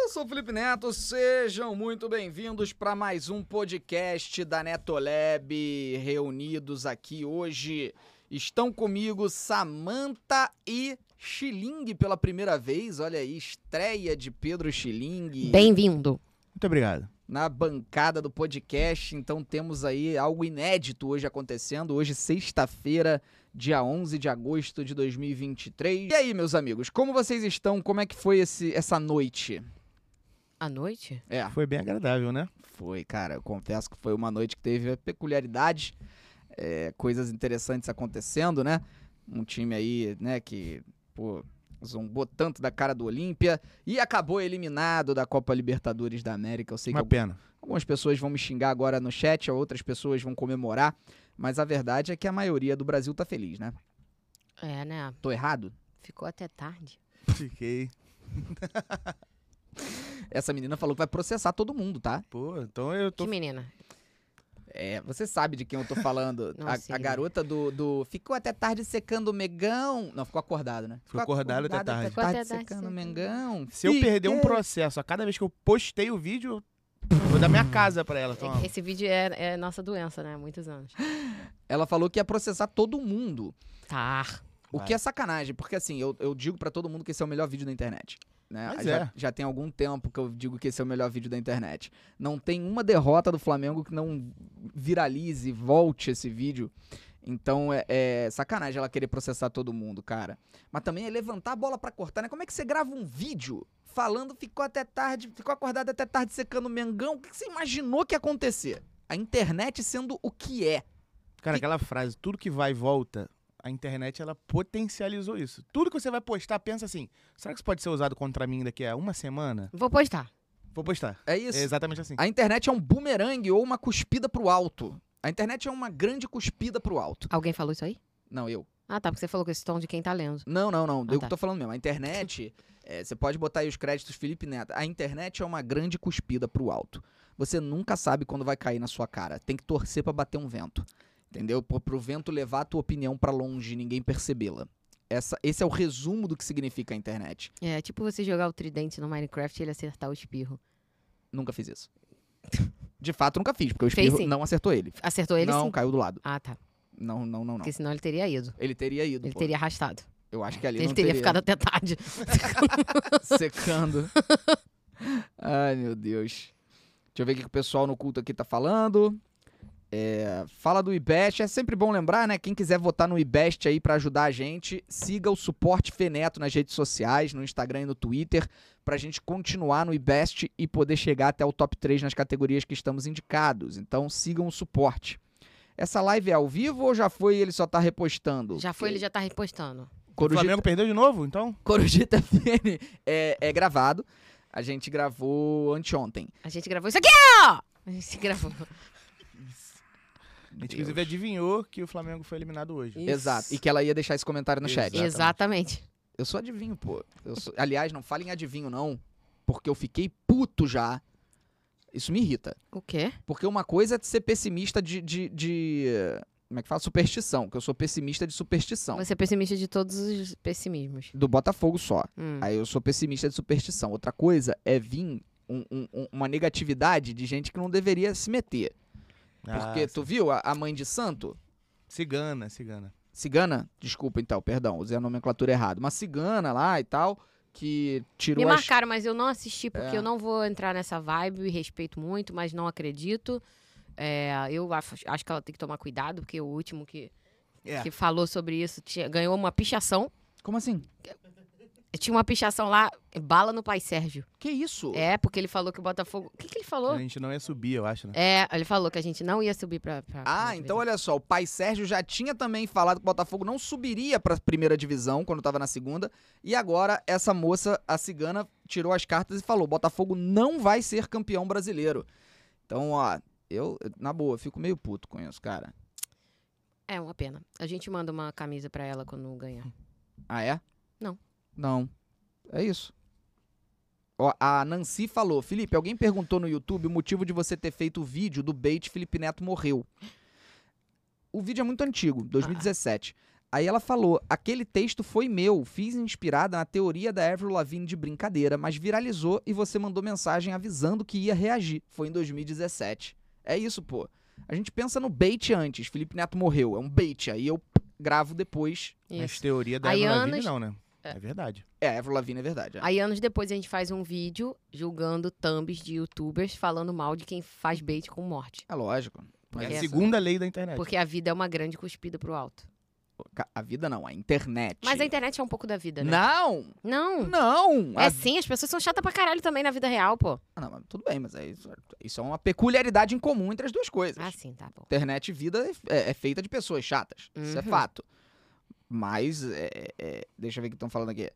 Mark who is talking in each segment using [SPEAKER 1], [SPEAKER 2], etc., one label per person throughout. [SPEAKER 1] Eu sou o Felipe Neto, sejam muito bem-vindos para mais um podcast da Netolab. Reunidos aqui hoje estão comigo Samanta e Xiling pela primeira vez. Olha aí, estreia de Pedro Xiling
[SPEAKER 2] Bem-vindo.
[SPEAKER 3] Muito obrigado.
[SPEAKER 1] na bancada do podcast. Então temos aí algo inédito hoje acontecendo. Hoje, sexta-feira, dia 11 de agosto de 2023. E aí, meus amigos, como vocês estão? Como é que foi esse, essa noite?
[SPEAKER 2] À noite?
[SPEAKER 1] É.
[SPEAKER 3] Foi bem agradável, né?
[SPEAKER 1] Foi, cara. Eu confesso que foi uma noite que teve peculiaridades, é, coisas interessantes acontecendo, né? Um time aí, né, que, pô, zombou tanto da cara do Olímpia e acabou eliminado da Copa Libertadores da América. Eu sei
[SPEAKER 3] Uma
[SPEAKER 1] que
[SPEAKER 3] pena.
[SPEAKER 1] algumas pessoas vão me xingar agora no chat, outras pessoas vão comemorar, mas a verdade é que a maioria do Brasil tá feliz, né?
[SPEAKER 2] É, né?
[SPEAKER 1] Tô errado?
[SPEAKER 2] Ficou até tarde.
[SPEAKER 3] Fiquei.
[SPEAKER 1] Essa menina falou que vai processar todo mundo, tá?
[SPEAKER 3] Pô, então eu tô.
[SPEAKER 2] Que menina?
[SPEAKER 1] É, você sabe de quem eu tô falando.
[SPEAKER 2] Não
[SPEAKER 1] a,
[SPEAKER 2] sei.
[SPEAKER 1] a
[SPEAKER 2] né?
[SPEAKER 1] garota do, do. Ficou até tarde secando o Megão. Não, ficou acordado, né?
[SPEAKER 3] Ficou acordado até tarde.
[SPEAKER 2] Ficou até tarde
[SPEAKER 1] secando o
[SPEAKER 2] secando.
[SPEAKER 1] Mengão.
[SPEAKER 3] Se eu perder um
[SPEAKER 1] Fiquei.
[SPEAKER 3] processo a cada vez que eu postei o vídeo, eu vou dar minha casa pra ela. Então,
[SPEAKER 2] É que Esse vídeo é, é nossa doença, né? Há muitos anos.
[SPEAKER 1] Ela falou que ia processar todo mundo.
[SPEAKER 2] Tá.
[SPEAKER 1] O
[SPEAKER 3] Vai.
[SPEAKER 1] que é sacanagem, porque assim, eu, eu digo pra todo mundo que esse é o melhor vídeo da internet. Né?
[SPEAKER 3] Mas
[SPEAKER 1] já,
[SPEAKER 3] é.
[SPEAKER 1] já tem algum tempo que eu digo que esse é o melhor vídeo da internet. Não tem uma derrota do Flamengo que não viralize, volte esse vídeo. Então é, é sacanagem ela querer processar todo mundo, cara. Mas também é levantar a bola pra cortar, né? Como é que você grava um vídeo falando ficou até tarde, ficou acordado até tarde secando o Mengão? O que que você imaginou que ia acontecer? A internet sendo o que é.
[SPEAKER 3] cara, aquela frase, tudo que vai e volta, a internet ela potencializou isso. Tudo que você vai postar, pensa assim: será que isso pode ser usado contra mim daqui a uma semana?
[SPEAKER 2] Vou postar.
[SPEAKER 3] Vou postar.
[SPEAKER 1] É isso.
[SPEAKER 3] É exatamente assim.
[SPEAKER 1] A internet é um bumerangue ou uma cuspida pro alto. A internet é uma grande cuspida pro alto.
[SPEAKER 2] Alguém falou isso aí?
[SPEAKER 1] Não, eu.
[SPEAKER 2] Ah, tá. Porque você falou com esse tom de quem tá lendo.
[SPEAKER 1] Não, não, não.
[SPEAKER 2] Ah,
[SPEAKER 1] eu
[SPEAKER 2] tá.
[SPEAKER 1] que tô falando mesmo. A internet, é, você pode botar aí os créditos Felipe Neto. A internet é uma grande cuspida pro alto. Você nunca sabe quando vai cair na sua cara. Tem que torcer pra bater um vento. Entendeu? Pro, pro vento levar a tua opinião pra longe e ninguém percebê-la. Essa, esse é o resumo do que significa a internet.
[SPEAKER 2] É tipo você jogar o tridente no Minecraft e ele acertar o espirro.
[SPEAKER 1] Nunca fiz isso. De fato, nunca fiz, porque o
[SPEAKER 2] Fez
[SPEAKER 1] espirro
[SPEAKER 2] sim.
[SPEAKER 1] não acertou ele.
[SPEAKER 2] Acertou ele
[SPEAKER 1] não,
[SPEAKER 2] sim?
[SPEAKER 1] caiu do lado.
[SPEAKER 2] Ah, tá.
[SPEAKER 1] Não, não, não, não.
[SPEAKER 2] Porque senão ele teria ido.
[SPEAKER 1] Ele teria ido.
[SPEAKER 2] Ele
[SPEAKER 1] pô.
[SPEAKER 2] teria arrastado.
[SPEAKER 1] Eu acho que ali
[SPEAKER 2] ele
[SPEAKER 1] não
[SPEAKER 2] teria ficado até tarde.
[SPEAKER 1] secando. Ai, meu Deus. Deixa eu ver o que que o pessoal no culto aqui tá falando. É, fala do IBEST. É sempre bom lembrar, né? Quem quiser votar no IBEST aí pra ajudar a gente, siga o suporte Feneto nas redes sociais, no Instagram e no Twitter, pra gente continuar no IBEST e poder chegar até o top 3 nas categorias que estamos indicados. Então sigam o suporte. Essa live é ao vivo ou já foi e ele só tá repostando?
[SPEAKER 2] Já foi, ele já tá repostando.
[SPEAKER 3] O
[SPEAKER 1] Corujita-
[SPEAKER 3] Flamengo perdeu de novo, então?
[SPEAKER 1] Corujita FM é, é gravado. A gente gravou anteontem.
[SPEAKER 2] A gente gravou isso aqui, ó! A gente gravou.
[SPEAKER 3] A gente, inclusive, adivinhou que o Flamengo foi eliminado hoje.
[SPEAKER 2] é Isso.
[SPEAKER 1] Exato. E que ela ia deixar esse comentário no chat.
[SPEAKER 3] Exato.
[SPEAKER 2] Exatamente.
[SPEAKER 1] Eu sou adivinho, pô. Eu sou- Aliás, não falem adivinho, não. Porque eu fiquei puto já. Isso me irrita.
[SPEAKER 2] O quê?
[SPEAKER 1] Porque uma coisa é ser pessimista de. de, de- Como é que fala? Superstição. Que eu sou pessimista de superstição.
[SPEAKER 2] Você é pessimista de todos os pessimismos.
[SPEAKER 1] Do Botafogo só.
[SPEAKER 2] Hum.
[SPEAKER 1] Aí eu sou pessimista de superstição. Outra coisa é vir um- um- um- uma negatividade de gente que não deveria se meter. Porque
[SPEAKER 3] Ah,
[SPEAKER 1] tu viu a- a mãe de santo?
[SPEAKER 3] Cigana, cigana.
[SPEAKER 1] cigana, desculpa então, perdão, usei a nomenclatura errada, uma cigana lá e tal, que tirou
[SPEAKER 2] Me
[SPEAKER 1] as-
[SPEAKER 2] marcaram, mas eu não assisti porque
[SPEAKER 1] É.
[SPEAKER 2] eu não vou entrar nessa vibe, e respeito muito, mas não acredito. É, eu af- acho que ela tem que tomar cuidado, porque o último que,
[SPEAKER 3] É.
[SPEAKER 2] que falou sobre isso tinha- ganhou uma pichação.
[SPEAKER 1] Como assim?
[SPEAKER 2] Tinha uma pichação lá, bala no pai Sérgio.
[SPEAKER 1] Que isso?
[SPEAKER 2] É, porque ele falou que o Botafogo. O que, que ele
[SPEAKER 3] A
[SPEAKER 2] falou?
[SPEAKER 3] gente não ia subir, eu acho, né?
[SPEAKER 2] É, ele falou que a gente não ia subir pra. pra-
[SPEAKER 1] Ah,
[SPEAKER 2] pra-
[SPEAKER 1] então olha só, o pai Sérgio já tinha também falado que o Botafogo não subiria pra primeira divisão quando tava na segunda, e agora essa moça, a cigana, tirou as cartas e falou: Botafogo não vai ser campeão brasileiro. Então, ó, eu, na boa, fico meio puto com isso, cara.
[SPEAKER 2] É uma pena. A gente manda uma camisa pra ela quando ganhar.
[SPEAKER 1] Ah, é?
[SPEAKER 2] Não.
[SPEAKER 1] Não. É isso. Ó, a Nancy falou: Felipe, alguém perguntou no YouTube o motivo de você ter feito o vídeo do bait Felipe Neto morreu. O vídeo é muito antigo, 2017. Aí ela falou: aquele texto foi meu, fiz inspirada na teoria da Avril Lavigne de brincadeira, mas viralizou e você mandou mensagem avisando que ia reagir. Foi em 2017. É isso, pô. A gente pensa no bait antes. Felipe Neto morreu, é um bait. Aí eu gravo depois.
[SPEAKER 3] Mas
[SPEAKER 2] Isso.
[SPEAKER 3] teoria da
[SPEAKER 2] Aí
[SPEAKER 3] Avril
[SPEAKER 2] anos-
[SPEAKER 3] Lavigne não, né? É verdade.
[SPEAKER 1] É, Avril Lavigne é verdade. é.
[SPEAKER 2] Aí anos depois a gente faz um vídeo julgando thumbs de youtubers falando mal de quem faz bait com morte.
[SPEAKER 1] É lógico.
[SPEAKER 3] É
[SPEAKER 2] Porque
[SPEAKER 3] a
[SPEAKER 2] essa-
[SPEAKER 3] segunda lei da internet.
[SPEAKER 2] Porque
[SPEAKER 1] tipo
[SPEAKER 2] a vida é uma grande cuspida pro alto.
[SPEAKER 1] Ca- A vida não, a internet.
[SPEAKER 2] Mas a internet é um pouco da vida, né?
[SPEAKER 1] Não!
[SPEAKER 2] Não.
[SPEAKER 1] Não!
[SPEAKER 2] É
[SPEAKER 1] A-
[SPEAKER 2] sim, as pessoas são chatas pra caralho também na vida real, pô.
[SPEAKER 1] Ah, não, mas tudo bem, mas é isso, isso é uma peculiaridade em comum entre as duas coisas.
[SPEAKER 2] Ah, sim, tá bom.
[SPEAKER 1] Internet e vida é, é feita de pessoas chatas. Isso é
[SPEAKER 2] Uhum.
[SPEAKER 1] fato. Mas, é, é, deixa eu ver o que estão falando aqui.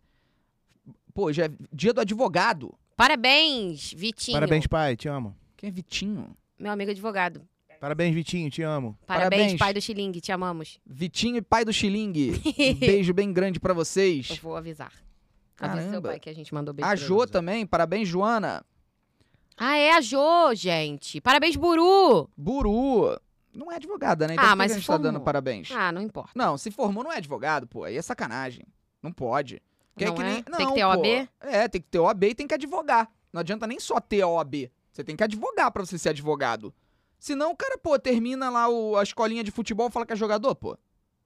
[SPEAKER 1] Pô, hoje é dia do advogado.
[SPEAKER 2] Parabéns, Vitinho.
[SPEAKER 3] Parabéns, pai, te amo.
[SPEAKER 1] Quem é Vitinho?
[SPEAKER 2] Meu amigo advogado.
[SPEAKER 3] Parabéns, Vitinho, te amo.
[SPEAKER 2] Parabéns,
[SPEAKER 1] Parabéns.
[SPEAKER 2] pai do Xilingue, te amamos.
[SPEAKER 1] Vitinho e pai do Xilingue. Um beijo bem grande pra
[SPEAKER 2] Eu
[SPEAKER 1] vocês.
[SPEAKER 2] vou avisar. Avisa seu
[SPEAKER 1] Caramba.
[SPEAKER 2] pai que a gente mandou beijo.
[SPEAKER 1] A
[SPEAKER 2] pra ele.
[SPEAKER 1] Jo também, parabéns, Joana.
[SPEAKER 2] Ah, é a Jo, gente. Parabéns, Buru.
[SPEAKER 1] Buru. Não é advogada, né? Então
[SPEAKER 2] Ah,
[SPEAKER 1] por que
[SPEAKER 2] mas
[SPEAKER 1] que a gente
[SPEAKER 2] se
[SPEAKER 1] tá dando
[SPEAKER 2] formou.
[SPEAKER 1] parabéns.
[SPEAKER 2] Ah, não importa.
[SPEAKER 1] Não, se formou não é advogado, pô. Aí é sacanagem. Não pode. Que
[SPEAKER 2] Não
[SPEAKER 1] que
[SPEAKER 2] é?
[SPEAKER 1] nem-
[SPEAKER 2] Tem que
[SPEAKER 1] não,
[SPEAKER 2] ter
[SPEAKER 1] pô.
[SPEAKER 2] OAB?
[SPEAKER 1] É, tem que ter OAB e tem que advogar. Não adianta nem só ter a OAB. Você tem que advogar pra você ser advogado. Senão o cara, pô, termina lá o- a escolinha de futebol e fala que é jogador, pô.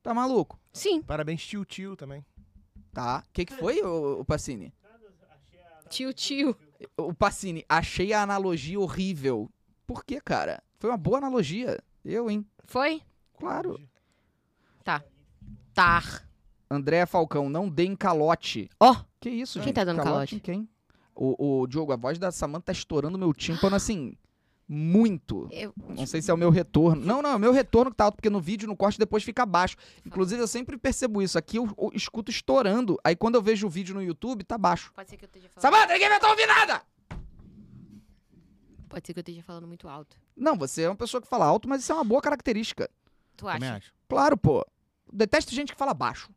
[SPEAKER 1] Tá maluco?
[SPEAKER 2] Sim.
[SPEAKER 3] Parabéns, tio tio também.
[SPEAKER 1] Tá. O que, que foi, o, Pacini?
[SPEAKER 2] Tio, tio.
[SPEAKER 1] O Pacini, achei a analogia horrível. Por quê, cara? Foi uma boa analogia. Eu, hein?
[SPEAKER 2] Foi?
[SPEAKER 1] Claro.
[SPEAKER 2] Tar.
[SPEAKER 1] André Falcão, não dê em calote.
[SPEAKER 2] Ó.
[SPEAKER 1] Que isso,
[SPEAKER 2] Quem
[SPEAKER 1] gente?
[SPEAKER 2] tá dando calote?
[SPEAKER 1] em Quem? O, o Diogo, a voz da Samanta tá estourando meu tímpano, assim, muito.
[SPEAKER 2] Eu-
[SPEAKER 1] Não sei se é o meu retorno. Não, não, é o meu retorno que tá alto, porque no vídeo, no corte, depois fica baixo. Inclusive, eu sempre percebo isso. Aqui eu, eu escuto estourando. Aí quando eu vejo o vídeo no YouTube, tá baixo.
[SPEAKER 2] Pode ser que eu esteja falando.
[SPEAKER 1] Samanta, ninguém vai tá ouvindo nada!
[SPEAKER 2] Pode ser que eu esteja falando muito alto.
[SPEAKER 1] Não, você é uma pessoa que fala alto, mas isso é uma boa característica.
[SPEAKER 2] Tu
[SPEAKER 3] Também
[SPEAKER 2] acha?
[SPEAKER 3] acho.
[SPEAKER 1] Claro, pô. Detesto gente que fala baixo.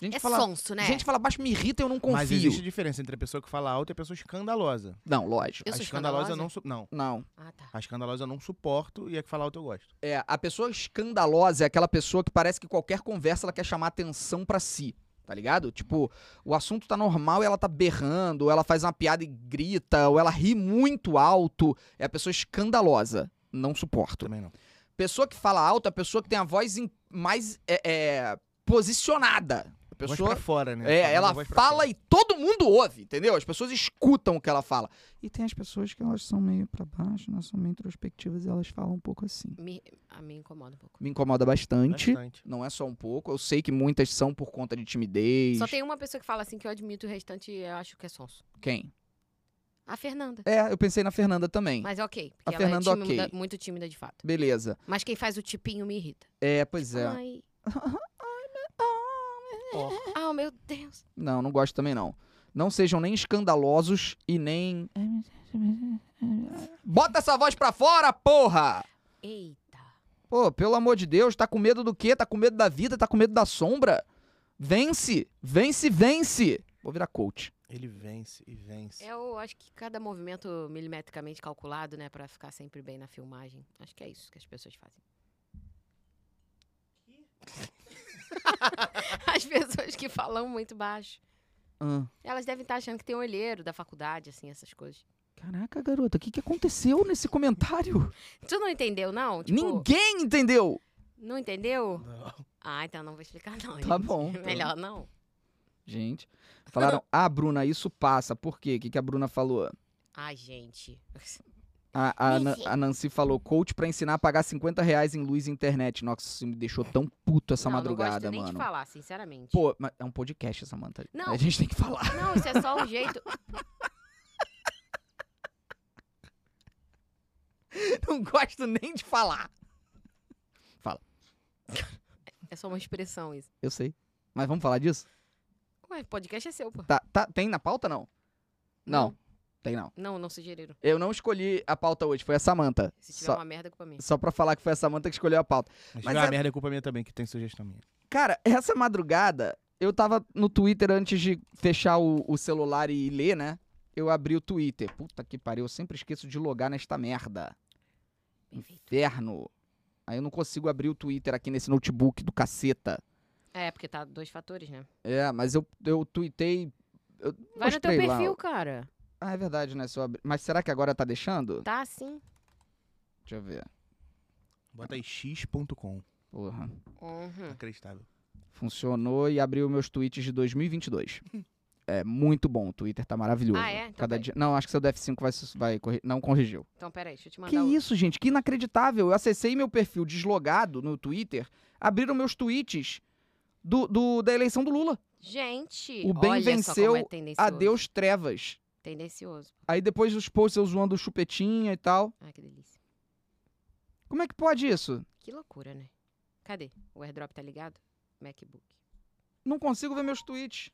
[SPEAKER 1] Gente
[SPEAKER 2] É
[SPEAKER 1] que fala.
[SPEAKER 2] sonso, né?
[SPEAKER 1] Gente que fala baixo me irrita, eu não confio.
[SPEAKER 3] Mas existe diferença entre a pessoa que fala alto e a pessoa escandalosa.
[SPEAKER 1] Não, lógico.
[SPEAKER 2] Eu
[SPEAKER 3] a
[SPEAKER 2] sou
[SPEAKER 3] escandalosa,
[SPEAKER 2] escandalosa?
[SPEAKER 3] eu não su... Não.
[SPEAKER 1] Não.
[SPEAKER 2] Ah, tá.
[SPEAKER 3] A escandalosa eu não suporto e a que fala alto eu gosto.
[SPEAKER 1] É, a pessoa escandalosa é aquela pessoa que parece que qualquer conversa ela quer chamar atenção pra si, tá ligado? Tipo, o assunto tá normal e ela tá berrando, ou ela faz uma piada e grita, ou ela ri muito alto. É a pessoa escandalosa. Não suporto.
[SPEAKER 3] Também não.
[SPEAKER 1] Pessoa que fala alto é a pessoa que tem a voz em- mais é, é, posicionada. A
[SPEAKER 3] Voz
[SPEAKER 1] pessoa.
[SPEAKER 3] pra fora, né?
[SPEAKER 1] É, ela fala e todo mundo ouve, entendeu? As pessoas escutam o que ela fala. E tem as pessoas que elas são meio pra baixo, elas são meio introspectivas e elas falam um pouco assim
[SPEAKER 2] Me, a mim incomoda um pouco.
[SPEAKER 1] me incomoda bastante.
[SPEAKER 3] Bastante.
[SPEAKER 1] Não é só um pouco. Eu sei que muitas são por conta de timidez.
[SPEAKER 2] Só tem uma pessoa que fala assim que eu admito, o restante eu acho que é sonso.
[SPEAKER 1] Quem?
[SPEAKER 2] A Fernanda.
[SPEAKER 1] É, eu pensei na Fernanda também.
[SPEAKER 2] Mas ok, porque
[SPEAKER 1] A
[SPEAKER 2] ela
[SPEAKER 1] Fernanda,
[SPEAKER 2] é tímida,
[SPEAKER 1] ok.
[SPEAKER 2] muito tímida de fato.
[SPEAKER 1] Beleza.
[SPEAKER 2] Mas quem faz o tipinho me irrita.
[SPEAKER 1] É, pois é.
[SPEAKER 2] Ai. Ah, meu Deus.
[SPEAKER 1] Não, não gosto também não. Não sejam nem escandalosos e nem. Bota essa voz pra fora, porra!
[SPEAKER 2] Eita.
[SPEAKER 1] Pô, pelo amor de Deus, tá com medo do quê? Tá com medo da vida? Tá com medo da sombra? Vence! Vence, vence! Vou virar coach.
[SPEAKER 3] Ele vence e vence.
[SPEAKER 2] Eu É acho que cada movimento milimetricamente calculado, né, Pra ficar sempre bem na filmagem. Acho que é isso que as pessoas fazem. as pessoas que falam muito baixo.
[SPEAKER 1] Ah.
[SPEAKER 2] Elas devem estar achando que tem um olheiro da faculdade, assim, essas coisas.
[SPEAKER 1] Caraca, garota, o que, que aconteceu nesse comentário?
[SPEAKER 2] Tu não entendeu, não? Tipo,
[SPEAKER 1] Ninguém entendeu!
[SPEAKER 2] Não entendeu?
[SPEAKER 3] Não.
[SPEAKER 2] Ah, então não vou explicar, não.
[SPEAKER 1] Tá
[SPEAKER 2] gente.
[SPEAKER 1] bom, então.
[SPEAKER 2] Melhor não.
[SPEAKER 1] Gente. Falaram, ah, Bruna, isso passa. Por quê? O que, que a Bruna falou?
[SPEAKER 2] Ai, gente.
[SPEAKER 1] A, a,
[SPEAKER 2] Enfim.
[SPEAKER 1] Na- a Nancy falou, coach pra ensinar a pagar 50 reais em luz e internet. Nossa, isso me deixou tão puto essa
[SPEAKER 2] não,
[SPEAKER 1] madrugada,
[SPEAKER 2] não gosto nem de
[SPEAKER 1] mano.
[SPEAKER 2] falar, sinceramente.
[SPEAKER 1] Pô, mas é um podcast, Samanta.
[SPEAKER 2] Não.
[SPEAKER 1] A gente tem que falar.
[SPEAKER 2] Não, isso é só um jeito.
[SPEAKER 1] Não gosto nem de falar.
[SPEAKER 2] É só uma expressão isso.
[SPEAKER 1] Eu sei. Mas vamos falar disso?
[SPEAKER 2] Ué, podcast é seu, pô.
[SPEAKER 1] Tá, tá, tem na pauta, não? Não.
[SPEAKER 2] Não.
[SPEAKER 1] Tem não.
[SPEAKER 2] Não, não sugeriram.
[SPEAKER 1] Eu não escolhi a pauta hoje, foi a Samanta.
[SPEAKER 2] Se tiver
[SPEAKER 1] Só,
[SPEAKER 2] uma merda, é culpa minha.
[SPEAKER 1] só pra falar que foi a Samanta que escolheu a pauta.
[SPEAKER 3] Mas,
[SPEAKER 1] Mas
[SPEAKER 3] a
[SPEAKER 1] é-
[SPEAKER 3] merda é culpa minha também, que tem sugestão minha.
[SPEAKER 1] Cara, essa madrugada, eu tava no Twitter antes de fechar o, o celular e ler, né? Eu abri o Twitter. Puta que pariu, eu sempre esqueço de logar nesta merda.
[SPEAKER 2] Perfeito.
[SPEAKER 1] Inferno. Aí eu não consigo abrir o Twitter aqui nesse notebook do caceta.
[SPEAKER 2] É, porque tá dois fatores, né?
[SPEAKER 1] É, mas eu, eu tuitei. Eu
[SPEAKER 2] Vai no teu
[SPEAKER 1] mostrei lá.
[SPEAKER 2] perfil, cara.
[SPEAKER 1] Ah, é verdade, né? Se eu abrir- Mas será que agora tá deixando?
[SPEAKER 2] Tá assim.
[SPEAKER 1] Deixa eu ver.
[SPEAKER 3] Bota aí
[SPEAKER 2] Hum.
[SPEAKER 3] x.com.
[SPEAKER 1] Porra.
[SPEAKER 2] Uhum.
[SPEAKER 3] Acreditável.
[SPEAKER 1] Funcionou e abriu meus tweets de 2022. É muito bom, o Twitter tá maravilhoso.
[SPEAKER 2] Ah, é? Então
[SPEAKER 1] Cada
[SPEAKER 2] tá aí.
[SPEAKER 1] dia... Não, acho que seu DF5 vai, su- vai corri- não corrigiu.
[SPEAKER 2] Então, peraí, deixa eu te mandar
[SPEAKER 1] Que
[SPEAKER 2] outro.
[SPEAKER 1] isso, gente? Que inacreditável. Eu acessei meu perfil deslogado no Twitter, abriram meus tweets do, do- da eleição do Lula.
[SPEAKER 2] Gente,
[SPEAKER 1] O bem
[SPEAKER 2] olha só
[SPEAKER 1] venceu,
[SPEAKER 2] como é tendencioso.
[SPEAKER 1] Adeus trevas.
[SPEAKER 2] Tendencioso.
[SPEAKER 1] Aí depois os posts eu zoando o chupetinha e tal.
[SPEAKER 2] Ai, que delícia.
[SPEAKER 1] Como é que pode isso?
[SPEAKER 2] Que loucura, né? Cadê? O airdrop tá ligado? MacBook.
[SPEAKER 1] Não consigo ver meus tweets.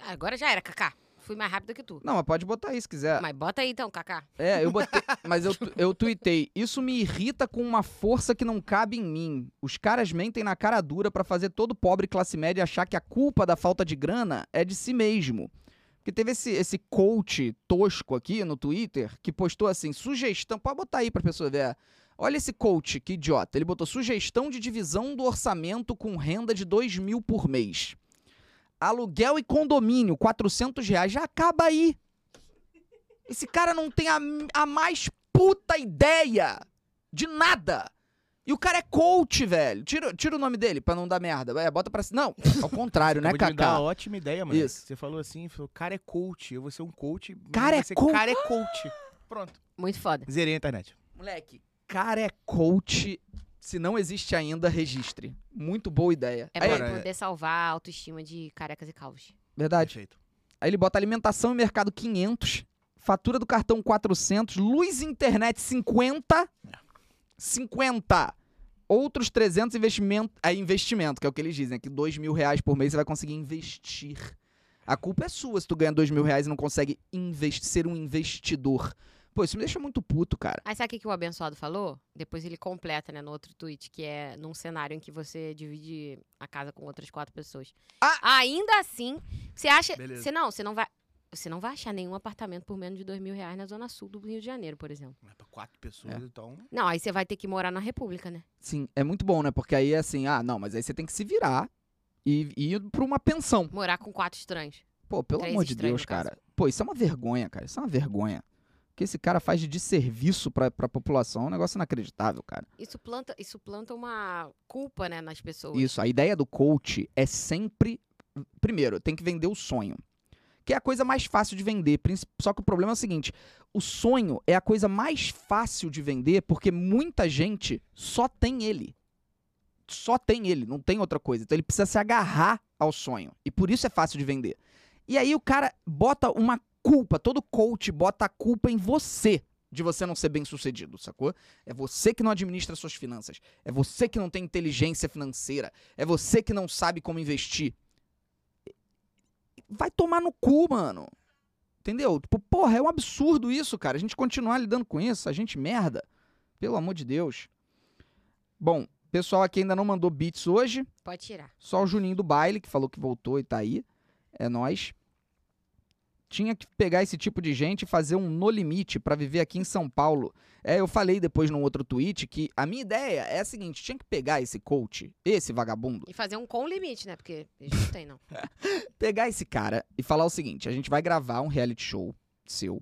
[SPEAKER 2] Ah, Agora já era, Kaká. Fui mais rápido que tu.
[SPEAKER 1] Não, mas pode botar aí se quiser.
[SPEAKER 2] Mas bota aí então, Kaká.
[SPEAKER 1] É, eu botei, mas eu, tu- eu tuitei. Isso me irrita com uma força que não cabe em mim. Os caras mentem na cara dura pra fazer todo pobre classe média achar que a culpa da falta de grana é de si mesmo. Porque teve esse, esse coach tosco aqui no Twitter que postou assim: sugestão. Pode botar aí pra pessoa ver. é, Olha esse coach, que idiota. Ele botou sugestão de divisão do orçamento com renda de 2 mil por mês. Aluguel e condomínio, 400 reais. Já acaba aí. Esse cara não tem a, a mais puta ideia de nada. E o cara é coach, velho. Tira, tira o nome dele pra não dar merda. É, bota pra. c- Não, ao contrário, né,
[SPEAKER 3] Acabou de me dar
[SPEAKER 1] Kaká?
[SPEAKER 3] uma ótima ideia, mano.
[SPEAKER 1] Isso.
[SPEAKER 3] Você falou assim, falou, cara é coach, eu vou ser um coach. mas
[SPEAKER 1] Cara
[SPEAKER 3] vai
[SPEAKER 1] é
[SPEAKER 3] ser
[SPEAKER 1] coach?
[SPEAKER 3] Cara é coach. Pronto.
[SPEAKER 2] Muito foda.
[SPEAKER 3] Zerei a internet.
[SPEAKER 1] Moleque, cara é coach. Se não existe ainda, registre. Muito boa ideia.
[SPEAKER 2] É
[SPEAKER 1] Aí-
[SPEAKER 2] pra
[SPEAKER 3] Cara, é-
[SPEAKER 2] poder salvar a autoestima de carecas e calvos.
[SPEAKER 1] verdade.
[SPEAKER 3] Perfeito.
[SPEAKER 1] Aí ele bota alimentação e mercado 500, fatura do cartão 400, luz e internet 50, 50. Outros 300 investimento, é investimento, que é o que eles dizem, que 2 mil reais por mês você vai conseguir investir. A culpa é sua se tu ganha 2 mil reais e não consegue investi- ser um investidor. Pô, isso me deixa muito puto, cara.
[SPEAKER 2] Aí sabe o que que o abençoado falou? Depois ele completa, né, no outro tweet, que é num cenário em que você divide a casa com outras quatro pessoas.
[SPEAKER 1] Ah!
[SPEAKER 2] Ainda assim, você acha.
[SPEAKER 3] Beleza.
[SPEAKER 2] Você não, você não vai. Você não vai achar nenhum apartamento por menos de dois mil reais na zona sul do Rio de Janeiro, por exemplo.
[SPEAKER 3] É pra quatro pessoas,
[SPEAKER 1] É.
[SPEAKER 3] então.
[SPEAKER 2] Não, aí você vai ter que morar na República, né?
[SPEAKER 1] Sim, é muito bom, né? Porque aí é assim, ah, não, mas aí você tem que se virar e e ir pra uma pensão.
[SPEAKER 2] Morar com quatro estranhos.
[SPEAKER 1] Pô, pelo
[SPEAKER 2] Três
[SPEAKER 1] amor de Deus,
[SPEAKER 2] estranhos, no caso.
[SPEAKER 1] cara. Pô, isso é uma vergonha, cara. Isso é uma vergonha. O que esse cara faz de desserviço pra, pra população é um negócio inacreditável, cara.
[SPEAKER 2] Isso planta, isso planta uma culpa, né, nas pessoas.
[SPEAKER 1] Isso, a ideia do coach é sempre. Primeiro, tem que vender o sonho. Que é a coisa mais fácil de vender. princi- Só que o problema é o seguinte: o sonho é a coisa mais fácil de vender porque muita gente só tem ele. Só tem ele, não tem outra coisa. Então ele precisa se agarrar ao sonho. E por isso é fácil de vender. E aí o cara bota uma culpa, todo coach bota a culpa em você de você não ser bem sucedido, sacou? É você que não administra suas finanças. É você que não tem inteligência financeira. É você que não sabe como investir. Vai tomar no cu, mano. Entendeu? Tipo, porra, é um absurdo isso, cara. A gente continuar lidando com isso, a gente merda. Pelo amor de Deus. Bom, pessoal aqui ainda não mandou beats hoje.
[SPEAKER 2] Pode tirar.
[SPEAKER 1] Só o Juninho do baile, que falou que voltou e tá aí. É nós. Tinha que pegar esse tipo de gente e fazer um no limite pra viver aqui em São Paulo. É, eu falei depois num outro tweet que a minha ideia é a seguinte: tinha que pegar esse coach, esse vagabundo,
[SPEAKER 2] E fazer um com limite, né? Porque eles não tem, não.
[SPEAKER 1] pegar esse cara e falar o seguinte: a gente vai gravar um reality show seu.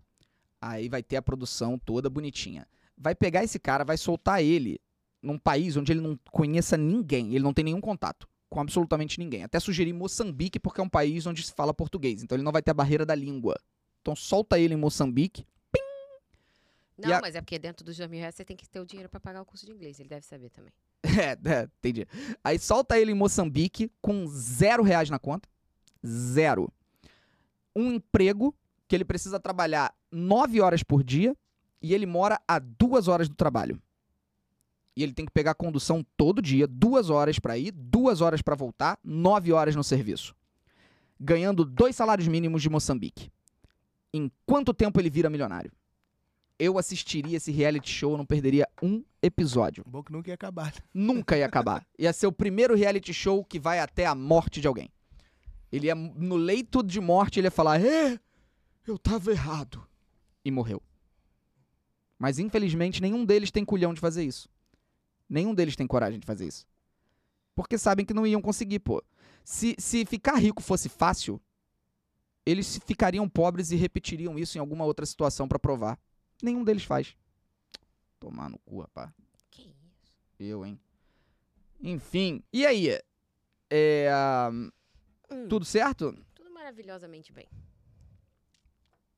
[SPEAKER 1] Aí vai ter a produção toda bonitinha. Vai pegar esse cara, vai soltar ele num país onde ele não conheça ninguém, ele não tem nenhum contato com absolutamente ninguém. Até sugeri Moçambique, porque é um país onde se fala português, então ele não vai ter a barreira da língua. Então solta ele em Moçambique.
[SPEAKER 2] Não,
[SPEAKER 1] a-
[SPEAKER 2] mas é porque dentro dos dois mil reais você tem que ter o dinheiro pra pagar o curso de inglês. Ele deve saber também.
[SPEAKER 1] É, é, entendi. Aí solta ele em Moçambique com zero reais na conta. Zero. Um emprego que ele precisa trabalhar nove horas por dia e ele mora a duas horas do trabalho. E ele tem que pegar condução todo dia, duas horas pra ir, duas horas pra voltar, nove horas no serviço. Ganhando dois salários mínimos de Moçambique. Em quanto tempo ele vira milionário? Eu assistiria esse reality show, eu não perderia um episódio
[SPEAKER 3] Bom que nunca ia acabar. né?
[SPEAKER 1] nunca ia acabar. Ia ser o primeiro reality show que vai até a morte de alguém. Ele ia, no leito de morte, ele ia falar: É, eu tava errado. E morreu. Mas infelizmente, nenhum deles tem culhão de fazer isso. Nenhum deles tem coragem de fazer isso. Porque sabem que não iam conseguir, pô. Se, se ficar rico fosse fácil, eles ficariam pobres e repetiriam isso em alguma outra situação pra provar. Nenhum deles faz. Tomar no cu, rapaz.
[SPEAKER 2] Que isso?
[SPEAKER 1] Eu, hein? Enfim. E aí? É,
[SPEAKER 2] Hum,
[SPEAKER 1] tudo certo?
[SPEAKER 2] Tudo maravilhosamente bem.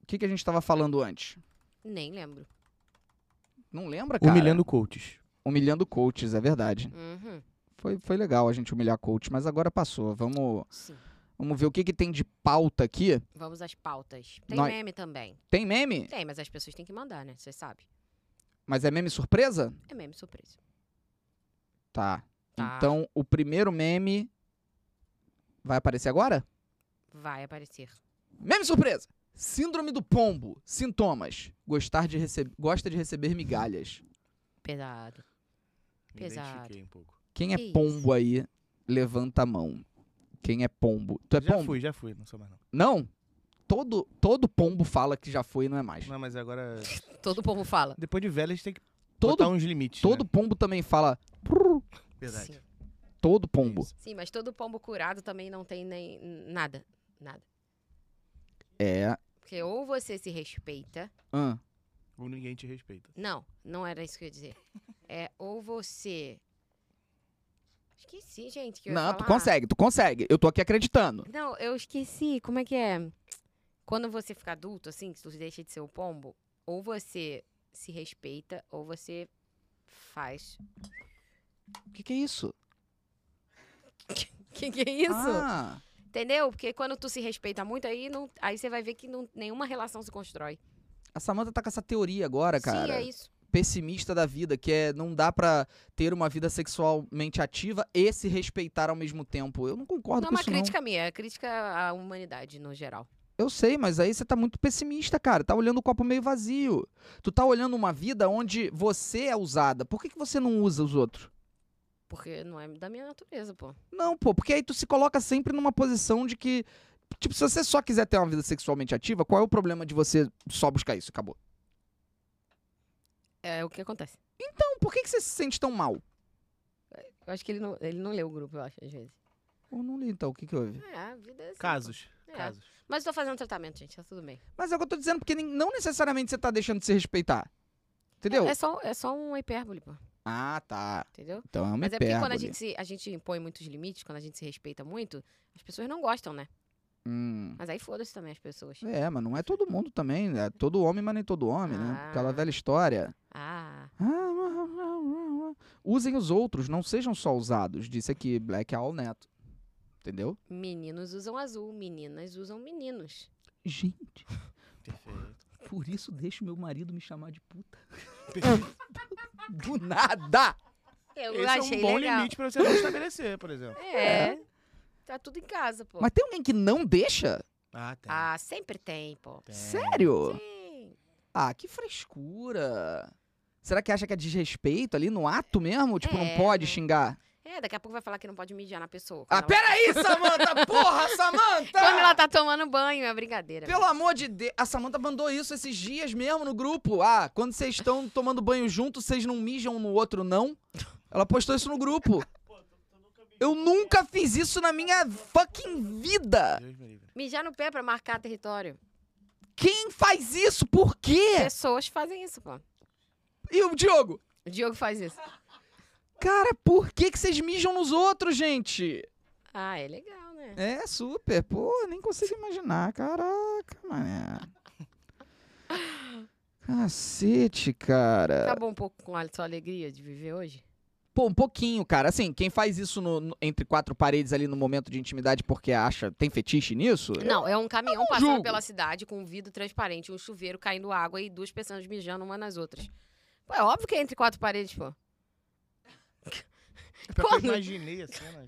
[SPEAKER 1] O que, que a gente tava falando antes?
[SPEAKER 2] Nem lembro.
[SPEAKER 1] Não lembra, cara?
[SPEAKER 3] Humilhando coaches.
[SPEAKER 1] Humilhando coaches, é verdade.
[SPEAKER 2] Uhum,
[SPEAKER 1] Foi, foi legal a gente humilhar coach, mas agora passou. Vamos,
[SPEAKER 2] sim.
[SPEAKER 1] vamos ver o que, que tem de pauta aqui.
[SPEAKER 2] Vamos às pautas. Tem
[SPEAKER 1] Nós-
[SPEAKER 2] meme também.
[SPEAKER 1] Tem meme?
[SPEAKER 2] Tem, mas as pessoas têm que mandar, né? Você sabe.
[SPEAKER 1] Mas é meme surpresa?
[SPEAKER 2] É meme surpresa.
[SPEAKER 1] Tá.
[SPEAKER 2] Tá.
[SPEAKER 1] Então, o primeiro meme vai aparecer agora?
[SPEAKER 2] Vai aparecer.
[SPEAKER 1] Meme surpresa! Síndrome do pombo. Sintomas. Gostar de rece... Gosta de receber migalhas.
[SPEAKER 2] Pesado.
[SPEAKER 3] Me
[SPEAKER 2] Pesado.
[SPEAKER 3] identifiquei um pouco.
[SPEAKER 1] Quem é
[SPEAKER 2] Que isso?
[SPEAKER 1] pombo aí, levanta a mão. Quem é pombo? Tu é
[SPEAKER 3] já
[SPEAKER 1] pombo?
[SPEAKER 3] fui, já fui, não sou mais não.
[SPEAKER 1] Não? Todo, todo pombo fala que já foi e não é mais.
[SPEAKER 3] Não, mas agora.
[SPEAKER 2] Todo povo fala.
[SPEAKER 3] Depois de velho, a gente tem que botar
[SPEAKER 1] Todo,
[SPEAKER 3] uns limites.
[SPEAKER 1] todo pombo também fala. "Prrr",
[SPEAKER 3] Né? Verdade.
[SPEAKER 2] Sim.
[SPEAKER 1] Todo pombo.
[SPEAKER 3] Isso.
[SPEAKER 2] Sim, mas todo pombo curado também não tem nem nada. Nada.
[SPEAKER 1] É.
[SPEAKER 2] Porque ou você se respeita.
[SPEAKER 1] ahn.
[SPEAKER 3] Ou ninguém te respeita.
[SPEAKER 2] Não, não era isso que eu ia dizer. É ou você. Esqueci, gente. Que eu ia
[SPEAKER 1] Não, tu
[SPEAKER 2] falar.
[SPEAKER 1] consegue, tu consegue. Eu tô aqui acreditando.
[SPEAKER 2] Não, eu esqueci. Como é que é? Quando você fica adulto, assim, que tu deixa de ser o pombo, ou você se respeita, ou você faz.
[SPEAKER 1] O que, que é isso?
[SPEAKER 2] Que que é isso?
[SPEAKER 1] Ah,
[SPEAKER 2] Entendeu? Porque quando tu se respeita muito, aí, não, aí você vai ver que não- nenhuma relação se constrói.
[SPEAKER 1] a Samanta tá com essa teoria agora, cara.
[SPEAKER 2] Sim, é isso.
[SPEAKER 1] pessimista da vida, que é não dá pra ter uma vida sexualmente ativa e se respeitar ao mesmo tempo. Eu não concordo
[SPEAKER 2] Não é
[SPEAKER 1] com
[SPEAKER 2] uma
[SPEAKER 1] isso,
[SPEAKER 2] crítica minha, é crítica à humanidade no geral.
[SPEAKER 1] não. Eu sei, mas aí você tá muito pessimista, cara. Tá olhando o copo meio vazio. Tu tá olhando uma vida onde você é usada. Por que, que você não usa os outros?
[SPEAKER 2] Porque não é da minha natureza, pô.
[SPEAKER 1] Não, pô, porque aí tu se coloca sempre numa posição de que. Tipo, se você só quiser ter uma vida sexualmente ativa, qual é o problema de você só buscar isso? Acabou.
[SPEAKER 2] É o que acontece.
[SPEAKER 1] Então, por que, que você se sente tão mal?
[SPEAKER 2] Eu acho que ele não, ele não leu o grupo, eu acho, às vezes.
[SPEAKER 1] Eu não li, então, o que, que houve?
[SPEAKER 2] É, a vida é assim. pô.
[SPEAKER 3] Casos.
[SPEAKER 2] É.
[SPEAKER 3] Casos.
[SPEAKER 2] Mas eu tô fazendo tratamento, gente, tá tudo bem.
[SPEAKER 1] Mas é o que eu tô dizendo, porque nem- não necessariamente você tá deixando de se respeitar. Entendeu?
[SPEAKER 2] É só, é só um hipérbole, pô,
[SPEAKER 1] Ah, tá.
[SPEAKER 2] entendeu?
[SPEAKER 1] Então é uma
[SPEAKER 2] Mas é porque quando a
[SPEAKER 1] hipérbole.
[SPEAKER 2] gente, se- a gente impõe muitos limites, quando a gente se respeita muito, as pessoas não gostam, né?
[SPEAKER 1] Hum.
[SPEAKER 2] Mas aí foda-se também as pessoas.
[SPEAKER 1] É, mas não é todo mundo também. né? todo homem, mas nem todo homem, né?
[SPEAKER 2] Ah.
[SPEAKER 1] Aquela velha história.
[SPEAKER 2] Ah,
[SPEAKER 1] Usem os outros, não sejam só usados. Disse aqui Black Owl Neto. Entendeu?
[SPEAKER 2] meninos usam azul, meninas usam meninos.
[SPEAKER 1] Gente,
[SPEAKER 3] Perfeito.
[SPEAKER 1] por isso deixo meu marido me chamar de puta. Do nada!
[SPEAKER 2] Eu
[SPEAKER 3] Esse
[SPEAKER 2] achei
[SPEAKER 3] é um bom
[SPEAKER 2] legal.
[SPEAKER 3] limite pra você não estabelecer, por exemplo.
[SPEAKER 2] É. Tá tudo em casa, pô.
[SPEAKER 1] Mas tem alguém que não deixa?
[SPEAKER 3] Ah, tem.
[SPEAKER 2] Ah, sempre tem, pô.
[SPEAKER 3] tem.
[SPEAKER 1] Sério?
[SPEAKER 2] Sim.
[SPEAKER 1] Ah, que frescura. Será que acha que é desrespeito ali no ato mesmo? Tipo, não
[SPEAKER 2] É,
[SPEAKER 1] pode
[SPEAKER 2] né?
[SPEAKER 1] xingar?
[SPEAKER 2] É, daqui a pouco vai falar que não pode mijar na pessoa.
[SPEAKER 1] Ah,
[SPEAKER 2] quando ela-
[SPEAKER 1] peraí, Samanta! Porra,
[SPEAKER 2] Quando ela
[SPEAKER 1] Samanta!
[SPEAKER 2] tá tomando banho, é brincadeira.
[SPEAKER 1] Pelo amor de Deus, a Samanta mandou isso esses dias mesmo no grupo. Ah, quando vocês estão tomando banho junto, vocês não mijam um no outro, não? Ela postou isso no grupo. Eu nunca fiz isso na minha fucking vida!
[SPEAKER 3] Deus me livre.
[SPEAKER 2] Mijar no pé pra marcar território.
[SPEAKER 1] Quem faz isso? Por quê?
[SPEAKER 2] É. Pessoas fazem isso, pô.
[SPEAKER 1] E o Diogo?
[SPEAKER 2] O Diogo faz isso.
[SPEAKER 1] Cara, por que, que vocês mijam nos outros, gente?
[SPEAKER 2] Ah, é legal, né?
[SPEAKER 1] É, super. Pô, nem consigo imaginar. Caraca, mané. Cacete, cara.
[SPEAKER 2] Acabou um pouco com a sua alegria de viver hoje?
[SPEAKER 1] Pô, um pouquinho, cara. Assim, quem faz isso no- no- entre quatro paredes ali no momento de intimidade porque acha, tem fetiche nisso?
[SPEAKER 2] Não, é um caminhão passando
[SPEAKER 1] julgo.
[SPEAKER 2] pela cidade com um vidro transparente, um chuveiro caindo água e duas pessoas mijando uma nas outras. Pô, é óbvio que é entre quatro paredes, pô.
[SPEAKER 3] Pior que
[SPEAKER 2] Quando?
[SPEAKER 3] É Eu imaginei a cena.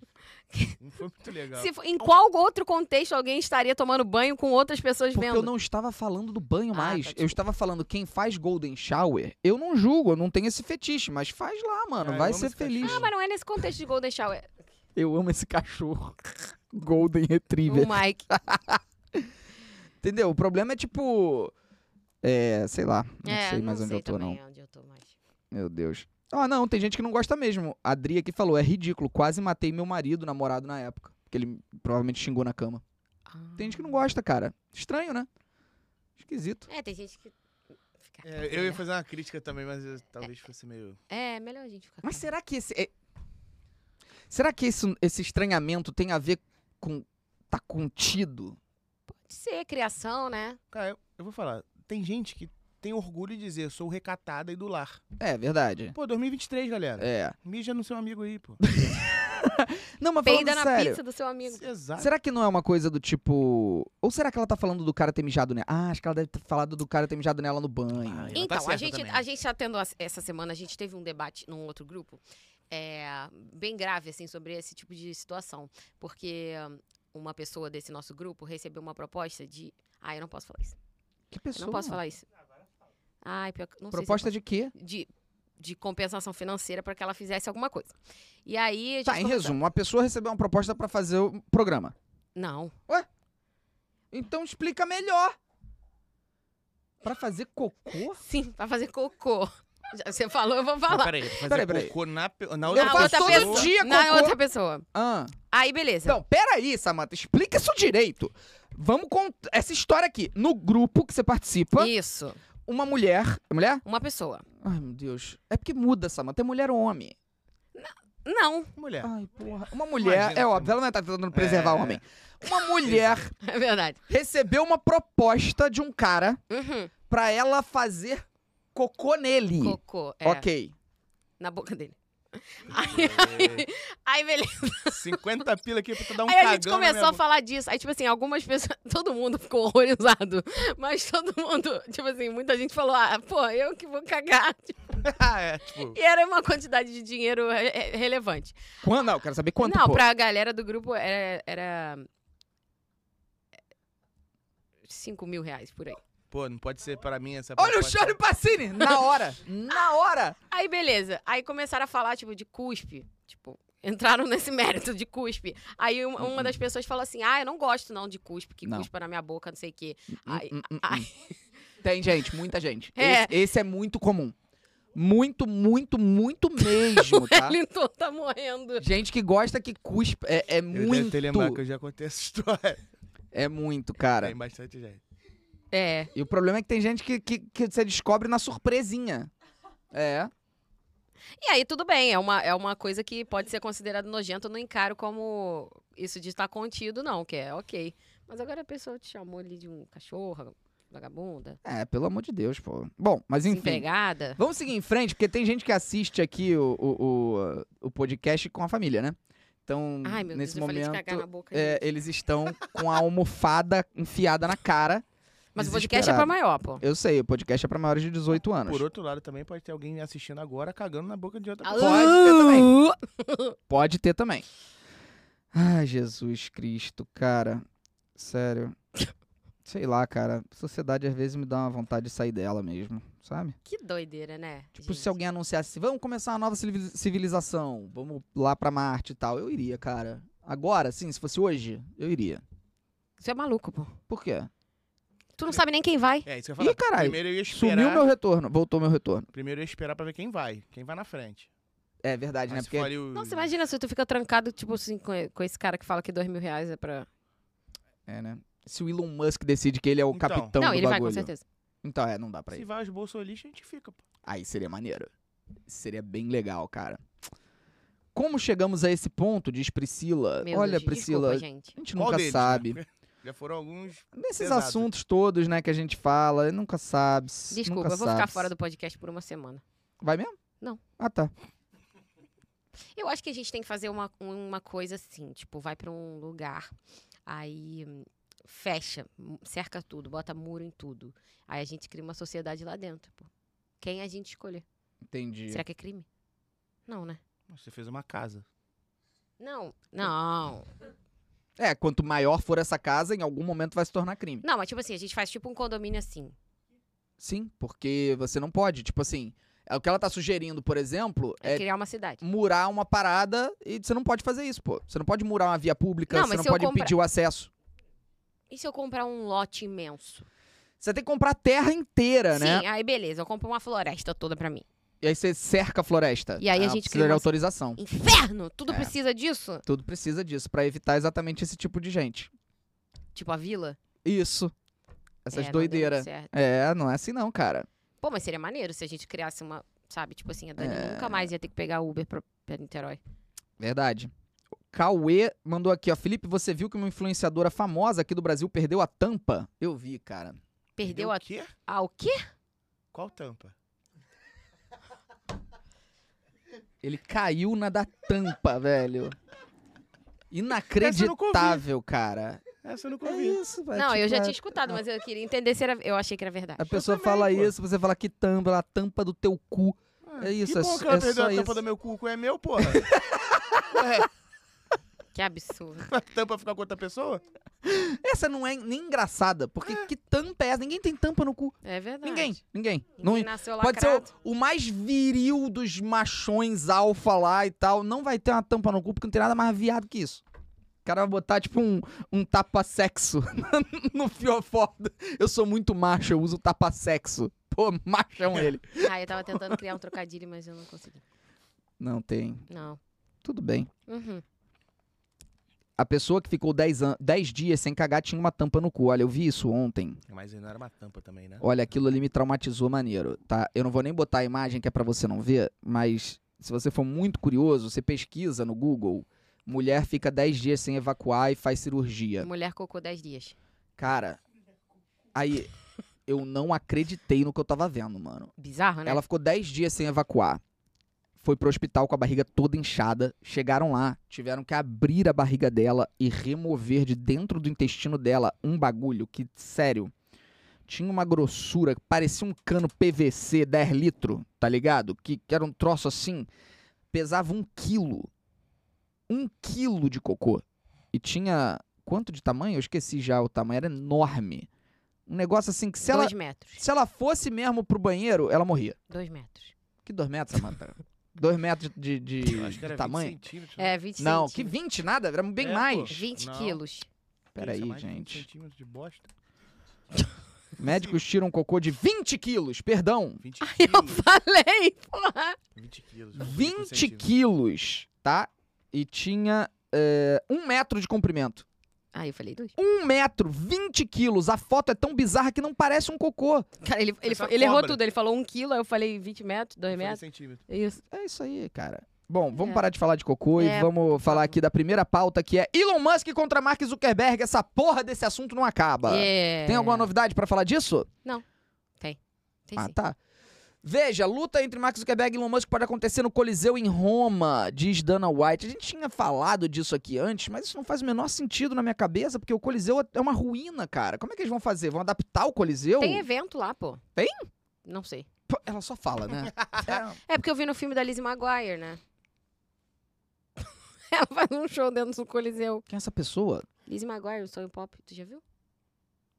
[SPEAKER 3] Não foi muito legal.
[SPEAKER 2] Se for- em qual outro contexto alguém estaria tomando banho com outras pessoas
[SPEAKER 1] Porque
[SPEAKER 2] vendo?
[SPEAKER 1] eu não estava falando do banho
[SPEAKER 2] Ah,
[SPEAKER 1] mais.
[SPEAKER 2] tá,
[SPEAKER 1] eu
[SPEAKER 2] desculpa.
[SPEAKER 1] estava falando quem faz golden shower, eu não julgo, eu não tenho esse fetiche, mas faz lá, mano.
[SPEAKER 3] Ah, eu
[SPEAKER 1] vai
[SPEAKER 3] amo
[SPEAKER 1] ser
[SPEAKER 3] esse cachorro.
[SPEAKER 1] feliz.
[SPEAKER 2] Ah, mas não é nesse contexto de Golden Shower.
[SPEAKER 1] Eu amo esse cachorro. golden retriever.
[SPEAKER 2] O Mike.
[SPEAKER 1] Entendeu? O problema é tipo. É, sei lá. Não
[SPEAKER 2] é,
[SPEAKER 1] sei
[SPEAKER 2] não
[SPEAKER 1] mais onde
[SPEAKER 2] sei
[SPEAKER 1] eu tô,
[SPEAKER 2] também
[SPEAKER 1] não.
[SPEAKER 2] onde eu tô mais.
[SPEAKER 1] Meu Deus. Ah, não, tem gente que não gosta mesmo. A Adri aqui falou, é ridículo, quase matei meu marido, namorado na época. Porque ele provavelmente xingou na cama.
[SPEAKER 2] Ah.
[SPEAKER 1] Tem gente que não gosta, cara. Estranho, né? Esquisito.
[SPEAKER 2] É, tem gente que. Fica
[SPEAKER 3] É, eu ia fazer uma crítica também, mas eu- talvez fosse meio.
[SPEAKER 2] É, melhor a gente ficar.
[SPEAKER 1] Mas
[SPEAKER 2] calado.
[SPEAKER 1] será que esse. é- Será que esse, esse estranhamento tem a ver com. tá contido?
[SPEAKER 2] Pode ser criação, né?
[SPEAKER 3] Cara, eu, eu vou falar. Tem gente que tem orgulho de dizer, sou recatada e do lar.
[SPEAKER 1] É, verdade.
[SPEAKER 3] Pô, 2023, galera.
[SPEAKER 1] É.
[SPEAKER 3] Mija no seu amigo aí, pô.
[SPEAKER 1] Não, mas falando
[SPEAKER 2] Peida na
[SPEAKER 1] sério.
[SPEAKER 2] pizza do seu amigo.
[SPEAKER 3] Exato.
[SPEAKER 1] Será que não é uma coisa do tipo. Ou será que ela tá falando do cara ter mijado nela? Ah, acho que ela deve ter falado do cara ter mijado nela no banho.
[SPEAKER 3] Ah, Ela tá
[SPEAKER 2] Então, a,
[SPEAKER 3] certa
[SPEAKER 2] gente,
[SPEAKER 3] também.
[SPEAKER 2] a gente tá tendo as- essa semana, a gente teve um debate num outro grupo é, bem grave, assim, sobre esse tipo de situação. Porque hum, uma pessoa desse nosso grupo recebeu uma proposta de. Ah, eu não posso falar isso.
[SPEAKER 1] que
[SPEAKER 2] Eu
[SPEAKER 1] pessoa?
[SPEAKER 2] não posso falar isso. Ai, pior que- não sei se eu
[SPEAKER 1] Proposta de quê?
[SPEAKER 2] posso. de, de compensação financeira para que ela fizesse alguma coisa. E aí a gente.
[SPEAKER 1] Tá, em
[SPEAKER 2] conversou-
[SPEAKER 1] resumo, uma pessoa recebeu uma proposta pra fazer o programa.
[SPEAKER 2] Não.
[SPEAKER 1] Então explica melhor. Pra fazer cocô?
[SPEAKER 2] Sim, pra fazer cocô. Já- Você falou, eu vou falar.
[SPEAKER 3] Peraí, fazer
[SPEAKER 1] Peraí, peraí.
[SPEAKER 3] cocô na, pe- na
[SPEAKER 1] Eu
[SPEAKER 3] outra
[SPEAKER 2] Na
[SPEAKER 1] faço
[SPEAKER 2] outra
[SPEAKER 1] todo
[SPEAKER 2] pessoa.
[SPEAKER 1] dia
[SPEAKER 2] na
[SPEAKER 1] cocô.
[SPEAKER 2] outra pessoa.
[SPEAKER 1] Ah.
[SPEAKER 2] Aí, beleza.
[SPEAKER 1] Não, peraí, Samanta, explica isso direito. Vamos contar essa história aqui. No grupo que você participa,
[SPEAKER 2] Isso.
[SPEAKER 1] uma mulher. é Mulher?
[SPEAKER 2] Uma pessoa.
[SPEAKER 1] Ai, meu Deus. É porque muda, Samanta. É mulher ou homem?
[SPEAKER 2] Não,
[SPEAKER 3] Mulher.
[SPEAKER 1] Ai, porra. Uma mulher,
[SPEAKER 3] Imagina,
[SPEAKER 1] é
[SPEAKER 3] Samanta.
[SPEAKER 1] óbvio, ela não tá tentando preservar o
[SPEAKER 3] É.
[SPEAKER 1] homem. Uma mulher
[SPEAKER 2] é verdade.
[SPEAKER 1] recebeu uma proposta de um cara
[SPEAKER 2] Uhum.
[SPEAKER 1] pra ela fazer cocô nele.
[SPEAKER 2] Cocô. É,
[SPEAKER 1] Ok.
[SPEAKER 2] Na boca dele. Aí, aí, beleza.
[SPEAKER 3] 50 pila aqui pra tu
[SPEAKER 1] É
[SPEAKER 3] dar um
[SPEAKER 2] aí a
[SPEAKER 3] cagão
[SPEAKER 2] gente
[SPEAKER 3] na minha
[SPEAKER 2] começou a
[SPEAKER 3] boca.
[SPEAKER 2] falar disso. Aí, tipo assim, algumas pessoas. Todo mundo ficou horrorizado. Mas todo mundo, tipo assim, muita gente falou: ah, pô, eu que vou cagar.
[SPEAKER 3] Ah, é, tipo,
[SPEAKER 2] E era uma quantidade de dinheiro re- re- relevante.
[SPEAKER 1] Quando? Não, eu quero saber quanto,
[SPEAKER 2] Não,
[SPEAKER 1] pô.
[SPEAKER 2] pra galera do grupo era. era... 5 mil reais por aí.
[SPEAKER 3] pô, não pode ser pra mim essa
[SPEAKER 1] Olha o
[SPEAKER 3] proposta.
[SPEAKER 1] Charlie Pacini! Na hora! na hora!
[SPEAKER 2] Aí, beleza. Aí começaram a falar, tipo, de cuspe. Tipo, entraram nesse mérito de cuspe. Aí um- uma das pessoas falou assim: Ah, eu não gosto não de cuspe, que
[SPEAKER 1] Não.
[SPEAKER 2] cuspa na minha boca, não sei o quê. Ai,
[SPEAKER 1] Hum, hum, hum,
[SPEAKER 2] ai.
[SPEAKER 1] hum. Tem gente, muita gente.
[SPEAKER 2] É.
[SPEAKER 1] Esse, esse é muito comum. Muito, muito, muito mesmo, tá?
[SPEAKER 2] Wellington tá morrendo.
[SPEAKER 1] Gente que gosta que cuspa. É, é
[SPEAKER 3] Eu devo
[SPEAKER 1] muito.
[SPEAKER 3] ter lembrado que eu já contei essa história.
[SPEAKER 1] É muito, cara.
[SPEAKER 3] Tem bastante gente.
[SPEAKER 2] É.
[SPEAKER 1] E o problema é que tem gente que, que, que você descobre na surpresinha. É.
[SPEAKER 2] E aí, tudo bem, é uma, é uma coisa que pode ser considerada nojenta, eu não encaro como isso de estar contido, não, que é ok. Mas agora a pessoa te chamou ali de um cachorro, vagabunda,
[SPEAKER 1] É, pelo amor de Deus, pô. Bom, mas enfim.
[SPEAKER 2] desempregada.
[SPEAKER 1] Vamos seguir em frente, porque tem gente que assiste aqui o, o, o, o podcast com a família, né? Então,
[SPEAKER 2] Ai, meu
[SPEAKER 1] nesse
[SPEAKER 2] Deus, eu
[SPEAKER 1] momento,
[SPEAKER 2] falei de cagar na boca.
[SPEAKER 1] é,
[SPEAKER 2] gente.
[SPEAKER 1] eles estão com a almofada enfiada na cara.
[SPEAKER 2] Mas o podcast é pra
[SPEAKER 1] desesperado.
[SPEAKER 2] maior, pô.
[SPEAKER 1] Eu sei, o podcast é pra maiores de 18 anos.
[SPEAKER 3] Por outro lado, também pode ter alguém assistindo agora cagando na boca de outra
[SPEAKER 2] Alô?
[SPEAKER 3] pessoa.
[SPEAKER 1] Pode ter também. Pode ter também. Ai, Jesus Cristo, cara. Sério. Sei lá, cara. Sociedade às vezes me dá uma vontade de sair dela mesmo, sabe?
[SPEAKER 2] Que doideira, né?
[SPEAKER 1] Tipo,
[SPEAKER 2] gente?
[SPEAKER 1] se alguém anunciasse assim, vamos começar uma nova civili- civilização, vamos lá pra Marte e tal, eu iria, cara. Agora, sim, se fosse hoje, eu iria.
[SPEAKER 2] Você é maluco, pô.
[SPEAKER 1] Por quê?
[SPEAKER 2] Tu não sabe nem quem vai.
[SPEAKER 3] É, isso que eu ia falar.
[SPEAKER 1] Ih, caralho.
[SPEAKER 3] Primeiro eu ia esperar.
[SPEAKER 1] Sumiu meu retorno, voltou meu retorno.
[SPEAKER 3] Primeiro eu ia esperar pra ver quem vai. Quem vai na frente.
[SPEAKER 1] É verdade,
[SPEAKER 3] Aí
[SPEAKER 1] né?
[SPEAKER 3] se
[SPEAKER 1] Porque
[SPEAKER 3] for ali o-
[SPEAKER 2] Nossa, imagina se tu fica trancado, tipo assim, com, com esse cara que fala que dois mil reais é pra.
[SPEAKER 1] é, né? Se o Elon Musk decide que ele é o
[SPEAKER 3] Então.
[SPEAKER 1] capitão
[SPEAKER 2] não,
[SPEAKER 1] do
[SPEAKER 2] ele vai,
[SPEAKER 1] bagulho.
[SPEAKER 2] com certeza.
[SPEAKER 1] Então, é, não dá pra
[SPEAKER 3] Se
[SPEAKER 1] ir.
[SPEAKER 3] vai os bolsolistas, a gente fica, pô.
[SPEAKER 1] Aí seria maneiro. Seria bem legal, cara. Como chegamos a esse ponto, diz Priscila.
[SPEAKER 2] Meu
[SPEAKER 1] Olha,
[SPEAKER 2] Deus,
[SPEAKER 1] Priscila,
[SPEAKER 2] Desculpa, gente.
[SPEAKER 1] a gente
[SPEAKER 3] Qual
[SPEAKER 1] nunca
[SPEAKER 3] deles, né?
[SPEAKER 1] sabe.
[SPEAKER 3] Já foram alguns.
[SPEAKER 1] Nesses
[SPEAKER 3] Pesado.
[SPEAKER 1] assuntos todos, né, que a gente fala, nunca sabe.
[SPEAKER 2] Desculpa,
[SPEAKER 1] nunca
[SPEAKER 2] eu vou ficar
[SPEAKER 1] sabe.
[SPEAKER 2] fora do podcast por uma semana.
[SPEAKER 1] Vai mesmo?
[SPEAKER 2] Não.
[SPEAKER 1] Ah, tá.
[SPEAKER 2] Eu acho que a gente tem que fazer uma, uma coisa assim, tipo, vai pra um lugar, aí hum, fecha, hum, cerca tudo, bota muro em tudo. Aí a gente cria uma sociedade lá dentro, pô. Quem a gente escolher?
[SPEAKER 1] Entendi.
[SPEAKER 2] Será que é crime? Não, né?
[SPEAKER 3] Nossa, Você fez uma casa.
[SPEAKER 2] Não, não.
[SPEAKER 1] É, quanto maior for essa casa, em algum momento vai se tornar crime.
[SPEAKER 2] Não, mas tipo assim, a gente faz tipo um condomínio assim.
[SPEAKER 1] Sim, porque você não pode. Tipo assim, é o que ela tá sugerindo, por exemplo,
[SPEAKER 2] É,
[SPEAKER 1] é
[SPEAKER 2] criar uma cidade.
[SPEAKER 1] murar uma parada e você não pode fazer isso, pô. Você não pode murar uma via pública,
[SPEAKER 2] Não,
[SPEAKER 1] você
[SPEAKER 2] mas
[SPEAKER 1] não
[SPEAKER 2] se eu
[SPEAKER 1] pode
[SPEAKER 2] comprar-
[SPEAKER 1] impedir o acesso.
[SPEAKER 2] E se eu comprar um lote imenso?
[SPEAKER 1] Você tem que comprar terra inteira,
[SPEAKER 2] Sim,
[SPEAKER 1] né?
[SPEAKER 2] aí beleza, eu compro uma floresta toda pra mim.
[SPEAKER 1] E aí você cerca a floresta.
[SPEAKER 2] E aí a
[SPEAKER 1] Ah, precisa
[SPEAKER 2] gente
[SPEAKER 1] de
[SPEAKER 2] cria uma-
[SPEAKER 1] autorização.
[SPEAKER 2] Inferno! Tudo
[SPEAKER 1] É.
[SPEAKER 2] precisa disso?
[SPEAKER 1] Tudo precisa disso pra evitar exatamente esse tipo de gente.
[SPEAKER 2] Tipo a vila?
[SPEAKER 1] Isso. Essas
[SPEAKER 2] É, não deu muito
[SPEAKER 1] doideiras.
[SPEAKER 2] certo.
[SPEAKER 1] É, não é assim não, cara.
[SPEAKER 2] Pô, mas seria maneiro se a gente criasse uma. Sabe, tipo assim, a Dani
[SPEAKER 1] É.
[SPEAKER 2] nunca mais ia ter que pegar Uber pra, pra Niterói.
[SPEAKER 1] Verdade. O Cauê mandou aqui, ó. Felipe, você viu que uma influenciadora famosa aqui do Brasil perdeu a tampa? Eu vi, cara.
[SPEAKER 2] Perdeu a.
[SPEAKER 3] o quê?
[SPEAKER 2] Ah, o quê?
[SPEAKER 3] Qual tampa?
[SPEAKER 1] Ele caiu na da tampa, velho.
[SPEAKER 3] Essa eu nunca ouvi.
[SPEAKER 1] Inacreditável, cara.
[SPEAKER 3] Essa eu nunca
[SPEAKER 1] É
[SPEAKER 3] ouvi.
[SPEAKER 1] isso, velho.
[SPEAKER 2] não, eu
[SPEAKER 1] Tipo,
[SPEAKER 2] já
[SPEAKER 1] é-
[SPEAKER 2] tinha escutado, mas eu queria entender se era. Eu achei que era verdade.
[SPEAKER 1] A pessoa
[SPEAKER 3] também,
[SPEAKER 1] fala
[SPEAKER 3] pô.
[SPEAKER 1] isso, você fala que tampa, ela tampa do teu cu.
[SPEAKER 3] Ah,
[SPEAKER 1] É isso,
[SPEAKER 3] que
[SPEAKER 1] é
[SPEAKER 3] bom
[SPEAKER 1] s-
[SPEAKER 3] que ela
[SPEAKER 1] é
[SPEAKER 3] perdeu
[SPEAKER 1] só
[SPEAKER 3] a tampa
[SPEAKER 1] isso.
[SPEAKER 3] do meu cu, o cu é meu, porra. Ué,
[SPEAKER 1] É.
[SPEAKER 2] Que absurdo.
[SPEAKER 3] pra tampa ficar com outra pessoa?
[SPEAKER 1] Essa não é nem engraçada, porque que tampa é essa? Ninguém tem tampa no cu.
[SPEAKER 2] É verdade.
[SPEAKER 1] Ninguém, ninguém. Não-
[SPEAKER 2] Ninguém nasceu
[SPEAKER 1] pode ser
[SPEAKER 2] lacrado.
[SPEAKER 1] o, o mais viril dos machões alfa lá e tal. Não vai ter uma tampa no cu, porque não tem nada mais viado que isso. O cara vai botar, tipo, um, um tapa-sexo no fiofó. Eu sou muito macho, eu uso tapa-sexo. Pô, machão ele.
[SPEAKER 2] Ah, eu tava tentando criar um trocadilho, mas eu não consegui.
[SPEAKER 1] Não tem.
[SPEAKER 2] Não.
[SPEAKER 1] Tudo bem.
[SPEAKER 2] Uhum.
[SPEAKER 1] A pessoa que ficou 10 an- 10 dias sem cagar tinha uma tampa no cu. Olha, eu vi isso ontem.
[SPEAKER 3] Mas não era uma tampa também, né?
[SPEAKER 1] Olha, aquilo ali me traumatizou maneiro, tá? Eu não vou nem botar a imagem que é pra você não ver, mas se você for muito curioso, você pesquisa no Google. Mulher fica 10 dias sem evacuar e faz cirurgia.
[SPEAKER 2] Mulher cocô 10 dias.
[SPEAKER 1] Cara, aí eu não acreditei no que eu tava vendo, mano.
[SPEAKER 2] Bizarro, né?
[SPEAKER 1] Ela ficou 10 dias sem evacuar. Foi pro hospital com a barriga toda inchada. Chegaram lá, tiveram que abrir a barriga dela e remover de dentro do intestino dela um bagulho que, sério, tinha uma grossura que parecia um cano PVC 10 litros, tá ligado? Que, que era um troço assim, pesava um quilo. Um quilo de cocô. E tinha. Quanto de tamanho? Eu esqueci já o tamanho, era enorme. Um negócio assim que se ela.
[SPEAKER 2] 2 metros.
[SPEAKER 1] Se ela fosse mesmo pro banheiro, ela morria.
[SPEAKER 2] 2 metros.
[SPEAKER 1] Que dois metros, Samanta? dois metros de, de- de-
[SPEAKER 3] Eu acho que
[SPEAKER 1] de
[SPEAKER 3] era 20
[SPEAKER 1] tamanho?
[SPEAKER 3] centímetros. né?
[SPEAKER 2] É, 20
[SPEAKER 1] Não, que
[SPEAKER 2] centímetros.
[SPEAKER 1] 20, nada, era bem
[SPEAKER 3] É, pô.
[SPEAKER 1] mais.
[SPEAKER 2] 20
[SPEAKER 3] Não.
[SPEAKER 2] quilos.
[SPEAKER 1] Peraí,
[SPEAKER 3] Isso é mais de 20
[SPEAKER 1] gente.
[SPEAKER 3] centímetros de bosta.
[SPEAKER 1] Médicos tiram cocô de 20 quilos, perdão.
[SPEAKER 3] 20
[SPEAKER 2] Eu
[SPEAKER 3] quilos.
[SPEAKER 2] falei, porra.
[SPEAKER 3] 20 quilos.
[SPEAKER 1] 20 quilos, tá? E tinha é, um metro de comprimento.
[SPEAKER 2] Aí Ah, eu falei dois.
[SPEAKER 1] Um metro, 20 quilos. A foto é tão bizarra que não parece um cocô.
[SPEAKER 2] Cara, ele,
[SPEAKER 1] é
[SPEAKER 2] ele,
[SPEAKER 3] Essa
[SPEAKER 2] ele errou
[SPEAKER 3] cobra.
[SPEAKER 2] tudo. Ele falou 1 quilo, aí eu falei 20 metros, 2 metros.
[SPEAKER 3] centímetros.
[SPEAKER 2] Isso.
[SPEAKER 1] É isso aí, cara. Bom, vamos
[SPEAKER 2] É.
[SPEAKER 1] parar de falar de cocô e
[SPEAKER 2] É,
[SPEAKER 1] vamos falar
[SPEAKER 2] favor.
[SPEAKER 1] aqui da primeira pauta que é Elon Musk contra Mark Zuckerberg. Essa porra desse assunto não acaba.
[SPEAKER 2] É.
[SPEAKER 1] Tem alguma novidade pra falar disso?
[SPEAKER 2] Tem
[SPEAKER 1] Ah,
[SPEAKER 2] sim.
[SPEAKER 1] tá. Veja, luta entre Mark Zuckerberg e Elon Musk pode acontecer no Coliseu em Roma, diz Dana White. A gente tinha falado disso aqui antes, mas isso não faz o menor sentido na minha cabeça, porque o Coliseu é uma ruína, cara. Como é que eles vão fazer? Vão adaptar o Coliseu?
[SPEAKER 2] Tem evento lá, pô.
[SPEAKER 1] Tem?
[SPEAKER 2] Não sei.
[SPEAKER 1] Pô, Ela só fala, né? É,
[SPEAKER 2] É porque eu vi no filme da Lizzie Maguire, né? Ela faz um show dentro do Coliseu.
[SPEAKER 1] quem é essa pessoa?
[SPEAKER 2] Lizzie Maguire, o sonho pop. Tu já viu?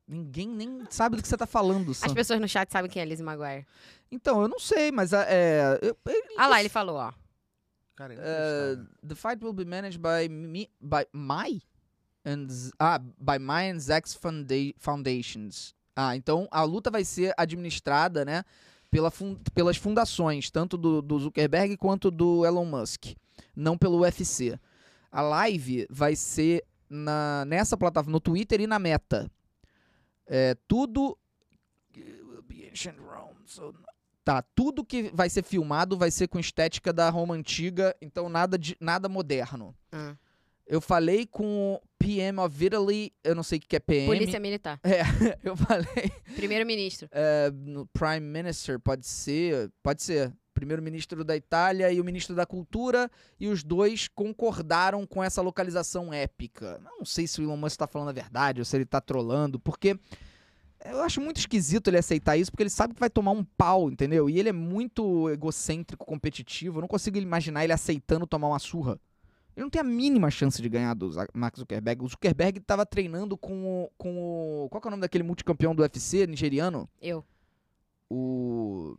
[SPEAKER 1] Ninguém nem sabe do que você tá falando, Sam.
[SPEAKER 2] As pessoas no chat sabem quem é Lizzie Maguire.
[SPEAKER 1] Então, eu não sei, mas é. eu- eu-
[SPEAKER 2] Ah lá, ele falou, ó.
[SPEAKER 3] Cara, é
[SPEAKER 1] Uh,
[SPEAKER 3] inacreditável.
[SPEAKER 1] the fight will be managed by me, by my and Z- ah, by my and Zach's founda- foundations. Ah, então a luta vai ser administrada, né, pela fun- pelas fundações, tanto do, do Zuckerberg quanto do Elon Musk, não pelo UFC. A live vai ser na nessa plataforma, no Twitter e na Meta. É, tudo It will be ancient Rome, so Tá, tudo que vai ser filmado vai ser com estética da Roma antiga, então nada, de, nada moderno.
[SPEAKER 2] Ah.
[SPEAKER 1] Eu falei com o PM of Italy, eu não sei o que que é PM.
[SPEAKER 2] Polícia Militar.
[SPEAKER 1] Eu falei.
[SPEAKER 2] Primeiro-ministro.
[SPEAKER 1] é, no Prime Minister, pode ser. Pode ser. Primeiro-ministro da Itália e o ministro da Cultura, e os dois concordaram com essa localização épica. Não sei se o Elon Musk tá falando a verdade ou se ele tá trolando, porque. Eu acho muito esquisito ele aceitar isso, porque ele sabe que vai tomar um pau, entendeu? E ele é muito egocêntrico, competitivo. Eu não consigo imaginar ele aceitando tomar uma surra. Ele não tem a mínima chance de ganhar do Za- Mark Zuckerberg. O Zuckerberg tava treinando com o. Com o qual que é o nome daquele multicampeão do UFC nigeriano?
[SPEAKER 2] Eu.
[SPEAKER 1] O.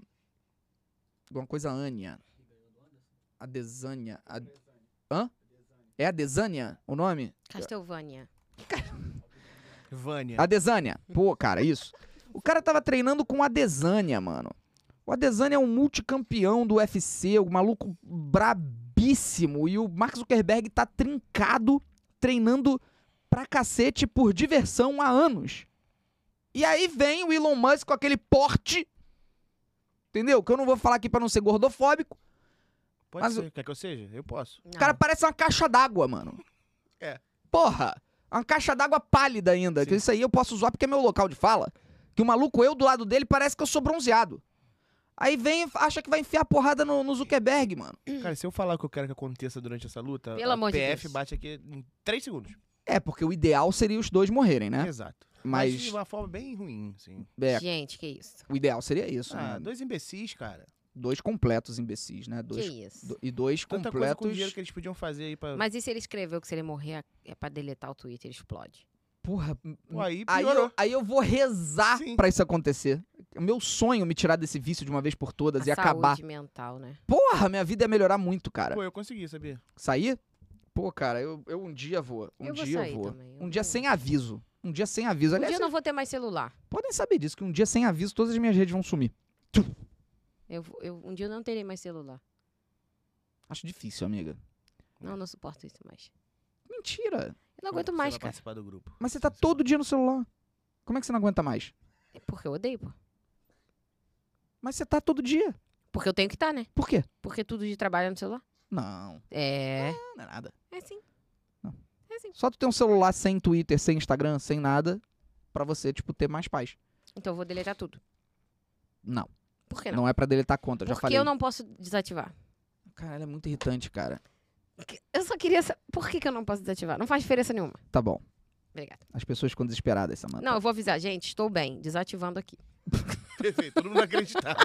[SPEAKER 1] Alguma coisa Ania. A Desânia. A... Hã? É a Desânia o nome?
[SPEAKER 2] Castlevania.
[SPEAKER 3] Vânia. né?
[SPEAKER 1] A Desânia. Pô, cara, isso. O cara tava treinando com a Desânia, mano. O Adesanya é um multicampeão do UFC, o maluco brabíssimo. E o Mark Zuckerberg tá trincado, treinando pra cacete por diversão há anos. E aí vem o Elon Musk com aquele porte, entendeu? Que eu não vou falar aqui pra não ser gordofóbico.
[SPEAKER 3] Pode
[SPEAKER 1] Mas
[SPEAKER 3] ser. Quer que eu seja? Eu posso.
[SPEAKER 2] Ah.
[SPEAKER 1] O cara parece uma caixa d'água, mano.
[SPEAKER 3] É.
[SPEAKER 1] Porra! Uma caixa d'água pálida ainda. Que
[SPEAKER 3] Sim.
[SPEAKER 1] isso aí eu posso usar porque é meu local de fala. Que o maluco, eu do lado dele, parece que eu sou bronzeado. Aí vem e acha que vai enfiar porrada no, no Zuckerberg, mano.
[SPEAKER 3] Cara, se eu falar o que eu quero que aconteça durante essa luta,
[SPEAKER 2] Hum. Pelo
[SPEAKER 3] a
[SPEAKER 2] amor de
[SPEAKER 3] PF
[SPEAKER 2] Deus.
[SPEAKER 3] bate aqui em 3 segundos.
[SPEAKER 1] É, porque o ideal seria os dois morrerem, né?
[SPEAKER 3] Exato. Mas de
[SPEAKER 1] Mas,
[SPEAKER 3] uma forma bem ruim, assim.
[SPEAKER 1] é,
[SPEAKER 2] Gente, que isso?
[SPEAKER 1] o ideal seria isso.
[SPEAKER 3] Ah,
[SPEAKER 1] né?
[SPEAKER 3] dois imbecis, cara.
[SPEAKER 1] Dois completos imbecis, né? Dois,
[SPEAKER 2] Que isso?
[SPEAKER 1] do- e dois
[SPEAKER 3] Tanta coisa com dinheiro
[SPEAKER 1] completos.
[SPEAKER 3] que eles podiam fazer aí pra...
[SPEAKER 2] Mas e se ele escreveu que se ele morrer é pra deletar o Twitter, explode?
[SPEAKER 1] Porra,
[SPEAKER 3] Pô, aí
[SPEAKER 1] Aí eu,
[SPEAKER 3] piorou.
[SPEAKER 1] aí eu vou rezar
[SPEAKER 3] Sim.
[SPEAKER 1] pra isso acontecer. O meu sonho é me tirar desse vício de uma vez por todas e
[SPEAKER 2] a
[SPEAKER 1] acabar.
[SPEAKER 2] saúde mental, né?
[SPEAKER 1] Porra, minha vida ia melhorar muito, cara.
[SPEAKER 3] Pô, eu consegui, sabia?
[SPEAKER 1] Sair? Pô, cara, eu, eu um dia vou. Um
[SPEAKER 2] eu vou
[SPEAKER 1] dia
[SPEAKER 2] sair
[SPEAKER 1] eu vou.
[SPEAKER 2] também. eu
[SPEAKER 1] Um dia
[SPEAKER 2] vou-
[SPEAKER 1] sem aviso. Um dia sem aviso.
[SPEAKER 2] Um
[SPEAKER 1] Aliás,
[SPEAKER 2] dia eu
[SPEAKER 1] vocês
[SPEAKER 2] não vou ter mais celular.
[SPEAKER 1] podem saber disso, que um dia sem aviso todas as minhas redes vão sumir.
[SPEAKER 2] Eu, vou- eu- um dia eu não terei mais celular.
[SPEAKER 1] Acho difícil, amiga.
[SPEAKER 2] Não, eu não suporto isso mais.
[SPEAKER 1] Mentira.
[SPEAKER 2] Eu não
[SPEAKER 1] é
[SPEAKER 3] Como
[SPEAKER 2] aguento
[SPEAKER 3] você
[SPEAKER 2] mais,
[SPEAKER 3] vai
[SPEAKER 2] cara.
[SPEAKER 3] participar do grupo.
[SPEAKER 1] Mas você tá todo dia no celular. Como é que você não aguenta mais?
[SPEAKER 2] É Porque eu odeio, pô.
[SPEAKER 1] Mas você tá todo dia.
[SPEAKER 2] Porque eu tenho que estar, né?
[SPEAKER 1] Por quê?
[SPEAKER 2] Porque tudo de trabalho é no celular.
[SPEAKER 1] Não,
[SPEAKER 2] É.
[SPEAKER 1] não é nada.
[SPEAKER 2] É sim. É
[SPEAKER 1] Só tu ter um celular sem Twitter, sem Instagram, sem nada, pra você, tipo, ter mais paz.
[SPEAKER 2] Então eu vou deletar tudo.
[SPEAKER 1] Não,
[SPEAKER 2] Por que não?
[SPEAKER 1] não, é pra deletar a conta, eu
[SPEAKER 2] Porque
[SPEAKER 1] já falei.
[SPEAKER 2] eu não posso desativar.
[SPEAKER 1] Cara, ela é muito irritante, cara.
[SPEAKER 2] Que- Eu só queria saber. Por que, que eu não posso desativar? Não faz diferença nenhuma.
[SPEAKER 1] Tá bom.
[SPEAKER 2] Obrigada.
[SPEAKER 1] As pessoas ficam desesperadas, Samanta.
[SPEAKER 2] Não, eu vou avisar. Gente, estou bem. Desativando aqui.
[SPEAKER 3] Perfeito, todo mundo acreditava.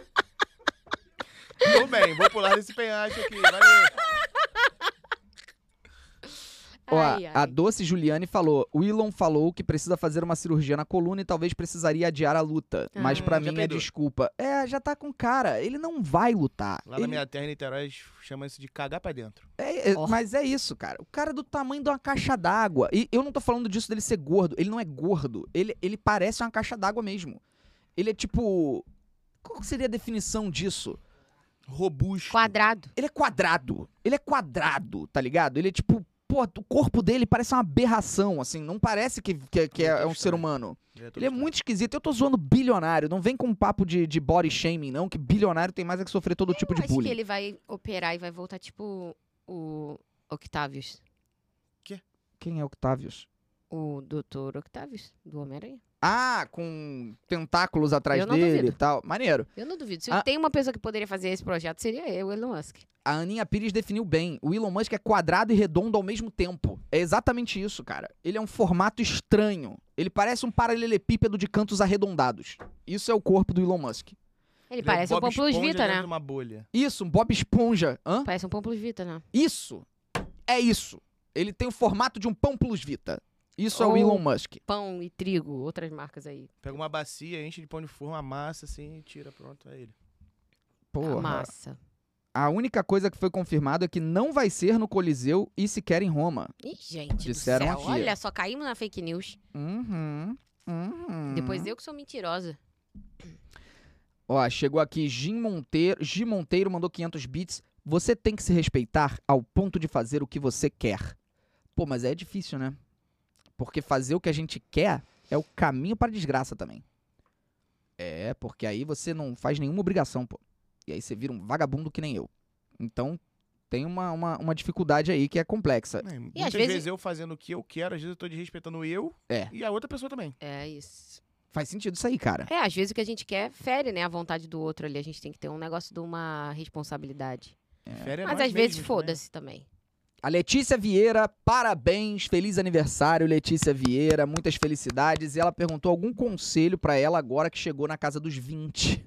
[SPEAKER 3] Tô bem, vou pular desse penhasco aqui, valeu.
[SPEAKER 1] Ó, a-
[SPEAKER 2] Ai,
[SPEAKER 1] A
[SPEAKER 2] ai.
[SPEAKER 1] Doce Juliane falou: o Elon falou que precisa fazer uma cirurgia na coluna e talvez precisaria adiar a luta. Mas
[SPEAKER 2] Ah.
[SPEAKER 1] pra
[SPEAKER 3] Já
[SPEAKER 1] mim é
[SPEAKER 3] peidou.
[SPEAKER 1] desculpa. É, já tá com cara. Ele não vai lutar.
[SPEAKER 3] Lá
[SPEAKER 1] Ele-
[SPEAKER 3] na minha terra, em Niterói, chama isso de cagar pra dentro.
[SPEAKER 1] é, é,
[SPEAKER 2] Ó.
[SPEAKER 1] Mas é isso, cara. O cara é do tamanho de uma caixa d'água. E eu não tô falando disso dele ser gordo. Ele não é gordo. Ele, ele parece uma caixa d'água mesmo. Ele é tipo. Qual que seria a definição disso?
[SPEAKER 3] Robusto.
[SPEAKER 2] Quadrado.
[SPEAKER 1] Ele é quadrado. Ele é quadrado, tá ligado? Ele é tipo. Pô, o corpo dele parece uma aberração, assim. Não parece que, que, que é- é um ser humano.
[SPEAKER 3] Ele é, todo
[SPEAKER 1] Ele é
[SPEAKER 3] estranho.
[SPEAKER 1] muito esquisito. Eu tô zoando bilionário. Não vem com um papo de, de body shaming, não, que bilionário tem mais é que sofrer todo tipo
[SPEAKER 2] Eu
[SPEAKER 1] de
[SPEAKER 2] acho que
[SPEAKER 1] bullying.
[SPEAKER 2] ele vai operar e vai voltar tipo o Octavius.
[SPEAKER 1] Quem é Octavius?
[SPEAKER 2] O Dr. Octavius, do Homem-Aranha.
[SPEAKER 1] Ah, com tentáculos atrás
[SPEAKER 2] Eu não
[SPEAKER 1] dele e
[SPEAKER 2] duvido.
[SPEAKER 1] tal. Maneiro.
[SPEAKER 2] Eu não duvido. Se
[SPEAKER 1] Ah.
[SPEAKER 2] tem uma pessoa que poderia fazer esse projeto, seria eu, o Elon Musk.
[SPEAKER 1] A Aninha Pires definiu bem. O Elon Musk é quadrado e redondo ao mesmo tempo. É exatamente isso, cara. Ele é um formato estranho. Ele parece um paralelepípedo de cantos arredondados. Isso é o corpo do Elon Musk.
[SPEAKER 2] Ele,
[SPEAKER 3] Ele é
[SPEAKER 2] parece um
[SPEAKER 3] Bob
[SPEAKER 2] Pomplus
[SPEAKER 3] Esponja
[SPEAKER 2] Vita,
[SPEAKER 3] dentro
[SPEAKER 2] né?
[SPEAKER 3] de uma bolha.
[SPEAKER 1] Isso, um Bob Esponja. Hã?
[SPEAKER 2] Parece um Pomplus Vita, né?
[SPEAKER 1] Isso. É isso. Ele tem o formato de um pão plus vita. Isso é o
[SPEAKER 2] Ou-
[SPEAKER 1] Elon Musk.
[SPEAKER 2] Pão e trigo, outras marcas aí.
[SPEAKER 3] Pega uma bacia, enche de pão de forma, amassa assim e tira, pronto, é ele.
[SPEAKER 1] Porra.
[SPEAKER 2] Massa.
[SPEAKER 1] A única coisa que foi confirmada é que não vai ser no Coliseu e sequer em Roma.
[SPEAKER 2] Ih, gente
[SPEAKER 1] Disseram
[SPEAKER 2] do céu.
[SPEAKER 1] aqui, ó.
[SPEAKER 2] Olha, só caímos na fake news.
[SPEAKER 1] Uhum. Uhum.
[SPEAKER 2] Depois eu que sou mentirosa.
[SPEAKER 1] Ó, chegou aqui Jim Monteiro. Jim Monteiro mandou 500 bits. Você tem que se respeitar ao ponto de fazer o que você quer. Pô, mas é difícil, né? Porque fazer o que a gente quer é o caminho para a desgraça também. É, porque aí você não faz nenhuma obrigação, pô. E aí você vira um vagabundo que nem eu. Então tem uma, uma, uma dificuldade aí que é complexa.
[SPEAKER 3] É,
[SPEAKER 2] E às
[SPEAKER 3] muitas
[SPEAKER 2] vezes-
[SPEAKER 3] vezes eu fazendo o que eu quero, às vezes eu tô desrespeitando eu
[SPEAKER 1] É.
[SPEAKER 3] e a outra pessoa também.
[SPEAKER 2] É isso.
[SPEAKER 1] Faz sentido isso aí, cara.
[SPEAKER 2] É, às vezes o que a gente quer fere, né? A vontade do outro ali. A gente tem que ter um negócio de uma responsabilidade.
[SPEAKER 3] Fere a
[SPEAKER 2] Mas
[SPEAKER 3] É nós
[SPEAKER 2] às vezes
[SPEAKER 3] mesmos né?
[SPEAKER 2] foda-se também.
[SPEAKER 1] A Letícia Vieira, parabéns, feliz aniversário, Letícia Vieira, muitas felicidades. E ela perguntou algum conselho pra ela agora que chegou na casa dos 20.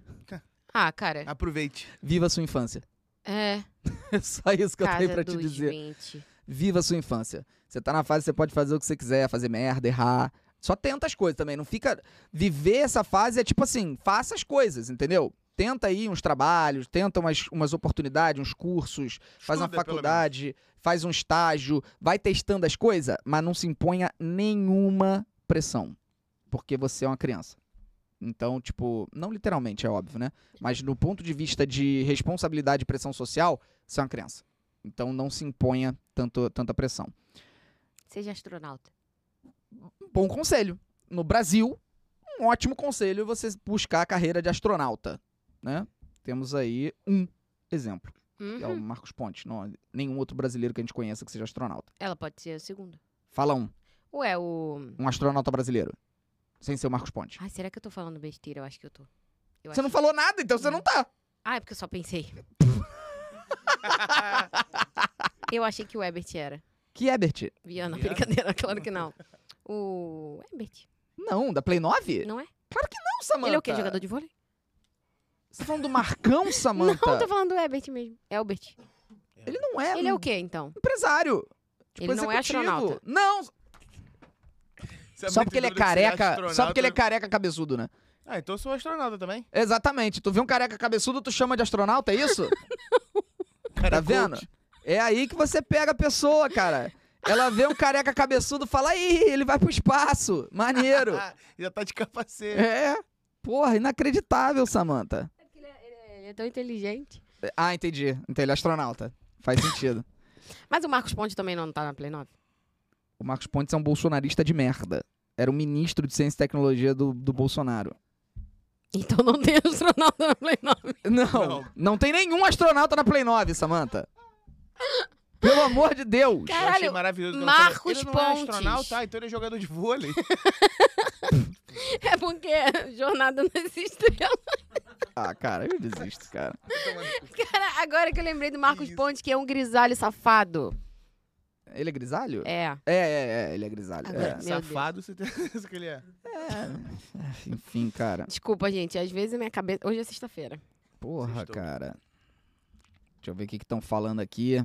[SPEAKER 2] Ah, cara.
[SPEAKER 3] também. Aproveite.
[SPEAKER 1] Viva sua infância.
[SPEAKER 2] É.
[SPEAKER 1] É só isso que eu tenho
[SPEAKER 2] casa
[SPEAKER 1] pra te
[SPEAKER 2] dos
[SPEAKER 1] dizer.
[SPEAKER 2] 20.
[SPEAKER 1] Viva sua infância. Você tá na fase, você pode fazer o que você quiser, fazer merda, errar. Só tenta as coisas também, não fica. Viver essa fase é tipo assim, faça as coisas, entendeu? Tenta aí uns trabalhos, tenta umas, umas oportunidades, uns cursos, faz uma
[SPEAKER 3] Estuda, pelo
[SPEAKER 1] faculdade, faz um estágio, vai testando as coisas, mas não se imponha nenhuma pressão. Porque você é uma criança. Então, tipo, não literalmente, é óbvio, né? Mas no ponto de vista de responsabilidade e pressão social, você é uma criança. Então não se imponha tanto, tanta pressão. Um
[SPEAKER 2] Seja astronauta.
[SPEAKER 1] Bom conselho. No Brasil, um ótimo conselho você buscar a carreira de astronauta, né? Temos aí um exemplo, que é o
[SPEAKER 2] Uhum.
[SPEAKER 1] Marcos Pontes. Não, nenhum outro brasileiro que a gente conheça que seja astronauta.
[SPEAKER 2] Ela pode ser a segunda.
[SPEAKER 1] Fala um,
[SPEAKER 2] Ué, o.
[SPEAKER 1] um astronauta brasileiro, sem ser o Marcos Pontes.
[SPEAKER 2] Ai, será que eu tô falando besteira? Eu acho que eu tô. Ah, Eu
[SPEAKER 1] Você
[SPEAKER 2] acho-
[SPEAKER 1] não falou nada, então você não tá.
[SPEAKER 2] Ah, é porque eu só pensei. eu achei que o Ebert era.
[SPEAKER 1] Que Ebert?
[SPEAKER 2] Viana,
[SPEAKER 3] Viana?
[SPEAKER 2] brincadeira, claro que não. O Ebert,
[SPEAKER 1] Não, da Play 9?
[SPEAKER 2] não é?
[SPEAKER 1] Não, Samanta.
[SPEAKER 2] Ele é o quê? Jogador de vôlei?
[SPEAKER 1] Você tá falando do Marcão, Samanta?
[SPEAKER 2] Não, tô falando do Ebert mesmo. Elbert.
[SPEAKER 1] Ele não é.
[SPEAKER 2] Ele é
[SPEAKER 1] um
[SPEAKER 2] o quê, então?
[SPEAKER 1] empresário. Tipo,
[SPEAKER 2] Ele não é
[SPEAKER 1] executivo.
[SPEAKER 2] astronauta.
[SPEAKER 1] Não,
[SPEAKER 3] Você
[SPEAKER 1] só porque ele é
[SPEAKER 3] muito duro de ser
[SPEAKER 1] careca, só porque ele é
[SPEAKER 3] astronauta.
[SPEAKER 1] careca cabeçudo, né?
[SPEAKER 3] Ah, então eu sou astronauta também.
[SPEAKER 1] Exatamente. Tu vê um careca cabeçudo, tu chama de astronauta, é isso?
[SPEAKER 3] Cara,
[SPEAKER 1] Tá vendo? É aí que você pega a pessoa, cara. Ela vê um careca cabeçudo, fala, ih, ele vai pro espaço. Maneiro.
[SPEAKER 3] Já tá de capacete.
[SPEAKER 1] É. Porra, inacreditável, Samanta.
[SPEAKER 2] Ele é tão inteligente.
[SPEAKER 1] Ah, entendi. Então ele é astronauta. Faz sentido.
[SPEAKER 2] Mas o Marcos Ponte também não tá na Play 9?
[SPEAKER 1] O Marcos Pontes é um bolsonarista de merda. Era o ministro de Ciência e Tecnologia do, do Bolsonaro.
[SPEAKER 2] Então não tem astronauta na Play 9.
[SPEAKER 1] Não, não,
[SPEAKER 3] Não.
[SPEAKER 1] tem nenhum astronauta na Play 9, Samanta. Pelo amor de Deus.
[SPEAKER 3] Eu
[SPEAKER 2] Cara-
[SPEAKER 3] achei
[SPEAKER 2] Caralho,
[SPEAKER 3] maravilhoso quando
[SPEAKER 2] Marcos
[SPEAKER 3] ele falou, Ele não é
[SPEAKER 2] Pontes.
[SPEAKER 3] astronauta, ah, então ele é jogador de vôlei.
[SPEAKER 2] É porque Jornada nas Estrelas.
[SPEAKER 1] Ah, cara, eu desisto, cara.
[SPEAKER 2] Cara, agora que eu lembrei do Marcos
[SPEAKER 3] Isso.
[SPEAKER 2] Ponte, que é um grisalho safado.
[SPEAKER 1] Ele é grisalho?
[SPEAKER 2] É.
[SPEAKER 1] É, é, é, ele é grisalho.
[SPEAKER 2] Agora-
[SPEAKER 1] É.
[SPEAKER 2] Meu
[SPEAKER 3] Safado, você tem certeza que ele é.
[SPEAKER 1] É. Enfim, cara.
[SPEAKER 2] Desculpa, gente. Às vezes a minha cabeça. Hoje é sexta-feira.
[SPEAKER 1] Porra,
[SPEAKER 3] Sextou.
[SPEAKER 1] cara. Deixa eu ver o que estão falando aqui.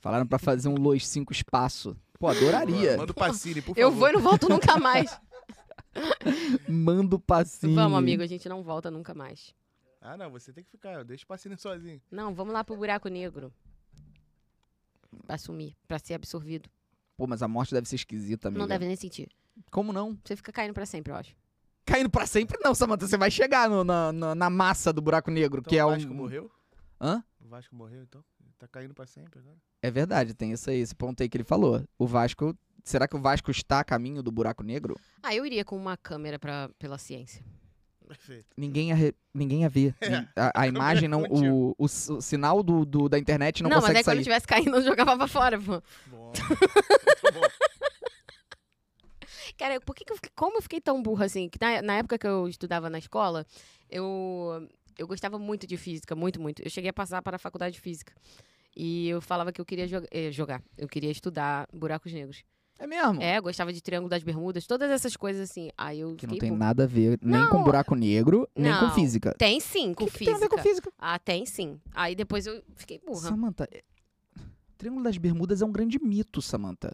[SPEAKER 1] Falaram pra fazer um Los 5 espaço. Pô, adoraria.
[SPEAKER 3] Manda o Pacini, por favor.
[SPEAKER 2] Eu vou e não volto nunca mais.
[SPEAKER 1] Manda o passinho.
[SPEAKER 2] Vamos, amigo, a gente não volta nunca mais.
[SPEAKER 3] Ah, não, você tem que ficar. Deixa o Pacini sozinho.
[SPEAKER 2] Não, vamos lá pro buraco negro. Pra sumir, pra ser absorvido.
[SPEAKER 1] Pô, mas a morte deve ser esquisita, amigo.
[SPEAKER 2] Não deve nem sentir.
[SPEAKER 1] Como não?
[SPEAKER 2] Você fica caindo pra sempre, eu acho.
[SPEAKER 1] Caindo pra sempre, não, Samanta. Você vai chegar no- na, na, na massa do buraco negro,
[SPEAKER 3] Então,
[SPEAKER 1] que é
[SPEAKER 3] o
[SPEAKER 1] um.
[SPEAKER 3] Vasco morreu?
[SPEAKER 1] Hã?
[SPEAKER 3] O Vasco morreu, então? Tá caindo pra sempre agora?
[SPEAKER 1] É verdade, tem isso aí, esse ponto aí que ele falou. O Vasco. Será que o Vasco está a caminho do buraco negro?
[SPEAKER 2] Ah, eu iria com uma câmera pra, pela ciência.
[SPEAKER 3] Perfeito.
[SPEAKER 1] Ninguém ia, re- ninguém ia ver.
[SPEAKER 3] É,
[SPEAKER 1] Nin- A, a imagem não. O, o, s- o sinal do, do- da internet não,
[SPEAKER 2] mas
[SPEAKER 1] consegue
[SPEAKER 2] é quando eu
[SPEAKER 1] sair.
[SPEAKER 2] tivesse caindo, eu jogava pra fora, pô.
[SPEAKER 3] Bom.
[SPEAKER 2] Cara, por que que eu fiquei- como eu fiquei tão burra assim? Que na, na época que eu estudava na escola, eu, eu gostava muito de física, muito, muito. Eu cheguei a passar para a faculdade de física. E eu falava que eu queria joga- eh, jogar, eu queria estudar buracos negros.
[SPEAKER 1] É mesmo?
[SPEAKER 2] É, eu gostava de Triângulo das Bermudas, todas essas coisas assim. Aí eu
[SPEAKER 1] Que não
[SPEAKER 2] fiquei
[SPEAKER 1] tem
[SPEAKER 2] burra.
[SPEAKER 1] nada a ver nem com
[SPEAKER 2] Não.
[SPEAKER 1] buraco negro, nem com
[SPEAKER 2] Não.
[SPEAKER 1] física.
[SPEAKER 2] Tem sim, com
[SPEAKER 1] O que que
[SPEAKER 2] física.
[SPEAKER 1] Tem a ver com física.
[SPEAKER 2] Ah, tem sim. Aí depois eu fiquei burra.
[SPEAKER 1] Samanta, é- Triângulo das Bermudas é um grande mito, Samanta.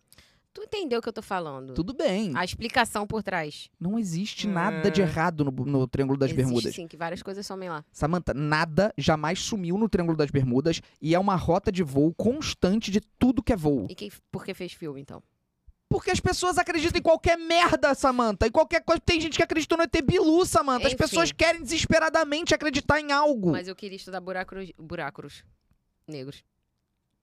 [SPEAKER 2] Tu entendeu o que eu tô falando?
[SPEAKER 1] Tudo bem.
[SPEAKER 2] A explicação por trás.
[SPEAKER 1] Não existe nada de
[SPEAKER 3] É.
[SPEAKER 1] errado no, bu- no Triângulo das
[SPEAKER 2] Existe,
[SPEAKER 1] Bermudas.
[SPEAKER 2] sim, que várias coisas somem lá.
[SPEAKER 1] Samanta, nada jamais sumiu no Triângulo das Bermudas e é uma rota de voo constante de tudo que é voo.
[SPEAKER 2] E quem, por que fez filme, então?
[SPEAKER 1] Porque as pessoas acreditam em qualquer merda, Samanta. Em qualquer coisa. Tem gente que acreditou no ET Bilu, Samanta. As
[SPEAKER 2] Enfim.
[SPEAKER 1] pessoas querem desesperadamente acreditar em algo.
[SPEAKER 2] Mas eu queria estudar buracos, buracos negros.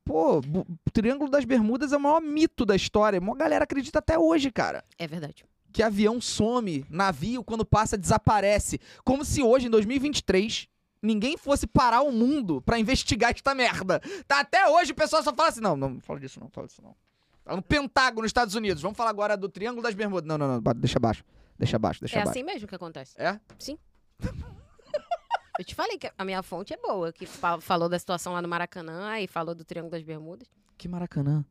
[SPEAKER 1] Pô, bu- Triângulo das Bermudas é o maior mito da história. A maior galera acredita até hoje, cara.
[SPEAKER 2] É verdade.
[SPEAKER 1] Que avião some, navio, quando passa, desaparece. Como se hoje, em 2023, ninguém fosse parar o mundo pra investigar esta merda. Tá até hoje o pessoal só fala assim: não, não, não fala disso, não, fala disso, não. Tá no Pentágono, nos Estados Unidos. Vamos falar agora do Triângulo das Bermudas. Não, não, não, ba- deixa abaixo. Deixa abaixo, deixa
[SPEAKER 2] é
[SPEAKER 1] abaixo.
[SPEAKER 2] assim mesmo que acontece.
[SPEAKER 1] É?
[SPEAKER 2] Eu te falei que a minha fonte é boa, que fa- falou da situação lá no Maracanã e falou do Triângulo das Bermudas.
[SPEAKER 1] Que maracanã.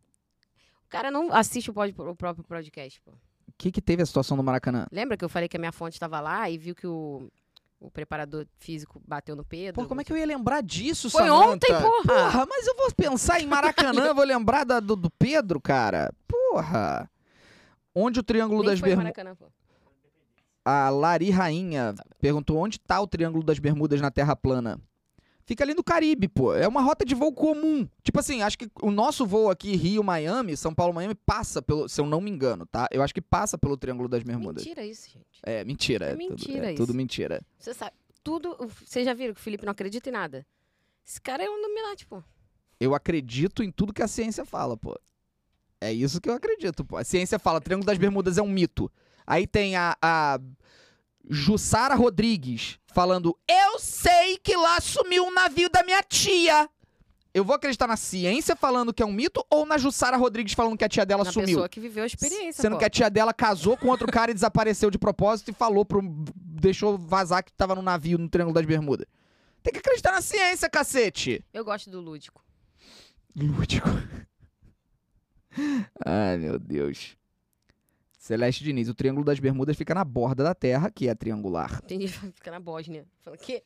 [SPEAKER 2] O cara não assiste o, pod- o próprio podcast, pô.
[SPEAKER 1] O que, que teve a situação do Maracanã?
[SPEAKER 2] Lembra que eu falei que a minha fonte estava lá e viu que o, o preparador físico bateu no Pedro?
[SPEAKER 1] Pô, como é que eu ia lembrar disso,
[SPEAKER 2] Foi
[SPEAKER 1] Samantha?
[SPEAKER 2] ontem, porra!
[SPEAKER 1] Porra, mas eu vou pensar em Maracanã, eu vou lembrar da- do, do Pedro, cara. Porra. Onde o Triângulo
[SPEAKER 2] Nem
[SPEAKER 1] das
[SPEAKER 2] foi o
[SPEAKER 1] Bermudas...
[SPEAKER 2] Maracanã, pô.
[SPEAKER 1] A Lari Rainha perguntou onde tá o Triângulo das Bermudas na Terra plana. Fica ali no Caribe, pô. É uma rota de voo comum. Tipo assim, acho que o nosso voo aqui, Rio-Miami, São Paulo-Miami, passa pelo. Se eu não me engano, tá? Eu acho que passa pelo Triângulo das Bermudas.
[SPEAKER 2] Mentira isso, gente.
[SPEAKER 1] É, mentira.
[SPEAKER 2] É
[SPEAKER 1] tudo-
[SPEAKER 2] mentira
[SPEAKER 1] é
[SPEAKER 2] isso.
[SPEAKER 1] Tudo mentira.
[SPEAKER 2] Você sabe, tudo... Vocês já viram que o Felipe não acredita em nada? Esse cara é um Illuminati, pô.
[SPEAKER 1] Eu acredito em tudo que a ciência fala, pô. É isso que eu acredito, pô. A ciência fala, Triângulo das Bermudas é um mito. Aí tem a, a Jussara Rodrigues falando, eu sei que lá sumiu um navio da minha tia. Eu vou acreditar na ciência falando que é um mito ou na Jussara Rodrigues falando que a tia dela
[SPEAKER 2] Na
[SPEAKER 1] sumiu?
[SPEAKER 2] pessoa que viveu a experiência,
[SPEAKER 1] Sendo
[SPEAKER 2] pô.
[SPEAKER 1] que a tia dela casou com outro cara e desapareceu de propósito e falou pro. deixou vazar que tava no navio no Triângulo das Bermudas. Tem que acreditar na ciência, cacete!
[SPEAKER 2] Eu gosto do lúdico.
[SPEAKER 1] Lúdico. Ai, meu Deus. Celeste Diniz, o Triângulo das Bermudas fica na borda da Terra, que é triangular.
[SPEAKER 2] Tem gente que fica na Bósnia. Fala, quê?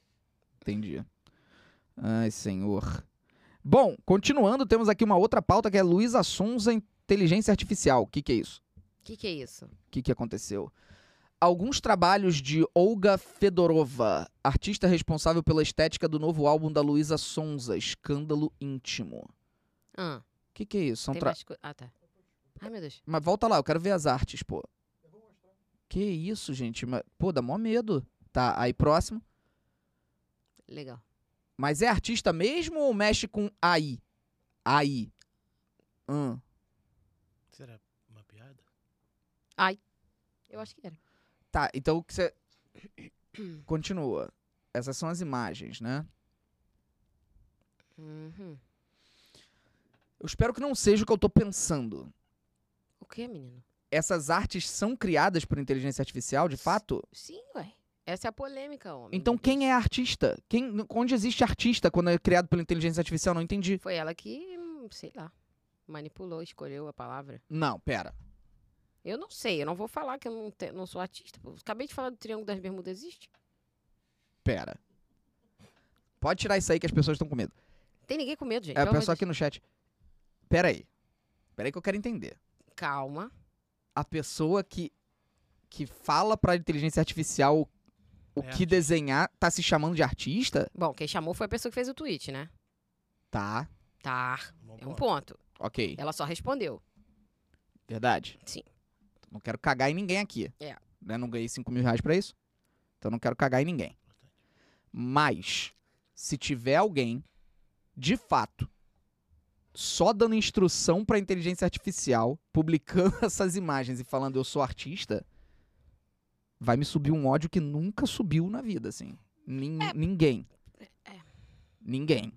[SPEAKER 1] Entendi. Ai, senhor. Bom, continuando, temos aqui uma outra pauta que é Luísa Sonza Inteligência Artificial. O que, que é isso?
[SPEAKER 2] O que, que é isso?
[SPEAKER 1] o que, que aconteceu? Alguns trabalhos de Olga Fedorova, artista responsável pela estética do novo álbum da Luísa Sonza, Escândalo Íntimo. O
[SPEAKER 2] Ah,
[SPEAKER 1] que, que é isso? São
[SPEAKER 2] tem
[SPEAKER 1] tra-
[SPEAKER 2] mais co- Ah, tá. Ai, meu Deus.
[SPEAKER 1] Mas volta lá, eu quero ver as artes, pô. Que isso, gente? Mas- Pô, dá mó medo. Tá, aí próximo.
[SPEAKER 2] Legal.
[SPEAKER 1] Mas é artista mesmo ou mexe com AI? AI. Hum.
[SPEAKER 4] Será uma piada?
[SPEAKER 2] Eu acho que era.
[SPEAKER 1] Tá, então o que você. Continua. Essas são as imagens, né?
[SPEAKER 2] Uhum.
[SPEAKER 1] Eu espero que não seja o que eu tô pensando.
[SPEAKER 2] O que, menino?
[SPEAKER 1] essas artes são criadas por inteligência artificial, de fato?
[SPEAKER 2] Sim, ué. Essa é a polêmica, homem.
[SPEAKER 1] Então quem é artista? Quem, onde existe artista quando é criado pela inteligência artificial? Não entendi.
[SPEAKER 2] Foi ela que, hum, sei lá, manipulou, escolheu a palavra.
[SPEAKER 1] Não, pera.
[SPEAKER 2] Eu não sei, eu não vou falar que eu não, te- não sou artista. pô. Acabei de falar do Triângulo das Bermudas, existe?
[SPEAKER 1] Pera. Pode tirar isso aí que as pessoas estão com medo.
[SPEAKER 2] Tem ninguém com medo, gente.
[SPEAKER 1] É o
[SPEAKER 2] pelo amor
[SPEAKER 1] pessoal
[SPEAKER 2] de
[SPEAKER 1] aqui no chat. Pera aí. Pera aí que eu quero entender.
[SPEAKER 2] Deus. Calma.
[SPEAKER 1] A pessoa que que fala pra inteligência artificial o
[SPEAKER 4] É
[SPEAKER 1] que desenhar tá se chamando de artista?
[SPEAKER 2] Bom, quem chamou foi a pessoa que fez o tweet, né?
[SPEAKER 1] Tá.
[SPEAKER 2] Tá.
[SPEAKER 4] Bom
[SPEAKER 2] É um
[SPEAKER 4] ponto.
[SPEAKER 2] ponto.
[SPEAKER 1] OK.
[SPEAKER 2] Ela só respondeu.
[SPEAKER 1] Verdade?
[SPEAKER 2] Sim.
[SPEAKER 1] Não quero cagar em ninguém aqui.
[SPEAKER 2] É.
[SPEAKER 1] Né, Não ganhei 5 mil reais pra isso. Então não quero cagar em ninguém. Mas, se tiver alguém, de fato, só dando instrução pra inteligência artificial, publicando essas imagens e falando eu sou artista, vai me subir um ódio que nunca subiu na vida, assim. Nin- Ninguém.
[SPEAKER 2] É.
[SPEAKER 1] Ninguém.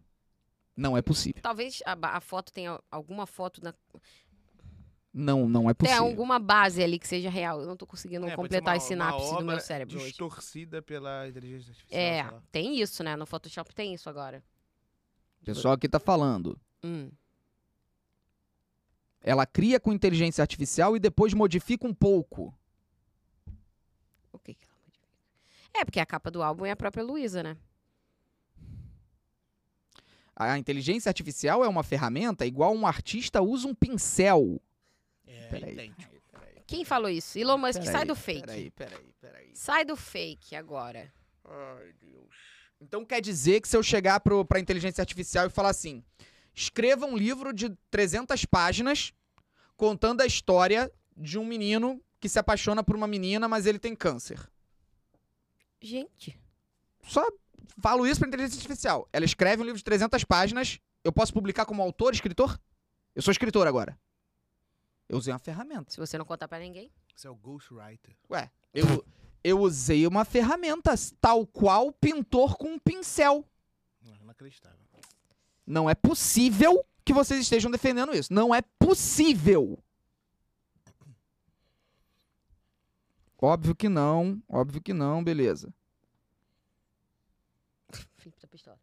[SPEAKER 1] Não é possível.
[SPEAKER 2] Talvez a, ba- a foto tenha alguma foto na
[SPEAKER 1] Não, não é
[SPEAKER 2] Tem
[SPEAKER 1] possível.
[SPEAKER 2] alguma base ali que seja real. Eu não tô conseguindo
[SPEAKER 4] É, pode ser
[SPEAKER 2] completar
[SPEAKER 4] uma-
[SPEAKER 2] as sinapses
[SPEAKER 4] uma
[SPEAKER 2] do meu
[SPEAKER 4] obra
[SPEAKER 2] cérebro hoje.
[SPEAKER 4] Distorcida pela inteligência artificial.
[SPEAKER 2] É,
[SPEAKER 4] sei lá.
[SPEAKER 2] tem isso, né? No Photoshop tem isso agora.
[SPEAKER 1] O pessoal aqui tá falando.
[SPEAKER 2] Hum.
[SPEAKER 1] Ela cria com inteligência artificial e depois modifica um pouco.
[SPEAKER 2] O que que ela modifica? É, porque a capa do álbum é a própria Luísa, né?
[SPEAKER 1] A inteligência artificial é uma ferramenta igual um artista usa um pincel.
[SPEAKER 4] É,
[SPEAKER 1] Peraí.
[SPEAKER 4] idêntico.
[SPEAKER 2] Quem falou isso? Elon Musk,
[SPEAKER 1] Peraí,
[SPEAKER 2] sai do fake.
[SPEAKER 1] Peraí, peraí, peraí.
[SPEAKER 2] Sai do fake agora.
[SPEAKER 4] Ai, Deus.
[SPEAKER 1] Então quer dizer que se eu chegar pro, pra inteligência artificial e falar assim: escreva um livro de 300 páginas contando a história de um menino que se apaixona por uma menina, mas ele tem câncer.
[SPEAKER 2] Gente,
[SPEAKER 1] Só falo isso pra inteligência artificial. Ela escreve um livro de 300 páginas, eu posso publicar como autor, escritor? Eu sou escritor agora. Eu usei uma ferramenta.
[SPEAKER 2] se você não contar pra ninguém.
[SPEAKER 4] Você é o Ghostwriter.
[SPEAKER 1] Ué, eu, eu usei uma ferramenta tal qual pintor com um pincel.
[SPEAKER 4] Não, inacreditável.
[SPEAKER 1] Não é possível que vocês estejam defendendo isso. Não é possível. Óbvio que não, óbvio que não, beleza.
[SPEAKER 2] Felipe da pistola.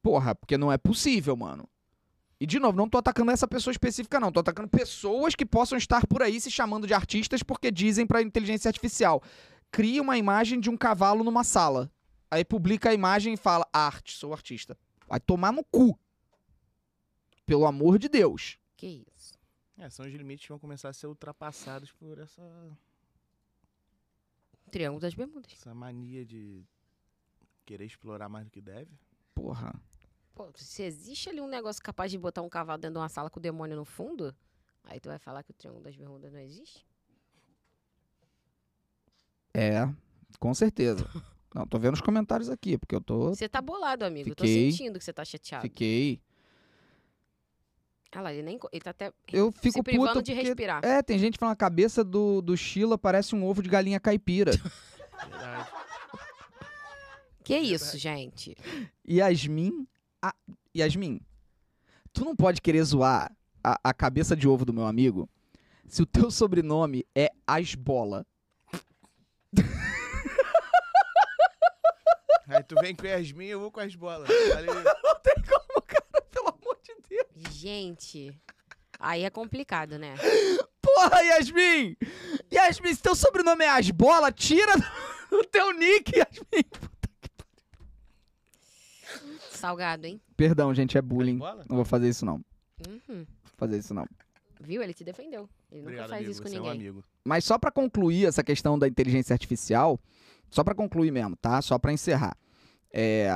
[SPEAKER 1] Porra, porque não é possível, mano. E de novo, não tô atacando essa pessoa específica, não. Tô atacando pessoas que possam estar por aí se chamando de artistas porque dizem pra inteligência artificial. Cria uma imagem de um cavalo numa sala. Aí publica a imagem e fala: arte, sou artista. Vai tomar no cu. Pelo amor de Deus.
[SPEAKER 2] Que isso?
[SPEAKER 4] É, são os limites que vão começar a ser ultrapassados por essa,
[SPEAKER 2] Triângulo das Bermudas.
[SPEAKER 4] essa mania de querer explorar mais do que deve.
[SPEAKER 1] Porra.
[SPEAKER 2] Pô, se existe ali um negócio capaz de botar um cavalo dentro de uma sala com o demônio no fundo, aí tu vai falar que o Triângulo das Bermudas não existe?
[SPEAKER 1] É, com certeza. Não, tô vendo os comentários aqui, porque eu tô.
[SPEAKER 2] Você tá bolado, amigo. Eu tô
[SPEAKER 1] Fiquei.
[SPEAKER 2] sentindo que você tá chateado.
[SPEAKER 1] Fiquei.
[SPEAKER 2] Ah lá, ele nem. co- Ele tá até
[SPEAKER 1] Eu fico
[SPEAKER 2] se
[SPEAKER 1] puto.
[SPEAKER 2] privando de
[SPEAKER 1] porque-
[SPEAKER 2] respirar.
[SPEAKER 1] É, tem gente falando a cabeça do, do Sheila parece um ovo de galinha caipira.
[SPEAKER 4] Verdade.
[SPEAKER 2] Que isso, gente?
[SPEAKER 1] Yasmin. A... Yasmin, tu não pode querer zoar a, a cabeça de ovo do meu amigo se o teu sobrenome é Asbola.
[SPEAKER 3] Aí tu vem com Yasmin, eu vou com as bolas. Valeu.
[SPEAKER 1] Pelo amor de Deus.
[SPEAKER 2] Gente. Aí é complicado, né?
[SPEAKER 1] Porra, Yasmin! Yasmin, se teu sobrenome é Asbola, tira do- do teu nick, Yasmin.
[SPEAKER 2] Salgado, hein?
[SPEAKER 1] Perdão, gente, é bullying.
[SPEAKER 3] Asbola?
[SPEAKER 1] Não vou fazer isso, não. Vou
[SPEAKER 2] Uhum.
[SPEAKER 1] fazer isso, não.
[SPEAKER 2] Viu? Ele te defendeu. Ele nunca faz isso com
[SPEAKER 3] você é um
[SPEAKER 2] ninguém.
[SPEAKER 3] amigo.
[SPEAKER 1] Mas só pra concluir essa questão da inteligência artificial, só pra concluir mesmo, tá? Só pra encerrar. É,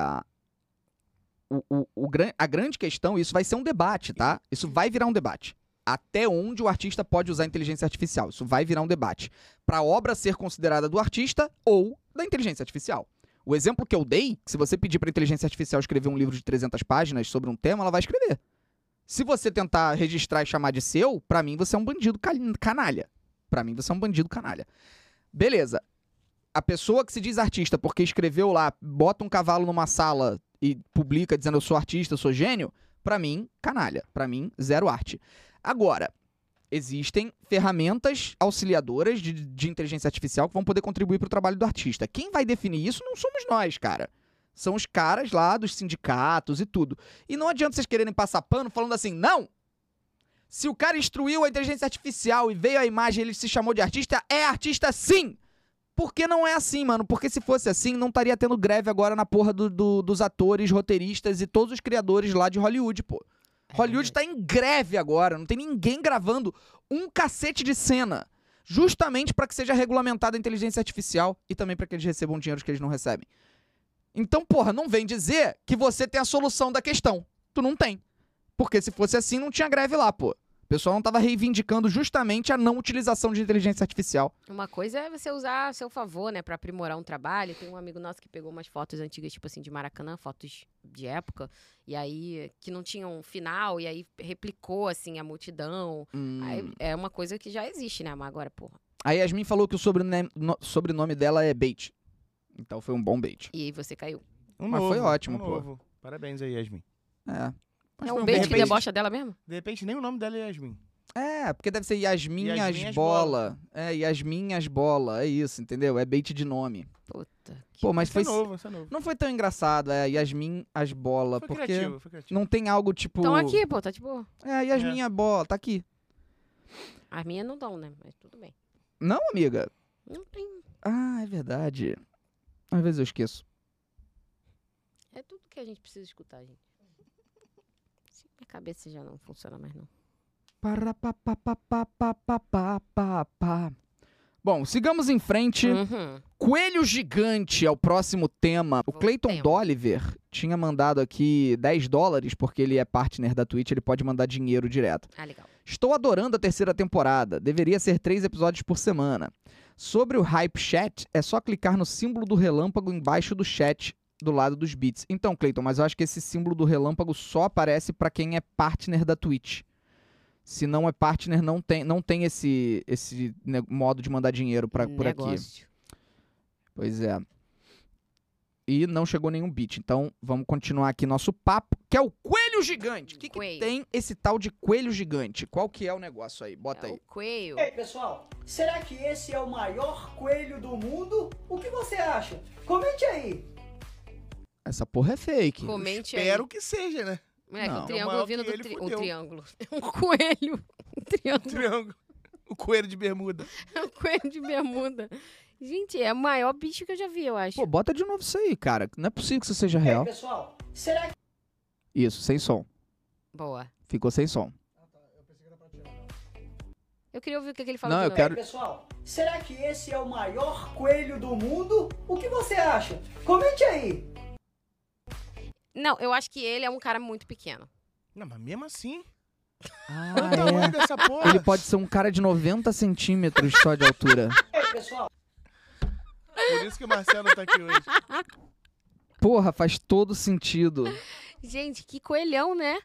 [SPEAKER 1] o- o- o gran- a grande questão, isso vai ser um debate, tá? Isso vai virar um debate. Até onde o artista pode usar a inteligência artificial? Isso vai virar um debate. Pra obra ser considerada do artista ou da inteligência artificial. O exemplo que eu dei, se você pedir pra inteligência artificial escrever um livro de 300 páginas sobre um tema, ela vai escrever. Se você tentar registrar e chamar de seu, pra mim você é um bandido ca- canalha. Pra mim, você é um bandido canalha. Beleza. A pessoa que se diz artista porque escreveu lá, bota um cavalo numa sala e publica dizendo eu sou artista, eu sou gênio, pra mim, canalha. Pra mim, zero arte. Agora, existem ferramentas auxiliadoras de, de inteligência artificial que vão poder contribuir pro trabalho do artista. Quem vai definir isso não somos nós, cara. São os caras lá dos sindicatos e tudo. E não adianta vocês quererem passar pano falando assim, não, se o cara instruiu a inteligência artificial e veio a imagem e ele se chamou de artista, é artista sim! Porque não é assim, mano. Porque se fosse assim, não estaria tendo greve agora na porra do- do- dos atores, roteiristas e todos os criadores lá de Hollywood, pô. Hollywood tá em greve agora, não tem ninguém gravando um cacete de cena. Justamente pra que seja regulamentada a inteligência artificial e também pra que eles recebam dinheiro que eles não recebem. Então, porra, não vem dizer que você tem a solução da questão. Tu não tem. Porque se fosse assim, não tinha greve lá, pô. O pessoal não tava reivindicando justamente a não utilização de inteligência artificial.
[SPEAKER 2] Uma coisa é você usar a seu favor, né, Pra aprimorar um trabalho. Tem um amigo nosso que pegou umas fotos antigas, tipo assim, de Maracanã, fotos de época, e aí que não tinham final, e aí replicou assim a multidão.
[SPEAKER 3] Hum.
[SPEAKER 2] Aí, é uma coisa que já existe, né? Mas agora, porra.
[SPEAKER 1] A Yasmin falou que o sobrenome, no- sobrenome dela é Bait. Então foi um bom bait.
[SPEAKER 2] E aí você caiu.
[SPEAKER 3] Um
[SPEAKER 1] Mas
[SPEAKER 3] novo,
[SPEAKER 1] foi ótimo,
[SPEAKER 3] um
[SPEAKER 1] pô.
[SPEAKER 3] novo. Parabéns aí, Yasmin.
[SPEAKER 1] É. Mas foi
[SPEAKER 2] é um
[SPEAKER 1] bom
[SPEAKER 2] beijo que
[SPEAKER 3] repente-
[SPEAKER 2] debocha dela mesmo?
[SPEAKER 3] De repente, nem o nome dela é Yasmin.
[SPEAKER 1] É, porque deve ser Yasmin,
[SPEAKER 3] Yasmin
[SPEAKER 1] as
[SPEAKER 3] as
[SPEAKER 1] bola. É, Yasmin as bola. É isso, entendeu? É bait de nome.
[SPEAKER 2] Puta. que-
[SPEAKER 1] Pô, mas
[SPEAKER 3] Isso é
[SPEAKER 1] foi.
[SPEAKER 3] novo, isso é novo.
[SPEAKER 1] Não foi tão engraçado, é Yasmin as bola.
[SPEAKER 3] Foi
[SPEAKER 1] porque
[SPEAKER 3] criativo, foi criativo.
[SPEAKER 1] não tem algo tipo.
[SPEAKER 2] Estão aqui, pô, tá tipo.
[SPEAKER 1] É, Yasmin a bola, tá aqui.
[SPEAKER 2] As minhas não estão, né? Mas tudo bem.
[SPEAKER 1] Não, amiga.
[SPEAKER 2] Não tem.
[SPEAKER 1] Ah, é verdade. Às vezes eu esqueço.
[SPEAKER 2] É tudo que a gente precisa escutar, gente. Se minha cabeça já não funciona mais, não.
[SPEAKER 1] Pará, pá, pá, pá, pá, pá, pá, pá, pá, pá. Bom, sigamos em frente.
[SPEAKER 2] Uhum.
[SPEAKER 1] Coelho gigante é o próximo tema. O
[SPEAKER 2] Voltemos.
[SPEAKER 1] Clayton Dolliver tinha mandado aqui 10 dólares, porque ele é partner da Twitch, ele pode mandar dinheiro direto.
[SPEAKER 2] Ah, legal.
[SPEAKER 1] Estou adorando a terceira temporada. Deveria ser três episódios por semana. Sobre o Hype Chat, é só clicar no símbolo do relâmpago embaixo do chat do lado dos bits. Então, Clayton, mas eu acho que esse símbolo do relâmpago só aparece pra quem é partner da Twitch. Se não é partner, não tem, não tem esse, esse ne- modo de mandar dinheiro pra, por aqui.
[SPEAKER 2] Negócio.
[SPEAKER 1] Pois é. E não chegou nenhum beat. Então, vamos continuar aqui nosso papo, que é o coelho gigante. O que, que
[SPEAKER 2] Coelho.
[SPEAKER 1] tem esse tal de coelho gigante? Qual que é o negócio aí? Bota
[SPEAKER 2] É o
[SPEAKER 1] aí.
[SPEAKER 2] coelho.
[SPEAKER 5] Ei, pessoal, será que esse é o maior coelho do mundo? O que você acha? Comente aí!
[SPEAKER 1] Essa porra é fake.
[SPEAKER 2] Comente
[SPEAKER 3] Espero que seja, né?
[SPEAKER 2] aí. Moleque,
[SPEAKER 1] Não.
[SPEAKER 2] o
[SPEAKER 3] É o
[SPEAKER 2] triângulo
[SPEAKER 3] maior
[SPEAKER 2] vindo
[SPEAKER 3] que
[SPEAKER 2] do
[SPEAKER 3] ele
[SPEAKER 2] tri...
[SPEAKER 3] fudeu.
[SPEAKER 2] um triângulo. Um coelho. Um triângulo.
[SPEAKER 3] Triângulo. O coelho de bermuda.
[SPEAKER 2] Um coelho de bermuda. Gente, é o maior bicho que eu já vi, eu acho.
[SPEAKER 1] Pô, bota de novo isso aí, cara. Não é possível que isso seja
[SPEAKER 5] Ei,
[SPEAKER 1] real.
[SPEAKER 5] pessoal, será que.
[SPEAKER 1] Isso, sem som.
[SPEAKER 2] Boa.
[SPEAKER 1] Ficou sem som.
[SPEAKER 2] Eu queria ouvir o que, que ele falou.
[SPEAKER 1] Não,
[SPEAKER 2] de
[SPEAKER 1] eu
[SPEAKER 2] novo.
[SPEAKER 1] quero-
[SPEAKER 5] Ei, pessoal, será que esse é o maior coelho do mundo? O que você acha? Comente aí!
[SPEAKER 2] Não, eu acho que ele é um cara muito pequeno.
[SPEAKER 3] Não, mas mesmo assim. Olha o
[SPEAKER 1] Ah,
[SPEAKER 3] tamanho dessa
[SPEAKER 1] é. Ele
[SPEAKER 3] porra.
[SPEAKER 1] pode ser um cara de 90 centímetros só de altura.
[SPEAKER 5] Ei, pessoal,
[SPEAKER 3] Por isso que o Marcelo tá aqui hoje.
[SPEAKER 1] Porra, faz todo sentido.
[SPEAKER 2] Gente, que coelhão, né?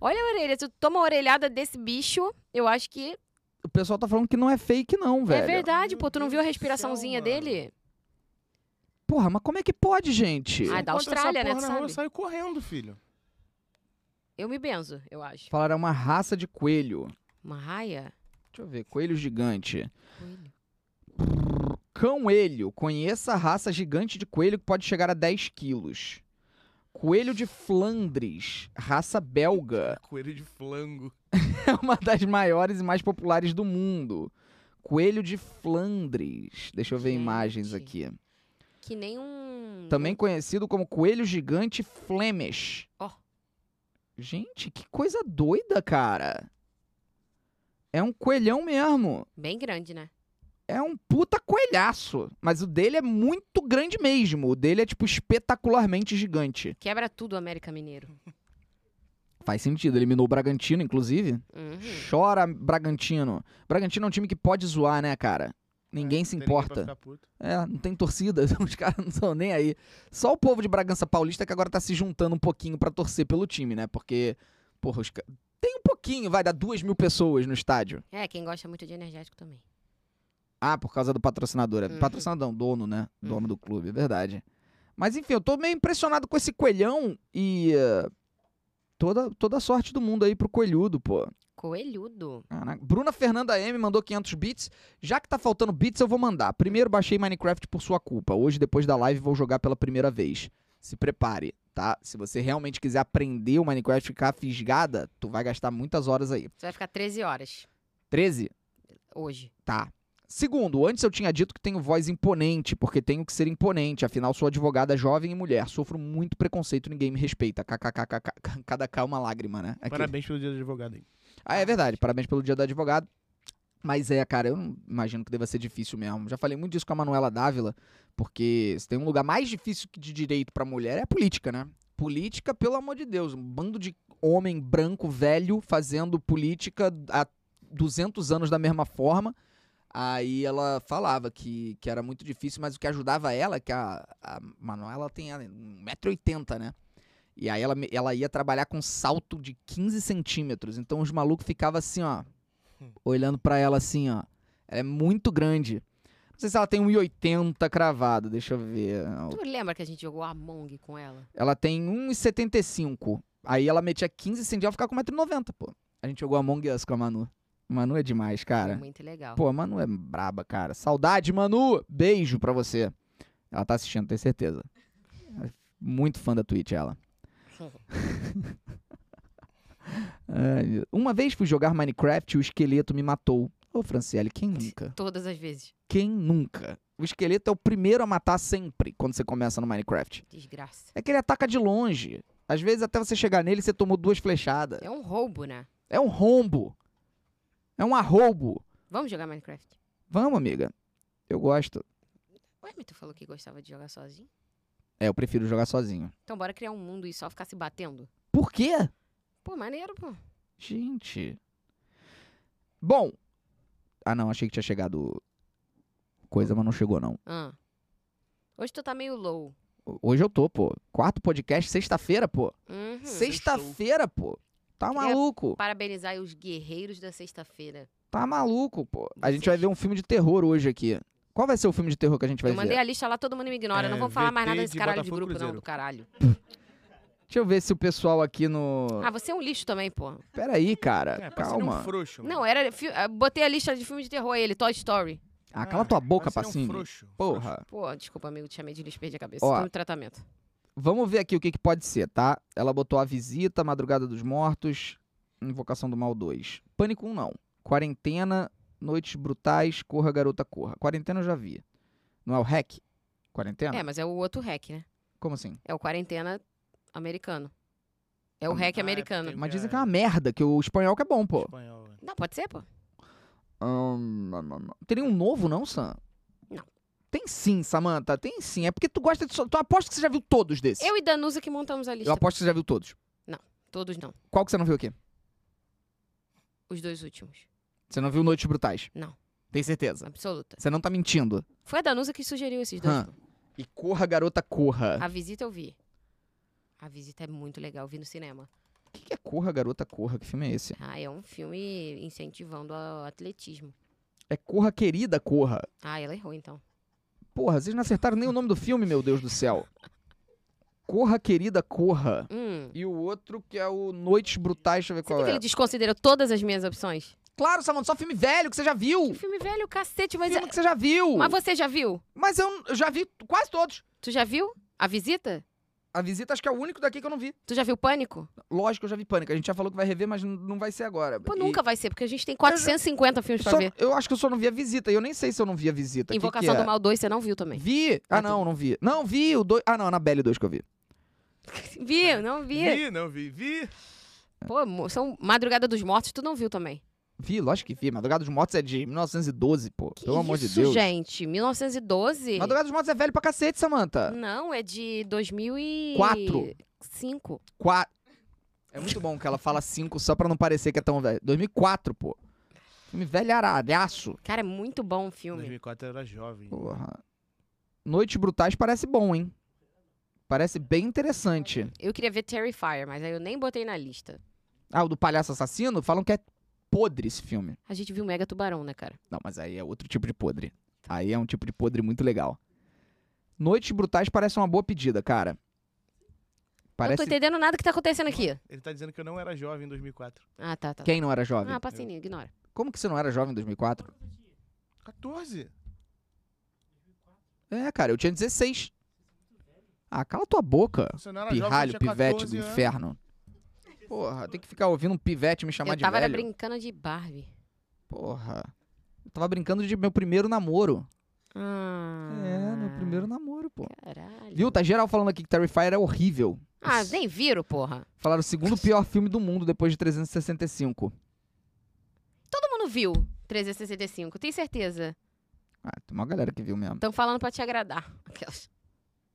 [SPEAKER 2] Olha a orelha. Tu toma a orelhada desse bicho, eu acho que
[SPEAKER 1] O pessoal tá falando que não é fake, não, velho.
[SPEAKER 2] é verdade.
[SPEAKER 3] Meu
[SPEAKER 2] Pô, tu não
[SPEAKER 3] Deus
[SPEAKER 2] viu a
[SPEAKER 3] do céu,
[SPEAKER 2] respiraçãozinha
[SPEAKER 3] mano.
[SPEAKER 2] dele?
[SPEAKER 1] Porra, mas como é que pode, gente?
[SPEAKER 2] Ah, da
[SPEAKER 3] Encontra
[SPEAKER 2] Austrália,
[SPEAKER 3] essa
[SPEAKER 2] né?
[SPEAKER 3] porra
[SPEAKER 2] Tu
[SPEAKER 3] na rua, eu
[SPEAKER 2] sabe?
[SPEAKER 3] saio correndo, filho.
[SPEAKER 2] Eu me benzo, eu acho.
[SPEAKER 1] Falaram é uma raça de coelho.
[SPEAKER 2] Uma raia?
[SPEAKER 1] Deixa eu ver, coelho gigante.
[SPEAKER 2] Coelho.
[SPEAKER 1] Cão-elho. Conheça a raça gigante de coelho que pode chegar a 10 quilos. Coelho de Flandres, raça belga.
[SPEAKER 3] Coelho de flango.
[SPEAKER 1] é uma das maiores e mais populares do mundo. Coelho de Flandres. Deixa eu ver
[SPEAKER 2] Gente.
[SPEAKER 1] imagens aqui.
[SPEAKER 2] Que nem um.
[SPEAKER 1] Também conhecido como coelho gigante Flemish.
[SPEAKER 2] Ó.
[SPEAKER 1] Gente, que coisa doida, cara. É um coelhão mesmo.
[SPEAKER 2] Bem grande, né?
[SPEAKER 1] É um puta coelhaço. Mas o dele é muito grande mesmo. O dele é, tipo, espetacularmente gigante.
[SPEAKER 2] Quebra tudo o América Mineiro.
[SPEAKER 1] Faz sentido. Eliminou o Bragantino, inclusive.
[SPEAKER 2] Uhum.
[SPEAKER 1] Chora, Bragantino. Bragantino é um time que pode zoar, né, cara? Ninguém se
[SPEAKER 3] É, Não tem ninguém pra
[SPEAKER 1] importa.
[SPEAKER 3] ficar puto.
[SPEAKER 1] É, não tem torcida, então os caras não são nem aí. Só o povo de Bragança Paulista que agora tá se juntando um pouquinho pra torcer pelo time, né? Porque, porra, os ca... tem um pouquinho, vai dar duas mil pessoas no estádio.
[SPEAKER 2] É, quem gosta muito de energético também.
[SPEAKER 1] Ah, por causa do patrocinador. É
[SPEAKER 2] Uhum.
[SPEAKER 1] Patrocinador, não, dono, né? Dono do clube, é verdade. Mas enfim, eu tô meio impressionado com esse coelhão e. eh, toda, toda a sorte do mundo aí pro coelhudo, pô.
[SPEAKER 2] Coelhudo.
[SPEAKER 1] Caraca. Bruna Fernanda M mandou 500 bits. Já que tá faltando bits, eu vou mandar. Primeiro baixei Minecraft por sua culpa. Hoje, depois da live, vou jogar pela primeira vez. Se prepare, tá? Se você realmente quiser aprender o Minecraft e ficar fisgada, tu vai gastar muitas horas aí.
[SPEAKER 2] Você vai ficar 13 horas
[SPEAKER 1] 13?
[SPEAKER 2] hoje.
[SPEAKER 1] Tá. Segundo, antes eu tinha dito que tenho voz imponente, porque tenho que ser imponente, afinal sou advogada jovem e mulher, sofro muito preconceito, ninguém me respeita. KKKK, cada K é uma lágrima, né? Aquele-
[SPEAKER 3] Parabéns pelo dia do advogado aí.
[SPEAKER 1] Ah, é verdade. Parabéns pelo dia do advogado. Mas é, cara, eu não imagino que deva ser difícil mesmo. Já falei muito disso com a Manuela Dávila, porque se tem um lugar mais difícil que de direito pra mulher é a política, né? Política, pelo amor de Deus, um bando de homem branco velho fazendo política há 200 anos da mesma forma. Aí ela falava que, que era muito difícil, mas o que ajudava ela, é que a, a Manuela tem ah, 1,80m, né? E aí ela, me- ela ia trabalhar com salto de 15 centímetros. Então os malucos ficavam assim, ó. Olhando pra ela assim, ó. Ela é muito grande. Não sei se ela tem 1,80 cravado. Deixa eu ver.
[SPEAKER 2] Tu lembra que a gente jogou Among com ela?
[SPEAKER 1] Ela tem 1,75. Aí ela metia 15 centímetros. Ela ficava com 1,90m, pô. A gente jogou Among Us com a Manu. Manu é demais,
[SPEAKER 2] Foi
[SPEAKER 1] cara.
[SPEAKER 2] muito legal.
[SPEAKER 1] Pô, a Manu é braba, cara. Saudade, Manu! Beijo pra você. Ela tá assistindo, tenho certeza. É Muito fã da Twitch, ela. Ai, meu- Uma vez fui jogar Minecraft e o esqueleto me matou. Ô, Franciele, quem nunca?
[SPEAKER 2] Todas as vezes.
[SPEAKER 1] Quem nunca? O esqueleto é o primeiro a matar sempre quando você começa no Minecraft.
[SPEAKER 2] Desgraça.
[SPEAKER 1] É que ele ataca de longe. Às vezes, até você chegar nele, você tomou duas flechadas.
[SPEAKER 2] É um roubo, né?
[SPEAKER 1] É um rombo. É um arrobo.
[SPEAKER 2] Vamos jogar Minecraft.
[SPEAKER 1] Vamos, amiga. Eu gosto.
[SPEAKER 2] Ué, mas tu falou que gostava de jogar sozinho?
[SPEAKER 1] É, eu prefiro jogar sozinho.
[SPEAKER 2] Então bora criar um mundo e só ficar se batendo?
[SPEAKER 1] Por quê?
[SPEAKER 2] Pô, maneiro, pô.
[SPEAKER 1] Gente. Bom. Ah, não. Achei que tinha chegado coisa, mas não chegou, não.
[SPEAKER 2] Ah. Hoje tu tá meio low.
[SPEAKER 1] Hoje eu tô, pô. Quarto podcast, sexta-feira, pô.
[SPEAKER 2] Uhum.
[SPEAKER 1] Sexta-feira, pô. Tá
[SPEAKER 2] Queria-
[SPEAKER 1] maluco.
[SPEAKER 2] Parabenizar aí os guerreiros da sexta-feira.
[SPEAKER 1] Tá maluco, pô. A gente vai ver um filme de terror hoje aqui. Qual vai ser o filme de terror que a gente vai
[SPEAKER 2] Eu mandei
[SPEAKER 1] ver?
[SPEAKER 2] a lista lá, todo mundo me ignora.
[SPEAKER 3] É,
[SPEAKER 2] não vou falar mais
[SPEAKER 3] VT
[SPEAKER 2] nada desse
[SPEAKER 3] de
[SPEAKER 2] caralho de
[SPEAKER 3] Botafogo
[SPEAKER 2] grupo, não,
[SPEAKER 3] Cruzeiro.
[SPEAKER 2] do caralho.
[SPEAKER 1] Deixa eu ver se o pessoal aqui no.
[SPEAKER 2] Ah, você é um lixo também, pô.
[SPEAKER 1] Pera aí, cara.
[SPEAKER 3] É, pra ser um
[SPEAKER 1] Calma.
[SPEAKER 3] frouxo. mano.
[SPEAKER 2] Não, era. fi- ah, Botei a lista de filme de terror, ele, Toy Story.
[SPEAKER 1] Ah, cala tua boca,
[SPEAKER 3] pra ser um
[SPEAKER 1] Pacini.
[SPEAKER 3] frouxo.
[SPEAKER 1] Porra.
[SPEAKER 2] Pô, desculpa, amigo, te chamei de lixo, perdi a cabeça.
[SPEAKER 1] Ó.
[SPEAKER 2] Tô no tratamento.
[SPEAKER 1] Vamos ver aqui o que, que pode ser, tá? Ela botou A Visita, Madrugada dos Mortos, Invocação do Mal 2. Pânico 1 não. Quarentena, Noites Brutais, Corra Garota Corra. Quarentena eu já vi. Não é o hack?
[SPEAKER 3] tá.
[SPEAKER 1] Quarentena?
[SPEAKER 2] É, mas é o outro hack, né?
[SPEAKER 1] Como assim?
[SPEAKER 2] É o quarentena americano. É o hack
[SPEAKER 3] Ah, é
[SPEAKER 2] americano.
[SPEAKER 3] porque-
[SPEAKER 1] Mas dizem
[SPEAKER 3] é.
[SPEAKER 1] que é uma merda, que o espanhol que é bom, pô.
[SPEAKER 3] Espanhol, né?
[SPEAKER 2] Não, pode ser, pô.
[SPEAKER 1] Ahn, não, não, não. Teria um novo, não, Sam?
[SPEAKER 2] Não.
[SPEAKER 1] Tem sim, Samantha, tem sim. É porque tu gosta de. so- Tu aposto que você já viu todos desses.
[SPEAKER 2] Eu e Danusa que montamos a
[SPEAKER 1] Eu
[SPEAKER 2] lista.
[SPEAKER 1] aposto que você já viu todos.
[SPEAKER 2] Todos não.
[SPEAKER 1] Qual que você não viu aqui?
[SPEAKER 2] Os dois últimos.
[SPEAKER 1] Você não viu Noites Brutais?
[SPEAKER 2] Não.
[SPEAKER 1] Tem certeza?
[SPEAKER 2] Absoluta.
[SPEAKER 1] Você não tá mentindo.
[SPEAKER 2] Foi a Danusa que sugeriu esses dois. Ah.
[SPEAKER 1] Hã. E corra, garota,
[SPEAKER 3] é.
[SPEAKER 1] corra.
[SPEAKER 2] A visita eu vi. A visita é muito legal, eu vi no cinema.
[SPEAKER 1] O que que é corra, garota, corra? Que filme é esse?
[SPEAKER 2] Ah, é um filme incentivando o atletismo.
[SPEAKER 1] É corra, querida, corra.
[SPEAKER 2] Ah, ela errou então.
[SPEAKER 1] Porra, vocês não acertaram nem o nome do filme, meu Deus do céu. Corra, querida, corra.
[SPEAKER 2] Hum.
[SPEAKER 1] E o outro que é o Noites Brutais, deixa eu ver
[SPEAKER 2] Sabe
[SPEAKER 1] qual
[SPEAKER 2] que
[SPEAKER 1] é.
[SPEAKER 2] ele desconsiderou todas as minhas opções?
[SPEAKER 1] Claro, Samanta, só filme velho que você já
[SPEAKER 2] Que
[SPEAKER 1] viu.
[SPEAKER 2] filme velho, cacete, mas. é-
[SPEAKER 1] filme que você já viu.
[SPEAKER 2] Mas você já viu?
[SPEAKER 1] Mas eu, eu já vi quase todos.
[SPEAKER 2] Tu já viu? A visita?
[SPEAKER 1] A Visita acho que é o único daqui que eu não vi.
[SPEAKER 2] Tu já viu Pânico?
[SPEAKER 1] Lógico, eu já vi Pânico. A gente já falou que vai rever, mas n- não vai ser agora.
[SPEAKER 2] Pô,
[SPEAKER 1] E
[SPEAKER 2] nunca vai ser, porque a gente tem 450 filmes pra
[SPEAKER 1] só-
[SPEAKER 2] ver.
[SPEAKER 1] Eu acho que eu só não vi a Visita. e Eu nem sei se eu não vi a Visita. Que
[SPEAKER 2] Invocação
[SPEAKER 1] que é?
[SPEAKER 2] do Mal 2 você não viu também.
[SPEAKER 1] Vi. Ah,
[SPEAKER 2] Ah, tá.
[SPEAKER 1] não, não vi. Não, vi o dois. Ah, não, Anabelle 2 que eu vi.
[SPEAKER 2] Viu? Não vi.
[SPEAKER 3] Vi, não vi, vi.
[SPEAKER 2] Pô, mo- são Madrugada dos Mortos, tu não viu também.
[SPEAKER 1] Vi, lógico que vi. Madrugada dos Mortos é de 1912, pô.
[SPEAKER 2] Que
[SPEAKER 1] Pelo amor de
[SPEAKER 2] isso,
[SPEAKER 1] Deus.
[SPEAKER 2] gente? 1912?
[SPEAKER 1] Madrugada dos Mortos é velho pra cacete, Samanta.
[SPEAKER 2] Não, é de 2004.
[SPEAKER 1] Quatro.
[SPEAKER 2] 5.
[SPEAKER 1] Qua... É muito bom que ela fala 5 só pra não parecer que é tão velho. 2004, pô. Filme velho aralhaço.
[SPEAKER 2] Cara, é muito bom o filme.
[SPEAKER 3] 2004 eu era jovem.
[SPEAKER 1] Porra. Noites Brutais parece bom, hein? Parece bem interessante.
[SPEAKER 2] Eu queria ver Terrifier, mas aí eu nem botei na lista.
[SPEAKER 1] Ah, o do Palhaço Assassino? Falam que é podre esse filme.
[SPEAKER 2] A gente viu Mega Tubarão, né, cara?
[SPEAKER 1] Não, mas aí é outro tipo de podre. Aí é um tipo de podre muito legal. Noites Brutais parece uma boa pedida, cara.
[SPEAKER 2] Eu Não
[SPEAKER 1] Parece
[SPEAKER 2] tô entendendo nada que tá acontecendo aqui.
[SPEAKER 3] Ele tá dizendo que eu não era jovem em 2004.
[SPEAKER 2] Ah, tá, tá.
[SPEAKER 1] quem não era jovem.
[SPEAKER 2] Ah, passei, ignora.
[SPEAKER 1] Como que você não era jovem em 2004?
[SPEAKER 3] 14?
[SPEAKER 1] É, cara, eu tinha 16. Ah, cala tua boca.
[SPEAKER 3] Você não era jovem,
[SPEAKER 1] Pirralho,
[SPEAKER 3] eu tinha
[SPEAKER 1] pivete do
[SPEAKER 3] 14 anos.
[SPEAKER 1] inferno. Porra, tem que ficar ouvindo um pivete me chamar
[SPEAKER 2] Eu
[SPEAKER 1] de
[SPEAKER 2] tava era
[SPEAKER 1] velho.
[SPEAKER 2] brincando de Barbie.
[SPEAKER 1] Porra. Eu tava brincando de meu primeiro namoro.
[SPEAKER 2] Ah.
[SPEAKER 1] É, meu primeiro namoro, pô.
[SPEAKER 2] Caralho.
[SPEAKER 1] Viu? Tá geral falando aqui que Terrifier é horrível.
[SPEAKER 2] Ah, nem viram, porra.
[SPEAKER 1] Falaram o segundo pior filme do mundo depois de 365.
[SPEAKER 2] Todo mundo viu 365, tem certeza.
[SPEAKER 1] Ah, tem uma galera que viu mesmo.
[SPEAKER 2] Estão falando pra te agradar. Aquelas.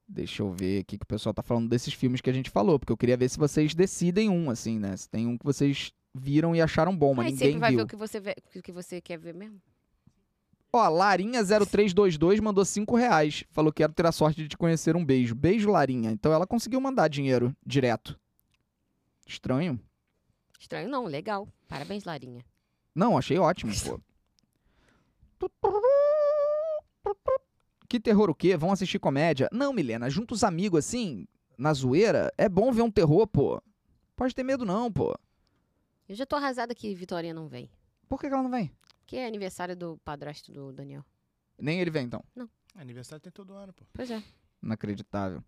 [SPEAKER 1] Deixa eu ver aqui que o pessoal tá falando desses filmes que a gente falou, porque eu queria ver se vocês decidem um, assim, né? Se tem um que vocês viram e acharam bom, mas
[SPEAKER 2] Mas
[SPEAKER 1] ninguém
[SPEAKER 2] sempre vai
[SPEAKER 1] viu.
[SPEAKER 2] ver o que você, vê, o que você quer ver mesmo.
[SPEAKER 1] Ó, Larinha0322 mandou 5 reais. Falou, quero ter a sorte de te conhecer um beijo. Beijo, Larinha. Então ela conseguiu mandar dinheiro direto. Estranho.
[SPEAKER 2] Estranho não, legal. Parabéns, Larinha.
[SPEAKER 1] Não, achei ótimo, pô. Que terror o quê? Vão assistir comédia? Não, Milena, junta os amigos assim, na zoeira, é bom ver um terror, pô. Pode ter medo não, pô.
[SPEAKER 2] Eu já tô arrasada que Vitória não vem.
[SPEAKER 1] Por que que ela não vem?
[SPEAKER 2] Que é aniversário do padrasto do Daniel.
[SPEAKER 1] Nem ele vem, então.
[SPEAKER 3] Aniversário tem todo ano, pô.
[SPEAKER 2] Pois é.
[SPEAKER 1] Inacreditável.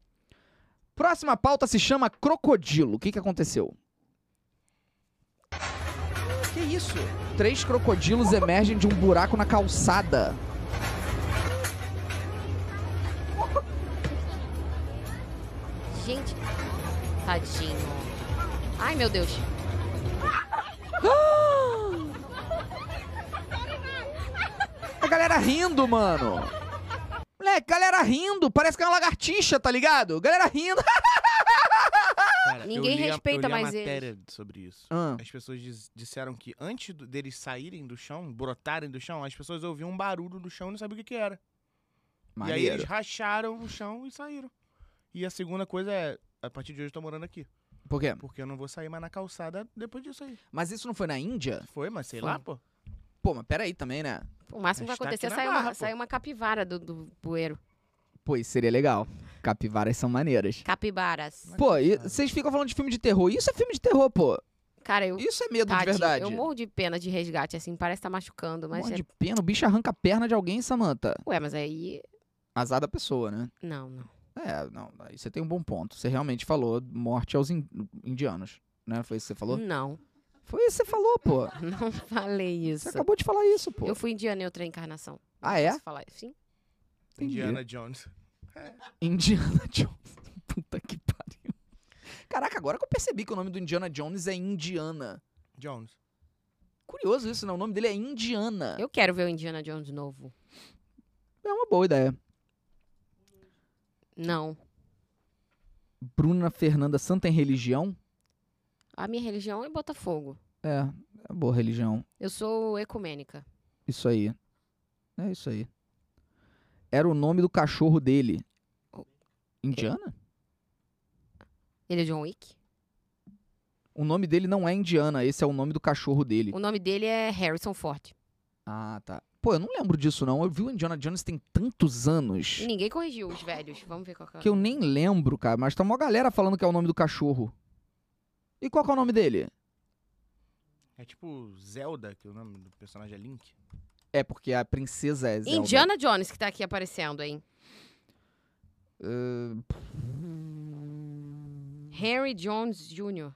[SPEAKER 1] Próxima pauta se chama Crocodilo. O que, que aconteceu? Que isso? Três crocodilos emergem de um buraco na calçada.
[SPEAKER 2] Gente, tadinho. Ai, meu Deus.
[SPEAKER 1] A galera rindo, mano. Moleque, galera rindo. Parece que é uma lagartixa, tá ligado? Galera rindo.
[SPEAKER 3] Cara,
[SPEAKER 2] Ninguém
[SPEAKER 3] eu li a-
[SPEAKER 2] respeita
[SPEAKER 3] eu li
[SPEAKER 2] mais
[SPEAKER 3] a
[SPEAKER 2] eles.
[SPEAKER 3] matéria sobre isso.
[SPEAKER 1] Ah,
[SPEAKER 3] As pessoas diz- disseram que antes do- deles saírem do chão, brotarem do chão, as pessoas ouviam um barulho no chão e não sabiam o que, que era. E aí eles
[SPEAKER 1] maneiro.
[SPEAKER 3] racharam o chão e saíram. E a segunda coisa é, a partir de hoje eu tô morando aqui.
[SPEAKER 1] Por quê?
[SPEAKER 3] Porque eu não vou sair mais na calçada depois disso aí.
[SPEAKER 1] Mas isso não foi na Índia?
[SPEAKER 3] Foi, mas sei
[SPEAKER 2] Foi.
[SPEAKER 3] lá, pô.
[SPEAKER 1] Pô, mas peraí também, né?
[SPEAKER 2] O máximo que
[SPEAKER 3] Mas tá
[SPEAKER 2] vai acontecer é
[SPEAKER 3] aqui na
[SPEAKER 2] sair uma,
[SPEAKER 3] barra, pô.
[SPEAKER 2] sair uma capivara do, do bueiro.
[SPEAKER 1] Pô, isso seria legal. Capivaras são maneiras.
[SPEAKER 2] Capibaras.
[SPEAKER 1] Pô, e vocês ficam falando de filme de terror. Isso é filme de terror, pô.
[SPEAKER 2] Cara, eu.
[SPEAKER 1] Isso é medo de
[SPEAKER 2] tadinho,
[SPEAKER 1] verdade.
[SPEAKER 2] Eu morro de pena de resgate, assim, parece que tá machucando, mas.
[SPEAKER 1] Morre
[SPEAKER 2] é-
[SPEAKER 1] de pena, o bicho arranca a perna de alguém, Samanta.
[SPEAKER 2] Ué, mas aí.
[SPEAKER 1] Azar da pessoa, né?
[SPEAKER 2] Não, não.
[SPEAKER 1] É, não, aí você tem um bom ponto. Você realmente falou morte aos in- indianos, né? Foi isso que você falou?
[SPEAKER 2] Não,
[SPEAKER 1] Foi isso que você falou, pô.
[SPEAKER 2] não falei
[SPEAKER 1] Você
[SPEAKER 2] isso.
[SPEAKER 1] acabou de falar isso, pô.
[SPEAKER 2] Eu fui indiana em outra encarnação.
[SPEAKER 1] Ah,
[SPEAKER 2] Eu
[SPEAKER 1] é?
[SPEAKER 2] posso Falar. Sim.
[SPEAKER 1] Entendi.
[SPEAKER 3] Indiana Jones.
[SPEAKER 1] Indiana Jones. Puta que pariu. Caraca, agora que eu percebi que o nome do Indiana Jones é Indiana.
[SPEAKER 3] Jones.
[SPEAKER 1] Curioso isso, né? O nome dele é Indiana.
[SPEAKER 2] Eu quero ver o Indiana Jones novo.
[SPEAKER 1] É uma boa ideia.
[SPEAKER 2] Não.
[SPEAKER 1] Bruna Fernanda Santa em religião?
[SPEAKER 2] A minha religião é Botafogo.
[SPEAKER 1] É, é boa religião.
[SPEAKER 2] Eu sou ecumênica.
[SPEAKER 1] Isso aí. É isso aí. Era o nome do cachorro dele. Indiana?
[SPEAKER 2] Ele é John Wick.
[SPEAKER 1] O nome dele não é Indiana, esse é o nome do cachorro dele.
[SPEAKER 2] O nome dele é Harrison Ford.
[SPEAKER 1] Ah, tá. Pô, eu não lembro disso não. Eu vi o Indiana Jones tem tantos anos
[SPEAKER 2] E ninguém corrigiu os velhos. Vamos ver qual que é.
[SPEAKER 1] que eu nem lembro, cara, mas tá uma galera falando que é o nome do cachorro. E qual que é o nome dele?
[SPEAKER 3] É tipo Zelda, que o nome do personagem é Link.
[SPEAKER 1] É porque a princesa é Zelda.
[SPEAKER 2] Indiana Jones que tá aqui aparecendo, hein? Henry Jones Jr.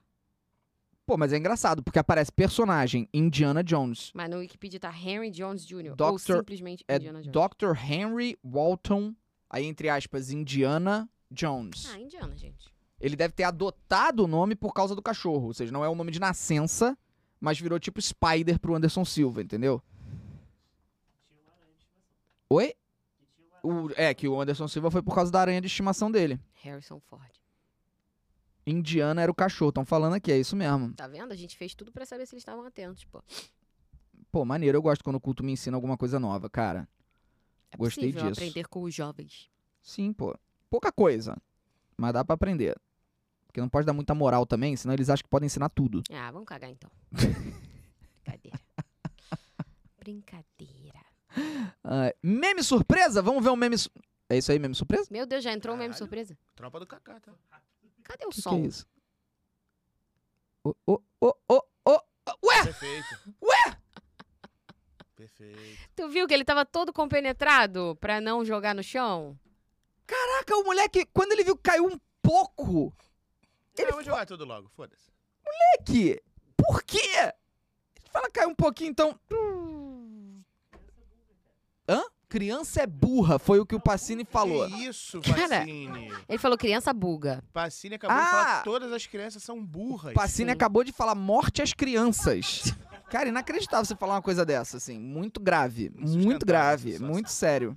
[SPEAKER 1] Pô, mas é engraçado, porque aparece personagem Indiana Jones.
[SPEAKER 2] Mas no Wikipedia tá Henry Jones Jr. Ou
[SPEAKER 1] Dr.
[SPEAKER 2] simplesmente
[SPEAKER 1] É
[SPEAKER 2] Indiana Jones.
[SPEAKER 1] Dr. Henry Walton, aí entre aspas, Indiana Jones.
[SPEAKER 2] Ah, Indiana, gente.
[SPEAKER 1] Ele deve ter adotado o nome por causa do cachorro. Ou seja, não é o nome de nascença, mas virou tipo Spider pro Anderson Silva, entendeu? Oi? O- é, que o Anderson Silva foi por causa da aranha de estimação dele.
[SPEAKER 2] Harrison Ford.
[SPEAKER 1] Indiana era o cachorro, estão falando aqui, é isso mesmo.
[SPEAKER 2] Tá vendo? A gente fez tudo pra saber se eles estavam atentos, pô.
[SPEAKER 1] Pô, maneiro, eu gosto quando o culto me ensina alguma coisa nova, cara.
[SPEAKER 2] É
[SPEAKER 1] Gostei
[SPEAKER 2] possível
[SPEAKER 1] disso.
[SPEAKER 2] aprender com os jovens.
[SPEAKER 1] Sim, pô. Pouca coisa, mas dá pra aprender. Porque não pode dar muita moral também, senão eles acham que podem ensinar tudo.
[SPEAKER 2] Ah, vamos cagar então. Brincadeira. Brincadeira.
[SPEAKER 1] Ah, meme surpresa? Vamos ver um meme. su- É isso aí, meme surpresa?
[SPEAKER 2] Meu Deus, já entrou um meme
[SPEAKER 3] Caralho.
[SPEAKER 2] surpresa?
[SPEAKER 3] Tropa do Cacá, tá?
[SPEAKER 2] Cadê o
[SPEAKER 1] Que que
[SPEAKER 2] som?
[SPEAKER 1] é isso? Ô, ô, ô, ô, ô. Ué!
[SPEAKER 3] Perfeito.
[SPEAKER 1] Ah! Ué!
[SPEAKER 3] Perfeito.
[SPEAKER 2] Tu viu que ele tava todo compenetrado pra não jogar no chão?
[SPEAKER 1] Caraca, o moleque, quando ele viu que caiu um pouco. Ele
[SPEAKER 3] Ele vai jogar tudo logo, foda-se.
[SPEAKER 1] Moleque, por quê? Ele fala caiu um pouquinho, então. Hã? Criança é burra, foi o que o Pacini falou.
[SPEAKER 3] Que isso,
[SPEAKER 2] Cara.
[SPEAKER 3] Pacini.
[SPEAKER 2] Ele falou criança buga.
[SPEAKER 3] Pacini acabou de
[SPEAKER 1] Ah!
[SPEAKER 3] falar que todas as crianças são burras.
[SPEAKER 1] Pacini
[SPEAKER 2] Sim.
[SPEAKER 1] acabou de falar morte às crianças. Cara, inacreditável você falar uma coisa dessa, assim. Muito grave. Muito
[SPEAKER 3] sustentável,
[SPEAKER 1] grave.
[SPEAKER 3] só
[SPEAKER 1] Muito sério.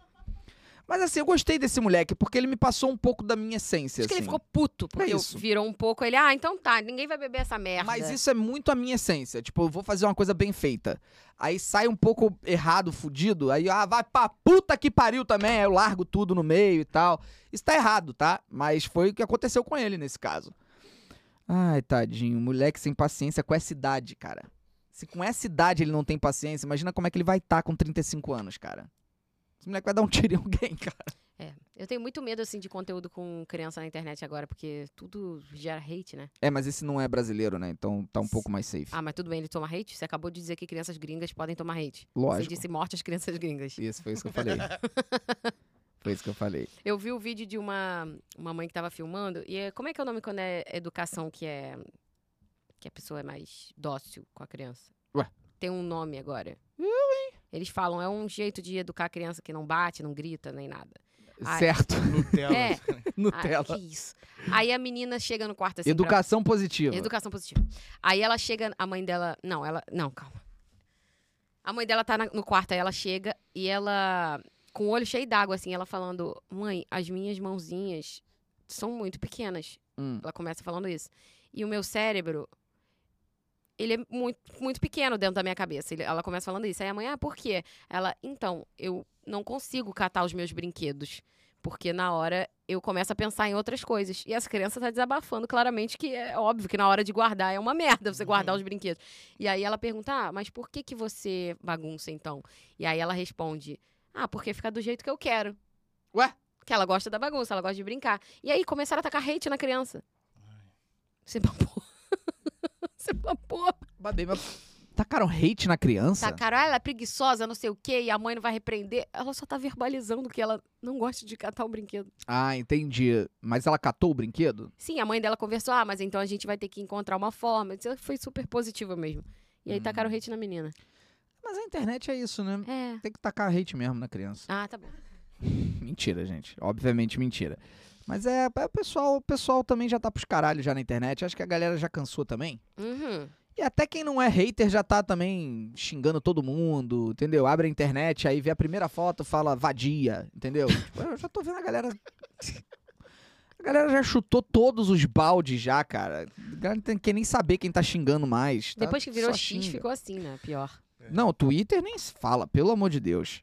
[SPEAKER 1] Mas assim, eu gostei desse moleque, porque ele me passou um pouco da minha essência.
[SPEAKER 2] Acho que ele
[SPEAKER 1] assim.
[SPEAKER 2] ficou puto, porque eu-
[SPEAKER 1] isso.
[SPEAKER 2] virou um pouco. Ele, ah, então tá, ninguém vai beber essa merda.
[SPEAKER 1] Mas isso é muito a minha essência. Tipo, eu vou fazer uma coisa bem feita. Aí sai um pouco errado, fudido. Aí, ah, vai pra puta que pariu também. Aí eu largo tudo no meio e tal. Isso tá errado, tá? Mas foi o que aconteceu com ele nesse caso. Ai, tadinho. Moleque sem paciência com essa idade, cara. Se com essa idade ele não tem paciência, imagina como é que ele vai estar com 35 anos, cara. Esse moleque vai dar um tiro em alguém, cara.
[SPEAKER 2] Eu tenho muito medo, assim, de conteúdo com criança na internet agora, porque tudo gera hate, né?
[SPEAKER 1] É, mas esse não é brasileiro, né? Então tá um pouco mais safe.
[SPEAKER 2] Ah, mas tudo bem, ele toma hate? Você acabou de dizer que crianças gringas podem tomar hate. Você
[SPEAKER 1] Lógico.
[SPEAKER 2] disse morte às crianças gringas.
[SPEAKER 1] Isso, foi isso que eu falei. foi isso que eu falei.
[SPEAKER 2] Eu vi o vídeo de uma, uma mãe que tava filmando, e é- como é que é o nome quando é educação que é. que a pessoa é mais dócil com a criança?
[SPEAKER 1] Ué.
[SPEAKER 2] Tem um nome agora. Eles falam, é um jeito de educar a criança que não bate, não grita, nem nada. Ai.
[SPEAKER 1] Certo,
[SPEAKER 3] Nutella.
[SPEAKER 2] É. Ah,
[SPEAKER 1] Nutella.
[SPEAKER 2] que isso. Aí a menina chega no quarto assim. pra-
[SPEAKER 1] Educação positiva.
[SPEAKER 2] Educação positiva. Aí ela chega, a mãe dela. Não, ela. Não, calma. A mãe dela tá na- no quarto, aí ela chega e ela. Com o olho cheio d'água, assim, ela falando: Mãe, as minhas mãozinhas são muito pequenas.
[SPEAKER 1] Hum.
[SPEAKER 2] Ela começa falando isso. E o meu cérebro. Ele é muito, muito pequeno dentro da minha cabeça. Ele- ela começa falando isso. Aí a mãe, ah, por quê? Ela, então, eu não consigo catar os meus brinquedos. Porque na hora eu começo a pensar em outras coisas. E essa criança tá desabafando claramente que é óbvio que na hora de guardar é uma merda
[SPEAKER 1] Uhum.
[SPEAKER 2] você guardar os brinquedos. E aí ela pergunta: "Ah, mas por que que você bagunça então?" E aí ela responde: "Ah, porque fica do jeito que eu quero".
[SPEAKER 1] Ué?
[SPEAKER 2] Que ela gosta da bagunça, ela gosta de brincar. E aí começaram a tacar hate na criança. Você papou. Você é papou.
[SPEAKER 1] Babei, mas tacaram hate na criança?
[SPEAKER 2] Tacaram, ah, ela é preguiçosa, não sei o quê, e a mãe não vai repreender. Ela só tá verbalizando que ela não gosta de catar um brinquedo.
[SPEAKER 1] Ah, entendi. Mas ela catou o brinquedo?
[SPEAKER 2] Sim, a mãe dela conversou, ah, mas então a gente vai ter que encontrar uma forma. Isso Foi super positiva mesmo. E aí
[SPEAKER 1] Hum.
[SPEAKER 2] tacaram hate na menina.
[SPEAKER 1] Mas a internet é isso, né?
[SPEAKER 2] É.
[SPEAKER 1] Tem que tacar hate mesmo na criança.
[SPEAKER 2] Ah, tá bom.
[SPEAKER 1] Mentira, gente. Obviamente mentira. Mas é, é, o, pessoal, o pessoal também já tá pros caralhos já na internet. Acho que a galera já cansou também.
[SPEAKER 2] Uhum.
[SPEAKER 1] E até quem não é hater já tá também xingando todo mundo, entendeu? Abre a internet, aí vê a primeira foto, fala vadia, entendeu? Tipo, eu já tô vendo a galera A galera já chutou todos os baldes já, cara. A galera não tem- quer nem saber quem tá xingando mais. tá?
[SPEAKER 2] Depois que virou
[SPEAKER 1] Só
[SPEAKER 2] X,
[SPEAKER 1] xinga.
[SPEAKER 2] ficou assim, né? Pior.
[SPEAKER 1] Não, o Twitter nem se fala, pelo amor de Deus.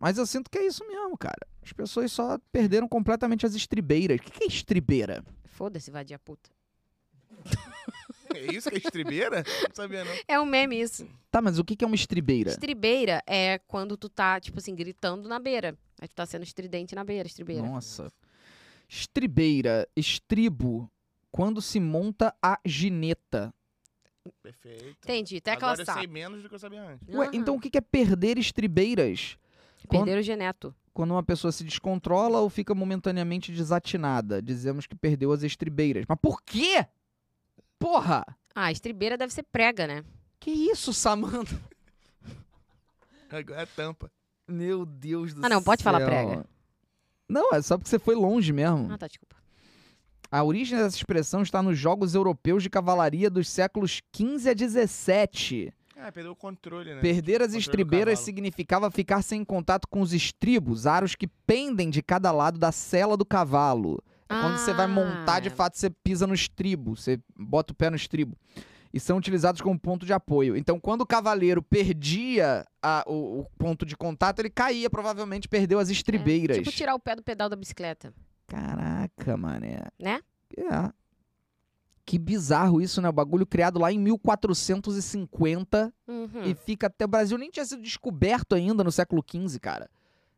[SPEAKER 1] Mas eu sinto que é isso mesmo, cara. As pessoas só perderam completamente as estribeiras. O que que é estribeira?
[SPEAKER 2] Foda-se, vadia puta.
[SPEAKER 3] É isso que é estribeira? Não sabia, não.
[SPEAKER 2] É um meme isso.
[SPEAKER 1] Tá, mas o que que é uma estribeira?
[SPEAKER 2] Estribeira é quando tu tá, tipo assim, gritando na beira. Aí tu tá sendo estridente na beira, estribeira.
[SPEAKER 1] Nossa. Estribeira, estribo, quando se monta a gineta.
[SPEAKER 3] Perfeito.
[SPEAKER 2] Entendi, até
[SPEAKER 3] Agora
[SPEAKER 2] aquela
[SPEAKER 3] eu sei
[SPEAKER 2] sabe.
[SPEAKER 3] menos do que eu sabia antes.
[SPEAKER 1] Ué, então o que que é perder estribeiras? quando-
[SPEAKER 2] Perderam o geneto.
[SPEAKER 1] Quando uma pessoa se descontrola ou fica momentaneamente desatinada. Dizemos que perdeu as estribeiras. Mas por quê? Porra!
[SPEAKER 2] Ah, estribeira deve ser prega, né?
[SPEAKER 1] Que isso, Samanta?
[SPEAKER 3] Agora é tampa.
[SPEAKER 1] Meu Deus do
[SPEAKER 2] Ah, não, pode falar
[SPEAKER 1] céu.
[SPEAKER 2] prega.
[SPEAKER 1] Não, é só porque você foi longe mesmo.
[SPEAKER 2] Ah, tá, desculpa.
[SPEAKER 1] A origem dessa expressão está nos jogos europeus de cavalaria dos séculos XV a XVII.
[SPEAKER 3] Ah, perdeu o controle, né?
[SPEAKER 1] Perder as
[SPEAKER 3] Controle do
[SPEAKER 1] estribeiras
[SPEAKER 3] cavalo.
[SPEAKER 1] significava ficar sem contato com os estribos, aros que pendem de cada lado da sela do cavalo. É quando você vai montar, de
[SPEAKER 2] Ah,
[SPEAKER 1] fato, você pisa no estribo, você bota o pé no estribo. E são utilizados como ponto de apoio. Então, quando o cavaleiro perdia a- o, o ponto de contato, ele caía, provavelmente perdeu as estribeiras.
[SPEAKER 2] Tipo tirar o pé do pedal da bicicleta.
[SPEAKER 1] Caraca, mané.
[SPEAKER 2] Né?
[SPEAKER 1] É. Que bizarro isso, né? O bagulho criado lá em 1450
[SPEAKER 2] Uhum.
[SPEAKER 1] e fica até. O Brasil nem tinha sido descoberto ainda no século XV, cara.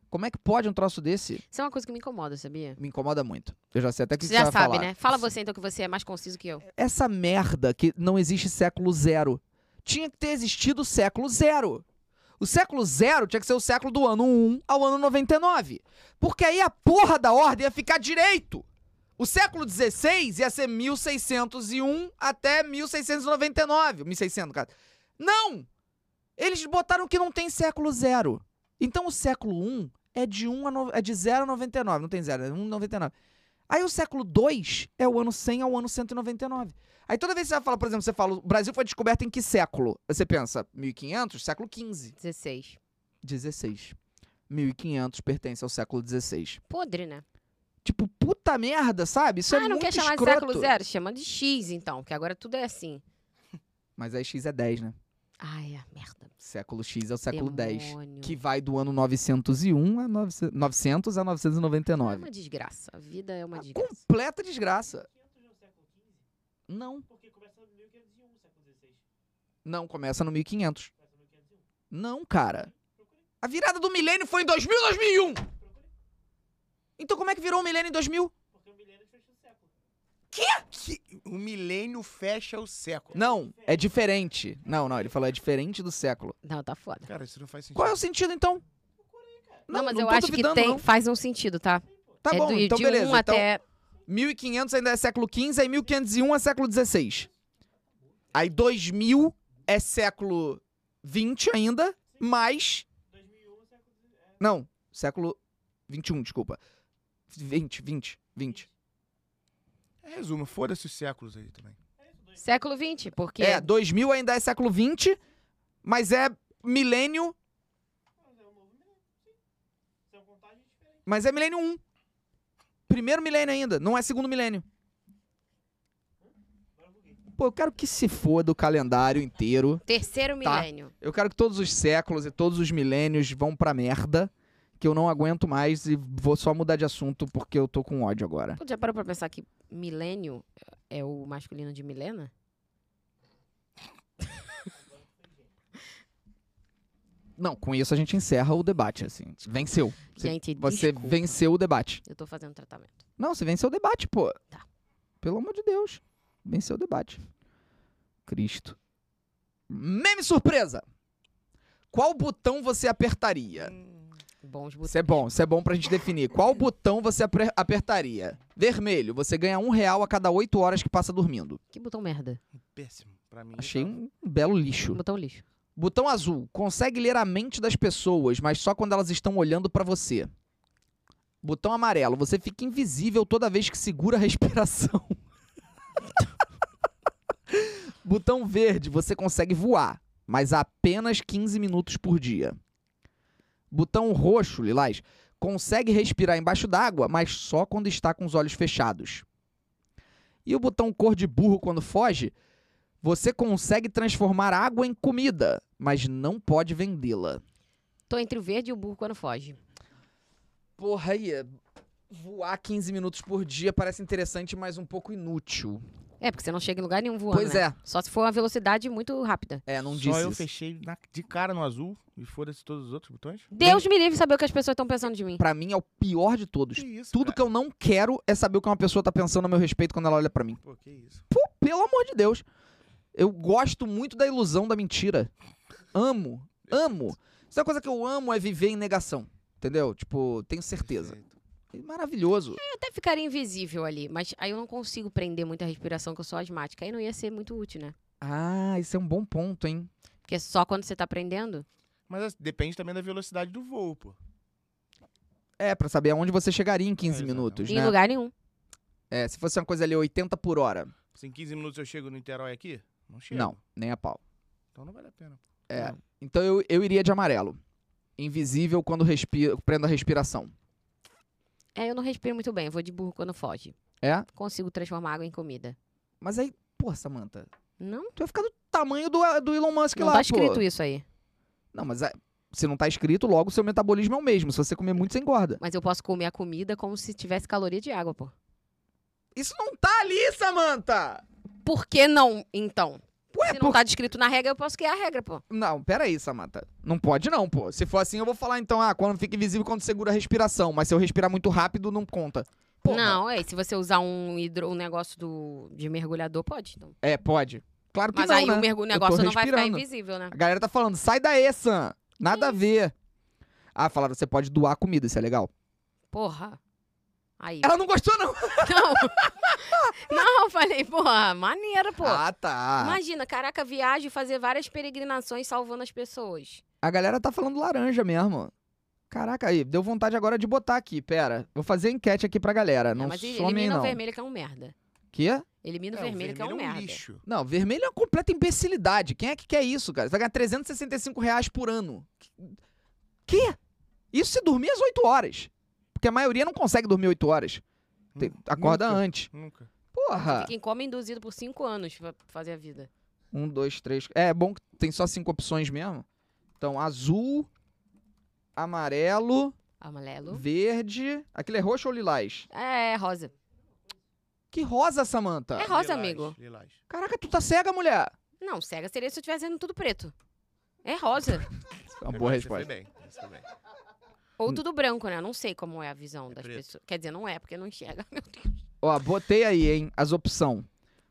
[SPEAKER 1] Como é que pode um troço desse?
[SPEAKER 2] Isso é uma coisa que me incomoda, sabia?
[SPEAKER 1] Me incomoda muito. Eu já sei até o que
[SPEAKER 2] Você
[SPEAKER 1] você,
[SPEAKER 2] já
[SPEAKER 1] vai
[SPEAKER 2] sabe,
[SPEAKER 1] falar.
[SPEAKER 2] né? Fala você então que você é mais conciso que eu.
[SPEAKER 1] Essa merda que não existe século zero. Tinha que ter existido o século zero. O século zero tinha que ser o século do ano 1 ao ano 99. Porque aí a porra da ordem ia ficar direito. O século XVI ia ser 1601 até 1699. 1600, cara. Não! Eles botaram que não tem século zero. Então o século 1 é de, 1 a no... é de 0 a 99. Não tem zero, é 1 a 99. Aí o século 2 é o ano 100 ao ano 199. Aí toda vez que você fala, por exemplo, você fala, o Brasil foi descoberto em que século? Aí Você pensa, 1500, século 15,
[SPEAKER 2] 16.
[SPEAKER 1] 16. 1500 pertence ao século 16.
[SPEAKER 2] Podre, né?
[SPEAKER 1] Tipo, puta merda, sabe? Isso é
[SPEAKER 2] ah, não
[SPEAKER 1] muito
[SPEAKER 2] quer chamar
[SPEAKER 1] escroto.
[SPEAKER 2] de século zero? Chama de X, então, que agora tudo é assim.
[SPEAKER 1] Mas aí X é 10, né?
[SPEAKER 2] Ai, a merda.
[SPEAKER 1] Século X é o século 10.
[SPEAKER 2] Demônio.
[SPEAKER 1] Que vai do ano 901 a 900 900 a
[SPEAKER 2] É
[SPEAKER 1] 999.
[SPEAKER 2] uma desgraça. A vida é uma
[SPEAKER 1] Uma
[SPEAKER 2] desgraça.
[SPEAKER 1] Ah, completa desgraça. Não. Não, começa no 1500. Não, cara. A virada do milênio foi em 2000, 2001. Então como é que virou o milênio em 2000?
[SPEAKER 3] Que... O milênio fecha o século.
[SPEAKER 1] Não, é diferente. Não, não, ele falou é diferente do século.
[SPEAKER 2] Não, tá foda.
[SPEAKER 3] Cara, isso não faz sentido.
[SPEAKER 1] Qual é o sentido então?
[SPEAKER 2] Não, mas
[SPEAKER 1] não
[SPEAKER 2] eu
[SPEAKER 1] tô
[SPEAKER 2] acho que
[SPEAKER 1] duvidando,
[SPEAKER 2] tem,
[SPEAKER 1] não.
[SPEAKER 2] faz um sentido, tá?
[SPEAKER 1] Tá
[SPEAKER 2] é
[SPEAKER 1] bom,
[SPEAKER 2] do,
[SPEAKER 1] então
[SPEAKER 2] de
[SPEAKER 1] beleza.
[SPEAKER 2] um
[SPEAKER 1] então
[SPEAKER 2] até
[SPEAKER 1] 1500 ainda é século XV, aí 1501 é século XVI. Aí 2000 é século XX ainda, mais... Não, século XXI, desculpa. 20, 20, 20.
[SPEAKER 3] É, Resumo, foda-se os séculos aí também.
[SPEAKER 2] século 20, porque
[SPEAKER 1] então- É, 2000 ainda é século XX, mas é milênio... Mas é milênio 1. Primeiro milênio ainda, não é segundo milênio. Pô, eu quero que se foda o calendário inteiro. Tá.
[SPEAKER 2] terceiro milênio.
[SPEAKER 1] Eu quero que todos os séculos e todos os milênios vão pra merda, que eu não aguento mais e vou só mudar de assunto porque eu tô com ódio agora.
[SPEAKER 2] Pô, já parou pra pensar que milênio é o masculino de Milena?
[SPEAKER 1] Não, com isso a gente encerra o debate, assim. Venceu. Você,
[SPEAKER 2] Gente,
[SPEAKER 1] você
[SPEAKER 2] desculpa.
[SPEAKER 1] venceu o debate.
[SPEAKER 2] Eu tô fazendo tratamento.
[SPEAKER 1] Não, você venceu o debate, pô.
[SPEAKER 2] Tá.
[SPEAKER 1] Pelo amor de Deus. Venceu o debate. Cristo. Meme surpresa! Qual botão você apertaria?
[SPEAKER 2] Bons botões.
[SPEAKER 1] Isso é bom, isso é bom pra gente definir. Qual botão você apre- apertaria? Vermelho, você ganha um real a cada oito horas que passa dormindo.
[SPEAKER 2] Que botão merda?
[SPEAKER 3] Péssimo. Pra mim.
[SPEAKER 1] Achei
[SPEAKER 3] tá-
[SPEAKER 1] um belo lixo.
[SPEAKER 2] Botão lixo.
[SPEAKER 1] Botão azul, consegue ler a mente das pessoas, mas só quando elas estão olhando pra você. Botão amarelo, você fica invisível toda vez que segura a respiração. Botão verde, você consegue voar, mas há apenas 15 minutos por dia. Botão roxo, lilás, consegue respirar embaixo d'água, mas só quando está com os olhos fechados. E o botão cor de burro quando foge, você consegue transformar água em comida, mas não pode vendê-la.
[SPEAKER 2] Tô entre o verde e o burro quando foge.
[SPEAKER 1] Porra, aí, é- voar 15 minutos por dia parece interessante, mas um pouco inútil.
[SPEAKER 2] É, porque você não chega em lugar nenhum voando.
[SPEAKER 1] pois
[SPEAKER 2] né?
[SPEAKER 1] é,
[SPEAKER 2] Só se for uma velocidade muito rápida.
[SPEAKER 1] é, não
[SPEAKER 3] Só
[SPEAKER 1] disse
[SPEAKER 3] eu
[SPEAKER 1] isso.
[SPEAKER 3] fechei na- de cara no azul e foda-se todos os outros botões.
[SPEAKER 2] Deus me livre saber o que as pessoas estão pensando de mim.
[SPEAKER 1] Pra mim é o pior de todos.
[SPEAKER 3] isso,
[SPEAKER 1] Tudo que eu não quero é saber o que uma pessoa tá pensando a meu respeito quando ela olha pra mim.
[SPEAKER 3] Pô, que isso.
[SPEAKER 1] Pelo amor de Deus. Eu gosto muito da ilusão da mentira. Amo, amo. Isso é uma coisa que eu amo é viver em negação. Entendeu? Tipo, tenho certeza. É Maravilhoso.
[SPEAKER 2] Eu até ficaria invisível ali, mas aí eu não consigo prender muita respiração, que eu sou asmática. Aí não ia ser muito útil, né?
[SPEAKER 1] Ah, isso é um bom ponto, hein?
[SPEAKER 2] Porque só quando você tá prendendo.
[SPEAKER 3] Mas assim, depende também da velocidade do voo, pô.
[SPEAKER 1] É, pra saber aonde você chegaria em 15
[SPEAKER 3] É,
[SPEAKER 1] minutos,
[SPEAKER 2] Em
[SPEAKER 1] né?
[SPEAKER 2] lugar nenhum.
[SPEAKER 1] É, se fosse uma coisa ali 80 por hora.
[SPEAKER 3] Se em 15 minutos eu chego no Niterói aqui, não chego.
[SPEAKER 1] Não, nem a pau.
[SPEAKER 3] Então não vale a pena. pô.
[SPEAKER 1] É. Então eu, eu iria de amarelo. Invisível quando respiro, prendo a respiração.
[SPEAKER 2] É, eu não respiro muito bem, eu vou de burro quando foge.
[SPEAKER 1] É?
[SPEAKER 2] Consigo transformar água em comida.
[SPEAKER 1] Mas aí, porra, Samanta,
[SPEAKER 2] Não?
[SPEAKER 1] tu vai ficar do tamanho do, do Elon Musk
[SPEAKER 2] Não
[SPEAKER 1] lá,
[SPEAKER 2] tá
[SPEAKER 1] pô.
[SPEAKER 2] escrito isso aí.
[SPEAKER 1] Não, mas ah, se não tá escrito, logo seu metabolismo é o mesmo. Se você comer muito, você engorda.
[SPEAKER 2] Mas eu posso comer a comida como se tivesse caloria de água, pô.
[SPEAKER 1] Isso não tá ali, Samanta!
[SPEAKER 2] Por que não, então?
[SPEAKER 1] Ué,
[SPEAKER 2] Se não
[SPEAKER 1] por...
[SPEAKER 2] tá descrito na regra, eu posso criar a regra, pô.
[SPEAKER 1] Não, peraí, Samanta. Não pode não, pô. Se for assim, eu vou falar então, ah, quando fica invisível, quando segura a respiração. Mas se eu respirar muito rápido, não conta. Porra.
[SPEAKER 2] Não, é. Se você usar um, hidro, um negócio do, de mergulhador, pode. Então.
[SPEAKER 1] É, pode. Claro que
[SPEAKER 2] Mas
[SPEAKER 1] não,
[SPEAKER 2] aí
[SPEAKER 1] né?
[SPEAKER 2] o mergu-
[SPEAKER 1] tô
[SPEAKER 2] negócio não vai ficar
[SPEAKER 1] respirando.
[SPEAKER 2] invisível, né?
[SPEAKER 1] A galera tá falando, sai daí, Sam. Nada a ver. Ah, falaram, você pode doar comida, isso é legal.
[SPEAKER 2] Porra. Aí.
[SPEAKER 1] Ela não gostou, não.
[SPEAKER 2] Não. não, eu falei, porra, maneira, pô.
[SPEAKER 1] Ah, tá.
[SPEAKER 2] Imagina, caraca, viagem e fazer várias peregrinações salvando as pessoas.
[SPEAKER 1] A galera tá falando laranja mesmo. Caraca, aí, deu vontade agora de botar aqui, pera. Vou fazer enquete aqui pra galera. Não
[SPEAKER 2] é, mas
[SPEAKER 1] some aí,
[SPEAKER 2] elimina
[SPEAKER 1] não.
[SPEAKER 2] o vermelho que é um merda.
[SPEAKER 1] Quê?
[SPEAKER 2] Elimina o
[SPEAKER 3] É,
[SPEAKER 2] vermelho, que é um
[SPEAKER 3] vermelho
[SPEAKER 2] merda.
[SPEAKER 3] lixo.
[SPEAKER 1] Não, vermelho é uma completa imbecilidade. Quem é que quer isso, cara? Você vai ganhar 365 reais por ano. Quê? Isso se dormir às 8 horas. Porque a maioria não consegue dormir 8 horas. Tem-
[SPEAKER 2] Hum,
[SPEAKER 3] Nunca,
[SPEAKER 1] acorda antes.
[SPEAKER 3] Nunca.
[SPEAKER 1] Porra.
[SPEAKER 2] Quem come é induzido por cinco anos pra fazer a vida.
[SPEAKER 1] Um, dois, três. É, é bom que tem só cinco opções mesmo. Então, azul, amarelo,
[SPEAKER 2] Ah, Amarelo.
[SPEAKER 1] verde. Aquele é roxo ou lilás?
[SPEAKER 2] É, rosa.
[SPEAKER 1] Que rosa, Samanta!
[SPEAKER 2] É rosa,
[SPEAKER 3] Lilás,
[SPEAKER 2] amigo.
[SPEAKER 3] lilás.
[SPEAKER 1] Caraca, tu tá cega, mulher!
[SPEAKER 2] Não, cega seria se eu estivesse fazendo tudo preto. É rosa.
[SPEAKER 1] É uma boa
[SPEAKER 3] Você foi
[SPEAKER 1] resposta.
[SPEAKER 3] bem, você foi bem.
[SPEAKER 2] Ou tudo branco, né? Eu Não sei como é a visão das
[SPEAKER 3] preto.
[SPEAKER 2] pessoas. Quer dizer, não é, porque não enxerga.
[SPEAKER 1] Ó, botei aí, hein, as opções.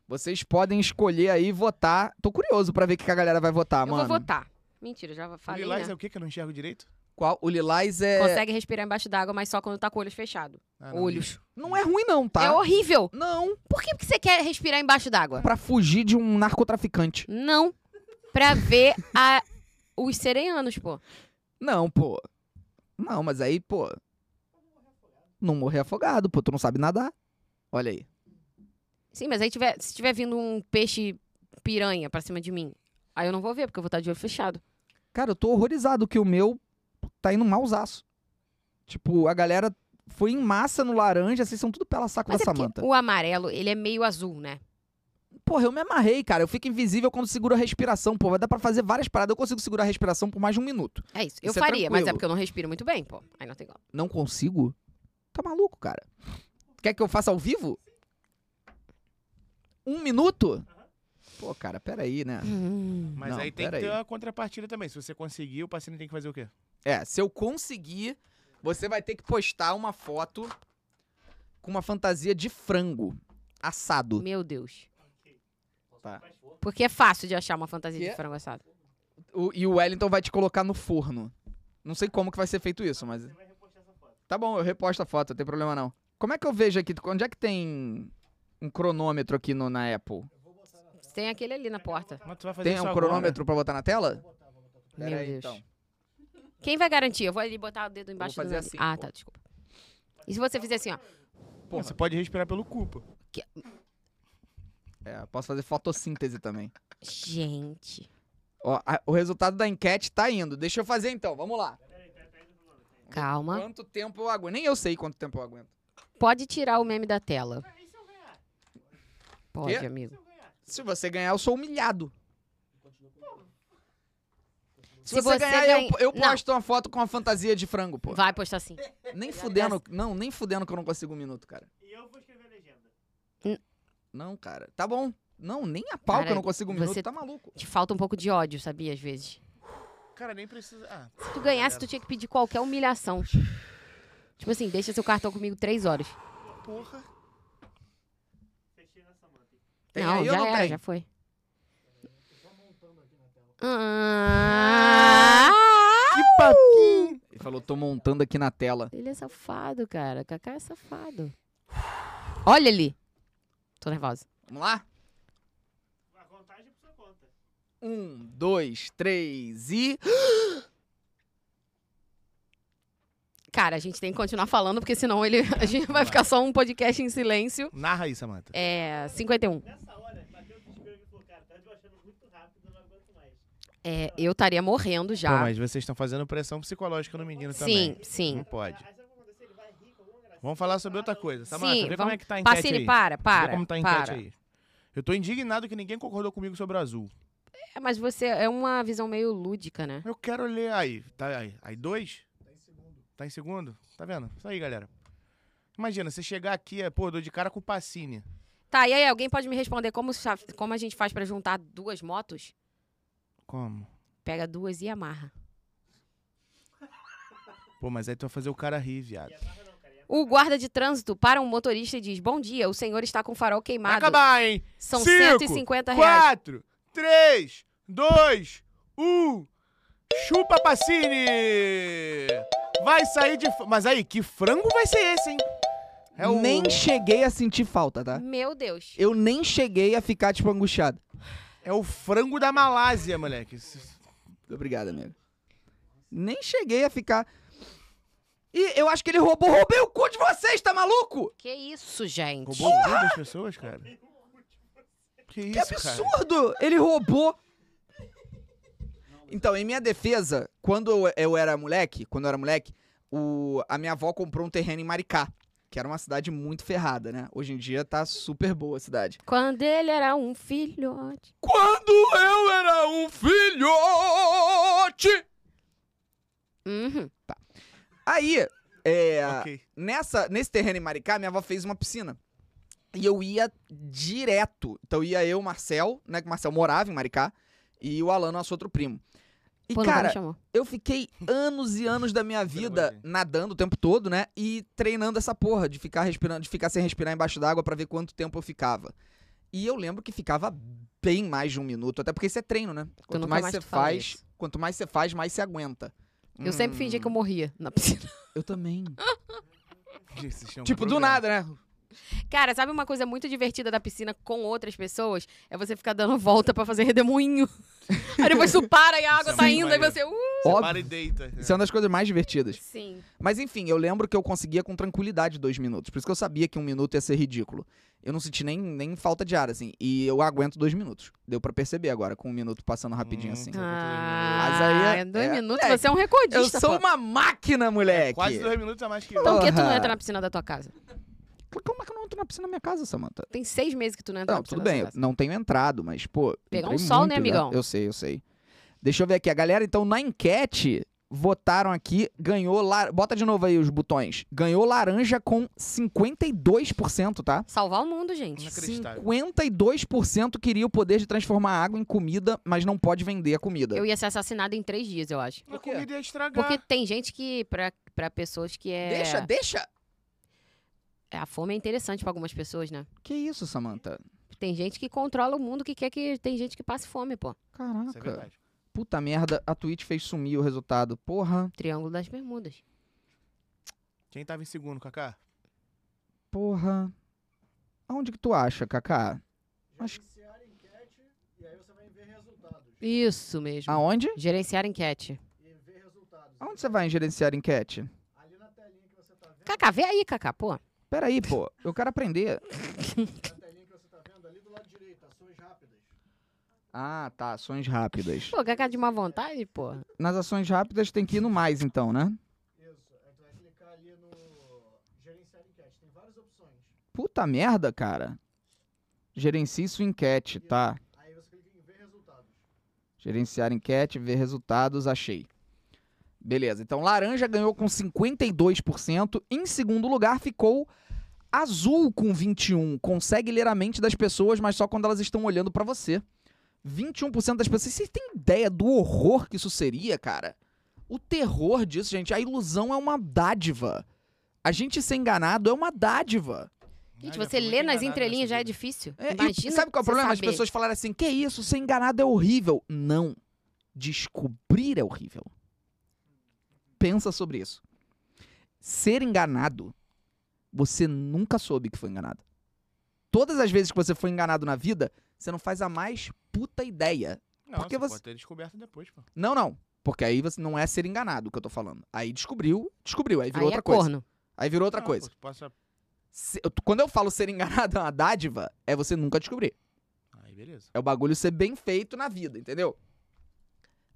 [SPEAKER 1] Vocês podem escolher aí e votar. Tô curioso pra ver o que que a galera vai votar,
[SPEAKER 2] Eu
[SPEAKER 1] Ah, mano.
[SPEAKER 2] vou votar. Mentira, já
[SPEAKER 3] O
[SPEAKER 2] falei,
[SPEAKER 3] lilás é
[SPEAKER 2] né?
[SPEAKER 3] o quê que eu não enxergo direito?
[SPEAKER 1] Qual? O lilás é.
[SPEAKER 2] Consegue respirar embaixo d'água, mas só quando tá com o olho fechado.
[SPEAKER 3] Ah, não,
[SPEAKER 2] Olhos.
[SPEAKER 1] Não é ruim, não, tá?
[SPEAKER 2] É horrível.
[SPEAKER 1] Não,
[SPEAKER 2] Por que, que você quer respirar embaixo d'água?
[SPEAKER 1] pra fugir de um narcotraficante.
[SPEAKER 2] Não. Pra ver a- os sereianos, pô.
[SPEAKER 1] Não, pô. Não, mas aí, pô. Não morrer afogado, pô. Tu não sabe nadar. Olha aí.
[SPEAKER 2] Sim, mas aí tiver, se tiver vindo um peixe piranha pra cima de mim, aí eu não vou ver, porque eu vou estar de olho fechado.
[SPEAKER 1] Cara, eu tô horrorizado que o meu tá indo malzaço. Tipo, a galera foi em massa no laranja, vocês são tudo pela saco
[SPEAKER 2] Mas
[SPEAKER 1] da
[SPEAKER 2] é porque
[SPEAKER 1] Samanta.
[SPEAKER 2] o amarelo, ele é meio azul, né?
[SPEAKER 1] Porra, eu me amarrei, cara. Eu fico invisível quando seguro a respiração, pô. Vai dar pra fazer várias paradas. Eu consigo segurar a respiração por mais de um minuto.
[SPEAKER 2] É isso. Eu
[SPEAKER 1] Isso é
[SPEAKER 2] faria, mas é
[SPEAKER 1] tranquilo.
[SPEAKER 2] porque eu não respiro muito bem, pô. Aí não tem como.
[SPEAKER 1] Não consigo? Tá maluco, cara. Quer que eu faça ao vivo? Um minuto? Pô, cara, peraí, né?
[SPEAKER 3] Mas
[SPEAKER 1] Não,
[SPEAKER 3] aí tem
[SPEAKER 1] pera
[SPEAKER 3] que ter
[SPEAKER 1] aí.
[SPEAKER 3] uma contrapartida também. Se você conseguir, o paciente tem que fazer o quê?
[SPEAKER 1] É, se eu conseguir, você vai ter que postar uma foto com uma fantasia de frango assado.
[SPEAKER 2] Meu Deus.
[SPEAKER 1] Tá.
[SPEAKER 2] Porque é fácil de achar uma fantasia
[SPEAKER 1] Que? é?
[SPEAKER 2] de frango assado.
[SPEAKER 1] O- e o Wellington vai te colocar no forno. Não sei como que vai ser feito isso, mas. Tá bom, eu reposto a foto, não tem problema não. Como é que eu vejo aqui? Onde é que tem um cronômetro aqui no, na Apple?
[SPEAKER 2] Tem aquele ali na porta.
[SPEAKER 3] Mas tu vai fazer
[SPEAKER 1] Tem
[SPEAKER 3] isso
[SPEAKER 1] um
[SPEAKER 3] agora?
[SPEAKER 1] cronômetro pra botar na tela?
[SPEAKER 2] Meu
[SPEAKER 1] Pera aí,
[SPEAKER 2] Deus.
[SPEAKER 1] então.
[SPEAKER 2] Quem vai garantir? Eu vou ali botar o dedo embaixo
[SPEAKER 1] fazer
[SPEAKER 2] do...
[SPEAKER 1] assim,
[SPEAKER 2] ah,
[SPEAKER 1] pô.
[SPEAKER 2] tá, desculpa. E se você fizer assim, ó.
[SPEAKER 3] Pô, você pode respirar pelo cu, pô.
[SPEAKER 1] É, eu posso fazer fotossíntese também.
[SPEAKER 2] Gente.
[SPEAKER 1] Ó, a- o resultado da enquete tá indo. Deixa eu fazer então, vamos lá.
[SPEAKER 2] Calma.
[SPEAKER 1] Quanto tempo eu aguento? Nem eu sei quanto tempo eu aguento.
[SPEAKER 2] Pode tirar o meme da tela. Pode,
[SPEAKER 1] Quê?
[SPEAKER 2] amigo.
[SPEAKER 1] Se você ganhar, eu sou humilhado. Se,
[SPEAKER 2] Se
[SPEAKER 1] você,
[SPEAKER 2] você
[SPEAKER 1] ganhar,
[SPEAKER 2] ganha-
[SPEAKER 1] eu, eu
[SPEAKER 2] Não.
[SPEAKER 1] posto uma foto com uma fantasia de frango, pô.
[SPEAKER 2] Vai postar assim.
[SPEAKER 1] Nem fudendo, não, nem fudendo que eu não consigo um minuto, cara.
[SPEAKER 4] E eu vou escrever a legenda.
[SPEAKER 1] Não, cara. Tá bom. Não, nem a pau que
[SPEAKER 2] Hum. Cara,
[SPEAKER 1] eu não consigo um
[SPEAKER 2] você-
[SPEAKER 1] minuto, tá maluco.
[SPEAKER 2] Te falta um pouco de ódio, sabia, às vezes.
[SPEAKER 4] Cara, nem precisa. Ah,
[SPEAKER 2] Se tu ganhasse, tu tinha que pedir qualquer humilhação. Tipo assim, deixa seu cartão comigo três horas.
[SPEAKER 4] porra.
[SPEAKER 3] Fechei nessa mão.
[SPEAKER 1] Tem
[SPEAKER 2] não,
[SPEAKER 1] aí
[SPEAKER 2] já
[SPEAKER 1] ou não
[SPEAKER 2] era,
[SPEAKER 1] tem?
[SPEAKER 2] já foi. Ah,
[SPEAKER 3] Que papinho!
[SPEAKER 1] Ele falou, tô montando aqui na tela.
[SPEAKER 2] ele é safado, cara. Kaká é safado. Olha ali. Tô nervosa.
[SPEAKER 1] Vamos lá?
[SPEAKER 4] A contagem é por sua conta.
[SPEAKER 1] Um, dois, três e.
[SPEAKER 2] Cara, a gente tem que continuar falando, porque senão ele, a gente vai ficar só um podcast em silêncio.
[SPEAKER 3] Narra aí, Samanta.
[SPEAKER 2] É, 51.
[SPEAKER 4] Nessa hora, bateu o desespero e falou, cara, tá desbaixando muito rápido, não aguento mais.
[SPEAKER 2] É, eu estaria morrendo
[SPEAKER 3] Pô,
[SPEAKER 2] já.
[SPEAKER 3] mas vocês estão fazendo pressão psicológica no menino
[SPEAKER 2] Sim,
[SPEAKER 3] também.
[SPEAKER 2] sim.
[SPEAKER 3] Não pode. Vamos falar sobre outra coisa. Samanta,
[SPEAKER 2] Sim,
[SPEAKER 3] vê como
[SPEAKER 2] vamos-
[SPEAKER 3] é que tá a enquete
[SPEAKER 2] Pacini,
[SPEAKER 3] aí.
[SPEAKER 2] para,
[SPEAKER 3] Vê
[SPEAKER 2] para.
[SPEAKER 3] como tá a enquete
[SPEAKER 2] para.
[SPEAKER 3] aí. Eu tô indignado que ninguém concordou comigo sobre o azul.
[SPEAKER 2] É, mas você é uma visão meio lúdica, né?
[SPEAKER 3] Eu quero ler aí. Tá aí. Aí dois? Tá em segundo. Tá vendo? Isso aí, galera. Imagina, você chegar aqui, é, pô, dou de cara com o Pacini.
[SPEAKER 2] Tá, e aí, alguém pode me responder como, sa- como a gente faz pra juntar duas motos?
[SPEAKER 3] Como?
[SPEAKER 2] Pega duas e amarra.
[SPEAKER 3] Pô, mas aí tu vai fazer o cara rir, viado.
[SPEAKER 2] O guarda de trânsito para um motorista e diz: Bom dia, o senhor está com o farol
[SPEAKER 3] Vai
[SPEAKER 2] queimado.
[SPEAKER 3] acabar, hein?
[SPEAKER 2] São
[SPEAKER 3] Cinco,
[SPEAKER 2] 150 reais.
[SPEAKER 3] 4, 3, 2, 1. Chupa Pacini! Vai sair de. f- Mas aí, que frango vai ser esse, hein? É o.
[SPEAKER 1] Nem cheguei a sentir falta, tá?
[SPEAKER 2] Meu Deus.
[SPEAKER 1] Eu nem cheguei a ficar, tipo, angustiado.
[SPEAKER 3] É o frango da Malásia, moleque.
[SPEAKER 1] Obrigado, amigo. Nem cheguei a ficar. E eu acho que ele roubou. Roubei o cu de vocês, tá maluco?
[SPEAKER 2] Que isso, gente?
[SPEAKER 3] Roubou o cu das pessoas, cara? Que
[SPEAKER 1] Que
[SPEAKER 3] isso, cara?
[SPEAKER 1] absurdo! Ele roubou. Então, em minha defesa, quando eu- eu era moleque, quando eu era moleque, o- a minha avó comprou um terreno em Maricá, que era uma cidade muito ferrada, né? Hoje em dia tá super boa a cidade.
[SPEAKER 2] Quando ele era um filhote.
[SPEAKER 1] Quando eu era um filhote!
[SPEAKER 2] Uhum.
[SPEAKER 1] Aí, é,
[SPEAKER 3] Ok.
[SPEAKER 1] nessa, nesse terreno em Maricá, minha avó fez uma piscina. E eu ia direto. Então ia eu, Marcel, né? Que o Marcel morava em Maricá, e o Alan, nosso outro primo. E,
[SPEAKER 2] Pô, nunca me
[SPEAKER 1] cara,
[SPEAKER 2] chamou.
[SPEAKER 1] eu fiquei anos e anos da minha vida nadando o tempo todo, né? E treinando essa porra de ficar respirando, de ficar sem respirar embaixo d'água pra ver quanto tempo eu ficava. E eu lembro que ficava bem mais de um minuto, até porque isso é treino, né? Quanto
[SPEAKER 2] nunca
[SPEAKER 1] mais
[SPEAKER 2] mais
[SPEAKER 1] você
[SPEAKER 2] tu fala
[SPEAKER 1] faz,
[SPEAKER 2] isso.
[SPEAKER 1] quanto mais você faz, mais você aguenta. Hum.
[SPEAKER 2] Eu sempre fingi que
[SPEAKER 3] Hum.
[SPEAKER 2] eu morria na piscina.
[SPEAKER 1] Eu também.
[SPEAKER 3] Isso chama
[SPEAKER 1] tipo, do
[SPEAKER 3] problema.
[SPEAKER 1] nada, né?
[SPEAKER 2] Cara, sabe uma coisa muito divertida da piscina com outras pessoas? É você ficar dando volta pra fazer redemoinho. aí depois tu para e a água
[SPEAKER 3] é
[SPEAKER 2] tá
[SPEAKER 3] muito
[SPEAKER 2] indo, aí
[SPEAKER 3] maneiro.
[SPEAKER 2] você. Uh!
[SPEAKER 1] Óbvio.
[SPEAKER 3] Para e deita.
[SPEAKER 1] Isso é uma das coisas mais divertidas.
[SPEAKER 2] Sim.
[SPEAKER 1] Mas enfim, eu lembro que eu conseguia com tranquilidade dois minutos. Por isso que eu sabia que um minuto ia ser ridículo. Eu não senti nem, nem falta de ar, assim. E eu aguento dois minutos. Deu pra perceber agora, com um minuto passando rapidinho,
[SPEAKER 3] Hum,
[SPEAKER 1] assim. Mas
[SPEAKER 2] Ah,
[SPEAKER 1] aí é-
[SPEAKER 2] dois
[SPEAKER 1] é-
[SPEAKER 2] minutos,
[SPEAKER 1] moleque,
[SPEAKER 2] você é um
[SPEAKER 1] Eu
[SPEAKER 2] recordista.
[SPEAKER 1] sou
[SPEAKER 2] pô.
[SPEAKER 1] uma máquina,
[SPEAKER 2] É,
[SPEAKER 1] moleque! Tá
[SPEAKER 3] Quase dois minutos a mais que eu.
[SPEAKER 2] Então por que tu não
[SPEAKER 1] Porra.
[SPEAKER 2] entra na piscina da tua casa?
[SPEAKER 1] Como é que eu não entro na piscina da minha casa, Samanta?
[SPEAKER 2] Tem seis meses que tu não entra
[SPEAKER 1] Não,
[SPEAKER 2] na piscina
[SPEAKER 1] tudo
[SPEAKER 2] da
[SPEAKER 1] bem, eu
[SPEAKER 2] tua casa.
[SPEAKER 1] não tenho entrado, mas, pô.
[SPEAKER 2] Pegar um
[SPEAKER 1] entrei
[SPEAKER 2] sol,
[SPEAKER 1] muito
[SPEAKER 2] né,
[SPEAKER 1] já.
[SPEAKER 2] amigão?
[SPEAKER 1] Eu sei, eu sei. Deixa eu ver aqui. A galera, então, na enquete, votaram aqui, ganhou. lar- Bota de novo aí os botões. Ganhou laranja com 52%, tá?
[SPEAKER 2] Salvar o mundo, gente.
[SPEAKER 3] Inacreditável.
[SPEAKER 1] 52% queria o poder de transformar água em comida, mas não pode vender a comida.
[SPEAKER 2] Eu ia ser assassinado em três dias, eu acho.
[SPEAKER 3] A comida ia estragar.
[SPEAKER 2] Porque tem gente que, pra, pra pessoas que é...
[SPEAKER 1] Deixa, deixa!
[SPEAKER 2] É, A fome é interessante pra algumas pessoas, né?
[SPEAKER 1] Que isso, Samanta?
[SPEAKER 2] Tem gente que controla o mundo que quer que... Tem gente que passe fome, pô.
[SPEAKER 3] Isso é
[SPEAKER 1] Caraca.
[SPEAKER 3] verdade.
[SPEAKER 1] Puta merda, a Twitch fez sumir o resultado. Porra,
[SPEAKER 2] Triângulo das Bermudas.
[SPEAKER 3] Quem tava em segundo, Kaká?
[SPEAKER 1] porra. Aonde que tu acha, Kaká? Acho-
[SPEAKER 4] Iniciar enquete e aí você vai ver resultados.
[SPEAKER 2] Isso mesmo.
[SPEAKER 1] Aonde?
[SPEAKER 2] Gerenciar enquete.
[SPEAKER 4] E ver resultados.
[SPEAKER 1] Aonde você vai em gerenciar enquete?
[SPEAKER 4] Ali na telinha que você tá vendo,
[SPEAKER 2] Cacá, vê aí, Cacá, pô.
[SPEAKER 1] Peraí, pô. Eu quero aprender.
[SPEAKER 4] na telinha que você tá vendo, ali do lado direito, ações rápidas.
[SPEAKER 1] Ah, tá. Ações rápidas.
[SPEAKER 2] Pô, Cacá de má vontade, pô.
[SPEAKER 1] Nas ações rápidas tem que ir no mais, então, né?
[SPEAKER 4] Isso,
[SPEAKER 6] é,
[SPEAKER 4] aí tu vai clicar ali no gerenciar enquete, tem várias opções.
[SPEAKER 1] Puta merda, cara. Gerencie sua enquete, tá?
[SPEAKER 6] Aí você clica em ver resultados.
[SPEAKER 1] Gerenciar enquete, ver resultados, achei. Beleza, então laranja ganhou com 52%. Em segundo lugar ficou azul com 21%. Consegue ler a mente das pessoas, mas só quando elas estão olhando pra você. 21% das pessoas. Vocês têm ideia do horror que isso seria, cara? O terror disso, gente. A ilusão é uma dádiva. A gente ser enganado é uma dádiva.
[SPEAKER 2] Gente,
[SPEAKER 3] é,
[SPEAKER 2] você lê nas entrelinhas já é difícil.
[SPEAKER 1] É, e
[SPEAKER 2] Imagina
[SPEAKER 1] sabe qual é o
[SPEAKER 2] você
[SPEAKER 1] problema? As
[SPEAKER 2] saber.
[SPEAKER 1] pessoas falaram assim: que isso, ser enganado é horrível. Não. Descobrir é horrível. Pensa sobre isso. Ser enganado, você nunca soube que foi enganado. Todas as vezes que você foi enganado na vida, você não faz a mais puta ideia.
[SPEAKER 4] Não,
[SPEAKER 1] Porque
[SPEAKER 4] você
[SPEAKER 1] você-
[SPEAKER 4] pode ter descoberto depois, pô.
[SPEAKER 1] Não, não. Porque aí você não é ser enganado que eu tô falando. Aí descobriu, descobriu, aí virou
[SPEAKER 2] Aí
[SPEAKER 1] outra
[SPEAKER 2] é
[SPEAKER 1] coisa.
[SPEAKER 2] corno.
[SPEAKER 1] Aí virou outra
[SPEAKER 4] Não,
[SPEAKER 1] coisa.
[SPEAKER 4] pô, tu passa-
[SPEAKER 1] Se- eu- quando eu falo ser enganado é uma dádiva, é você nunca descobrir.
[SPEAKER 4] Aí, beleza.
[SPEAKER 1] É o bagulho ser bem feito na vida, entendeu?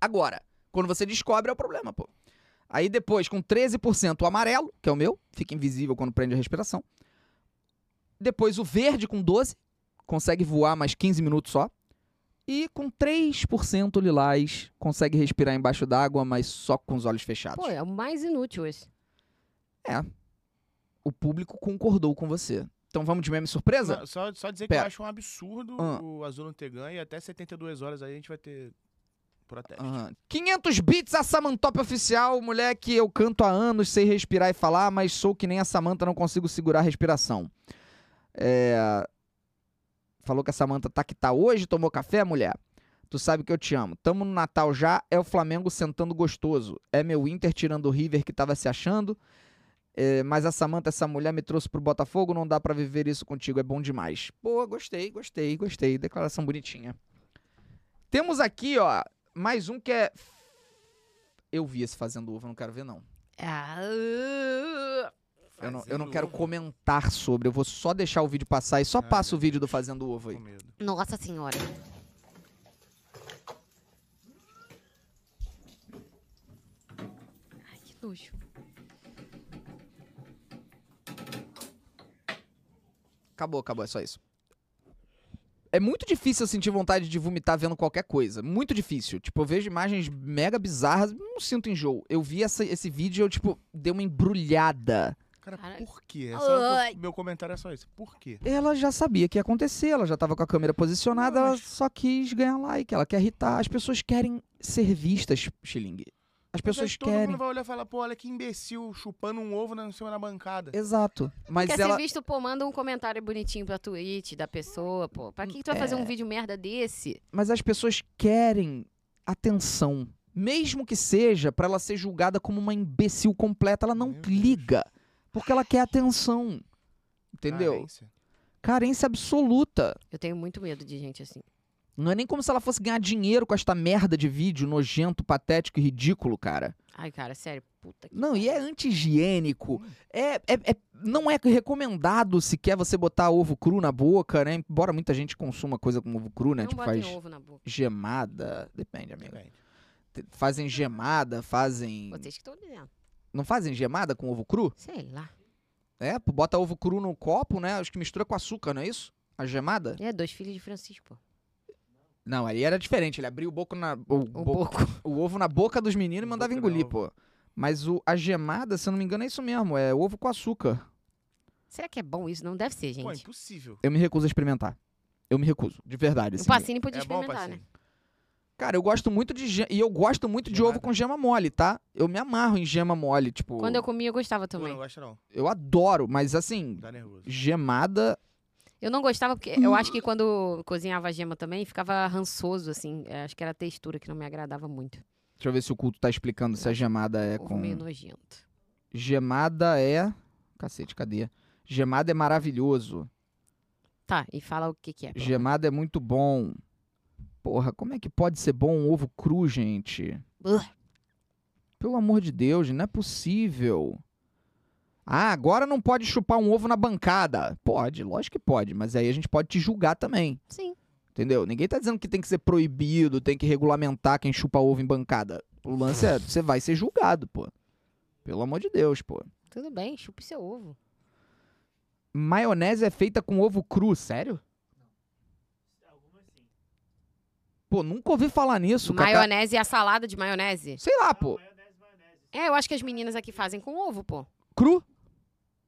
[SPEAKER 1] Agora, quando você descobre, é o problema, pô. Aí depois, com 13%, o amarelo, que é o meu, fica invisível quando prende a respiração. Depois o verde com 12, consegue voar mais 15 minutos só. E com 3% o lilás, consegue respirar embaixo d'água, mas só com os olhos fechados.
[SPEAKER 2] Pô, é o mais inútil esse.
[SPEAKER 1] O público concordou com você. Então vamos de meme surpresa?
[SPEAKER 4] Não, só, só dizer
[SPEAKER 1] Pera.
[SPEAKER 4] que eu acho um absurdo
[SPEAKER 1] Ah.
[SPEAKER 4] o Azul não ter ganho e até 72 horas aí a gente vai ter protesto.
[SPEAKER 1] Aham. 500 bits a Samantop oficial, mulher que eu canto há anos sem respirar e falar, mas sou que nem a Samanta, não consigo segurar a respiração. É, Falou que a Samanta tá que tá hoje, tomou café, mulher? Tu sabe que eu te amo. Tamo no Natal já, é o Flamengo sentando gostoso. É meu Inter tirando o River que tava se achando. É, mas a Samanta, essa mulher, me trouxe pro Botafogo, não dá pra viver isso contigo, é bom demais. Boa, gostei, gostei, gostei. Declaração bonitinha. Temos aqui, ó, mais um que é. Eu vi esse fazendo uva, eu não quero ver, não.
[SPEAKER 2] Ah, uh,
[SPEAKER 1] Eu não, eu
[SPEAKER 4] Fazendo
[SPEAKER 1] não quero
[SPEAKER 4] ovo?
[SPEAKER 1] comentar sobre, eu vou só deixar o vídeo passar e só
[SPEAKER 4] Ai,
[SPEAKER 1] passa o
[SPEAKER 4] meu
[SPEAKER 1] vídeo do
[SPEAKER 4] Deus.
[SPEAKER 1] Fazendo Ovo aí.
[SPEAKER 4] Com medo.
[SPEAKER 2] nossa senhora. Ai, que nojo.
[SPEAKER 1] Acabou, acabou, é só isso. É muito difícil eu sentir vontade de vomitar vendo qualquer coisa. Muito difícil. Tipo, eu vejo imagens mega bizarras, não sinto enjoo. Eu vi essa- esse vídeo e eu, tipo, dei uma embrulhada.
[SPEAKER 4] Cara,
[SPEAKER 2] Caralho.
[SPEAKER 4] por quê? É só-
[SPEAKER 2] Ai.
[SPEAKER 4] meu comentário é só esse. Por quê?
[SPEAKER 1] Ela já sabia que ia acontecer, ela já tava com a câmera posicionada,
[SPEAKER 4] Não,
[SPEAKER 1] ela
[SPEAKER 4] mas-
[SPEAKER 1] só quis ganhar like, ela quer irritar. As pessoas querem ser vistas, Xiling.
[SPEAKER 4] Mas é aí
[SPEAKER 1] As pessoas
[SPEAKER 4] todo
[SPEAKER 1] querem.
[SPEAKER 4] mundo vai olhar e falar, pô, olha que imbecil chupando um ovo na, em cima da bancada.
[SPEAKER 1] Exato. Mas
[SPEAKER 2] Quer
[SPEAKER 1] ela.
[SPEAKER 2] ser visto, pô, manda um comentário bonitinho pra Twitch da pessoa, pô. Pra que, que tu vai
[SPEAKER 1] É.
[SPEAKER 2] fazer um vídeo merda desse?
[SPEAKER 1] mas as pessoas querem atenção. Mesmo que seja pra ela ser julgada como uma imbecil completa, ela não
[SPEAKER 4] Meu Deus.
[SPEAKER 1] liga. Porque ela quer atenção. Entendeu?
[SPEAKER 4] Carência.
[SPEAKER 1] Carência absoluta.
[SPEAKER 2] Eu tenho muito medo de gente assim.
[SPEAKER 1] Não é nem como se ela fosse ganhar dinheiro com esta merda de vídeo nojento, patético e ridículo, cara.
[SPEAKER 2] Ai, cara, sério, puta que
[SPEAKER 1] Não, e é
[SPEAKER 2] pariu.
[SPEAKER 1] anti-higiênico. É, é- é- não é recomendado sequer você botar ovo cru na boca, né? Embora muita gente consuma coisa com ovo cru, né?
[SPEAKER 2] Não
[SPEAKER 1] tipo,
[SPEAKER 2] botem
[SPEAKER 1] faz
[SPEAKER 2] ovo na boca.
[SPEAKER 1] gemada. Depende, amigo.
[SPEAKER 4] Depende.
[SPEAKER 1] Te- Fazem gemada, fazem.
[SPEAKER 2] Vocês que estão dizendo.
[SPEAKER 1] Não fazem gemada com ovo cru?
[SPEAKER 2] Sei lá.
[SPEAKER 1] É, pô, bota ovo cru no copo, né? Acho que mistura com açúcar, não é isso? A gemada?
[SPEAKER 2] É, dois filhos de Francisco, pô.
[SPEAKER 1] Não, aí era diferente. Ele abria o, boco na, o,
[SPEAKER 2] Um
[SPEAKER 1] bo-
[SPEAKER 2] pouco.
[SPEAKER 1] o ovo na boca dos meninos e
[SPEAKER 4] O
[SPEAKER 1] mandava
[SPEAKER 4] boco do
[SPEAKER 1] engolir,
[SPEAKER 4] ovo.
[SPEAKER 1] pô. Mas o, a gemada, se eu não me engano, é isso mesmo. É ovo com açúcar.
[SPEAKER 2] Será que é bom isso? Não deve ser, gente.
[SPEAKER 4] Pô,
[SPEAKER 1] então,
[SPEAKER 4] impossível.
[SPEAKER 1] Eu me recuso a experimentar. Eu me recuso, de verdade.
[SPEAKER 2] o
[SPEAKER 1] assim.
[SPEAKER 2] Pacini podia
[SPEAKER 4] é bom,
[SPEAKER 2] experimentar, né?
[SPEAKER 4] parceiro.
[SPEAKER 1] Cara, eu gosto muito de ge- e eu gosto muito de
[SPEAKER 4] Gemada.
[SPEAKER 1] ovo com gema mole, tá? Eu me amarro em gema mole, tipo.
[SPEAKER 2] Quando eu comia, eu gostava
[SPEAKER 4] Pô, não
[SPEAKER 2] também.
[SPEAKER 4] gosta não.
[SPEAKER 1] eu adoro, mas assim,
[SPEAKER 4] Dá nervoso.
[SPEAKER 1] gemada
[SPEAKER 2] Eu não gostava porque eu acho que quando cozinhava a gema também, ficava rançoso, assim. É, Acho que era a textura que não me agradava muito.
[SPEAKER 1] Deixa eu ver se o culto tá explicando se a gemada é
[SPEAKER 2] Ovo
[SPEAKER 1] com.
[SPEAKER 2] meio nojento.
[SPEAKER 1] Gemada é. Cacete, cadê? Gemada é maravilhoso.
[SPEAKER 2] Tá, e fala o que que é. pelo
[SPEAKER 1] Gemada é muito bom. Porra, como é que pode ser bom um ovo cru, gente?
[SPEAKER 2] Ugh.
[SPEAKER 1] Pelo amor de Deus, não é possível. Ah, agora não pode chupar um ovo na bancada. Pode, lógico que pode, mas aí a gente pode te julgar também,
[SPEAKER 2] menos. Sim.
[SPEAKER 1] entendeu? Ninguém tá dizendo que tem que ser proibido, tem que regulamentar quem chupa ovo em bancada. O lance é, você vai ser julgado, pô. Pelo amor de Deus, pô.
[SPEAKER 2] Tudo bem, chupe seu ovo.
[SPEAKER 1] Maionese é feita com ovo cru, sério? Pô, nunca ouvi falar nisso, cara.
[SPEAKER 2] Maionese e a salada de maionese.
[SPEAKER 1] Sei lá, pô.
[SPEAKER 2] É, eu acho que as meninas aqui fazem com ovo, pô.
[SPEAKER 1] Cru?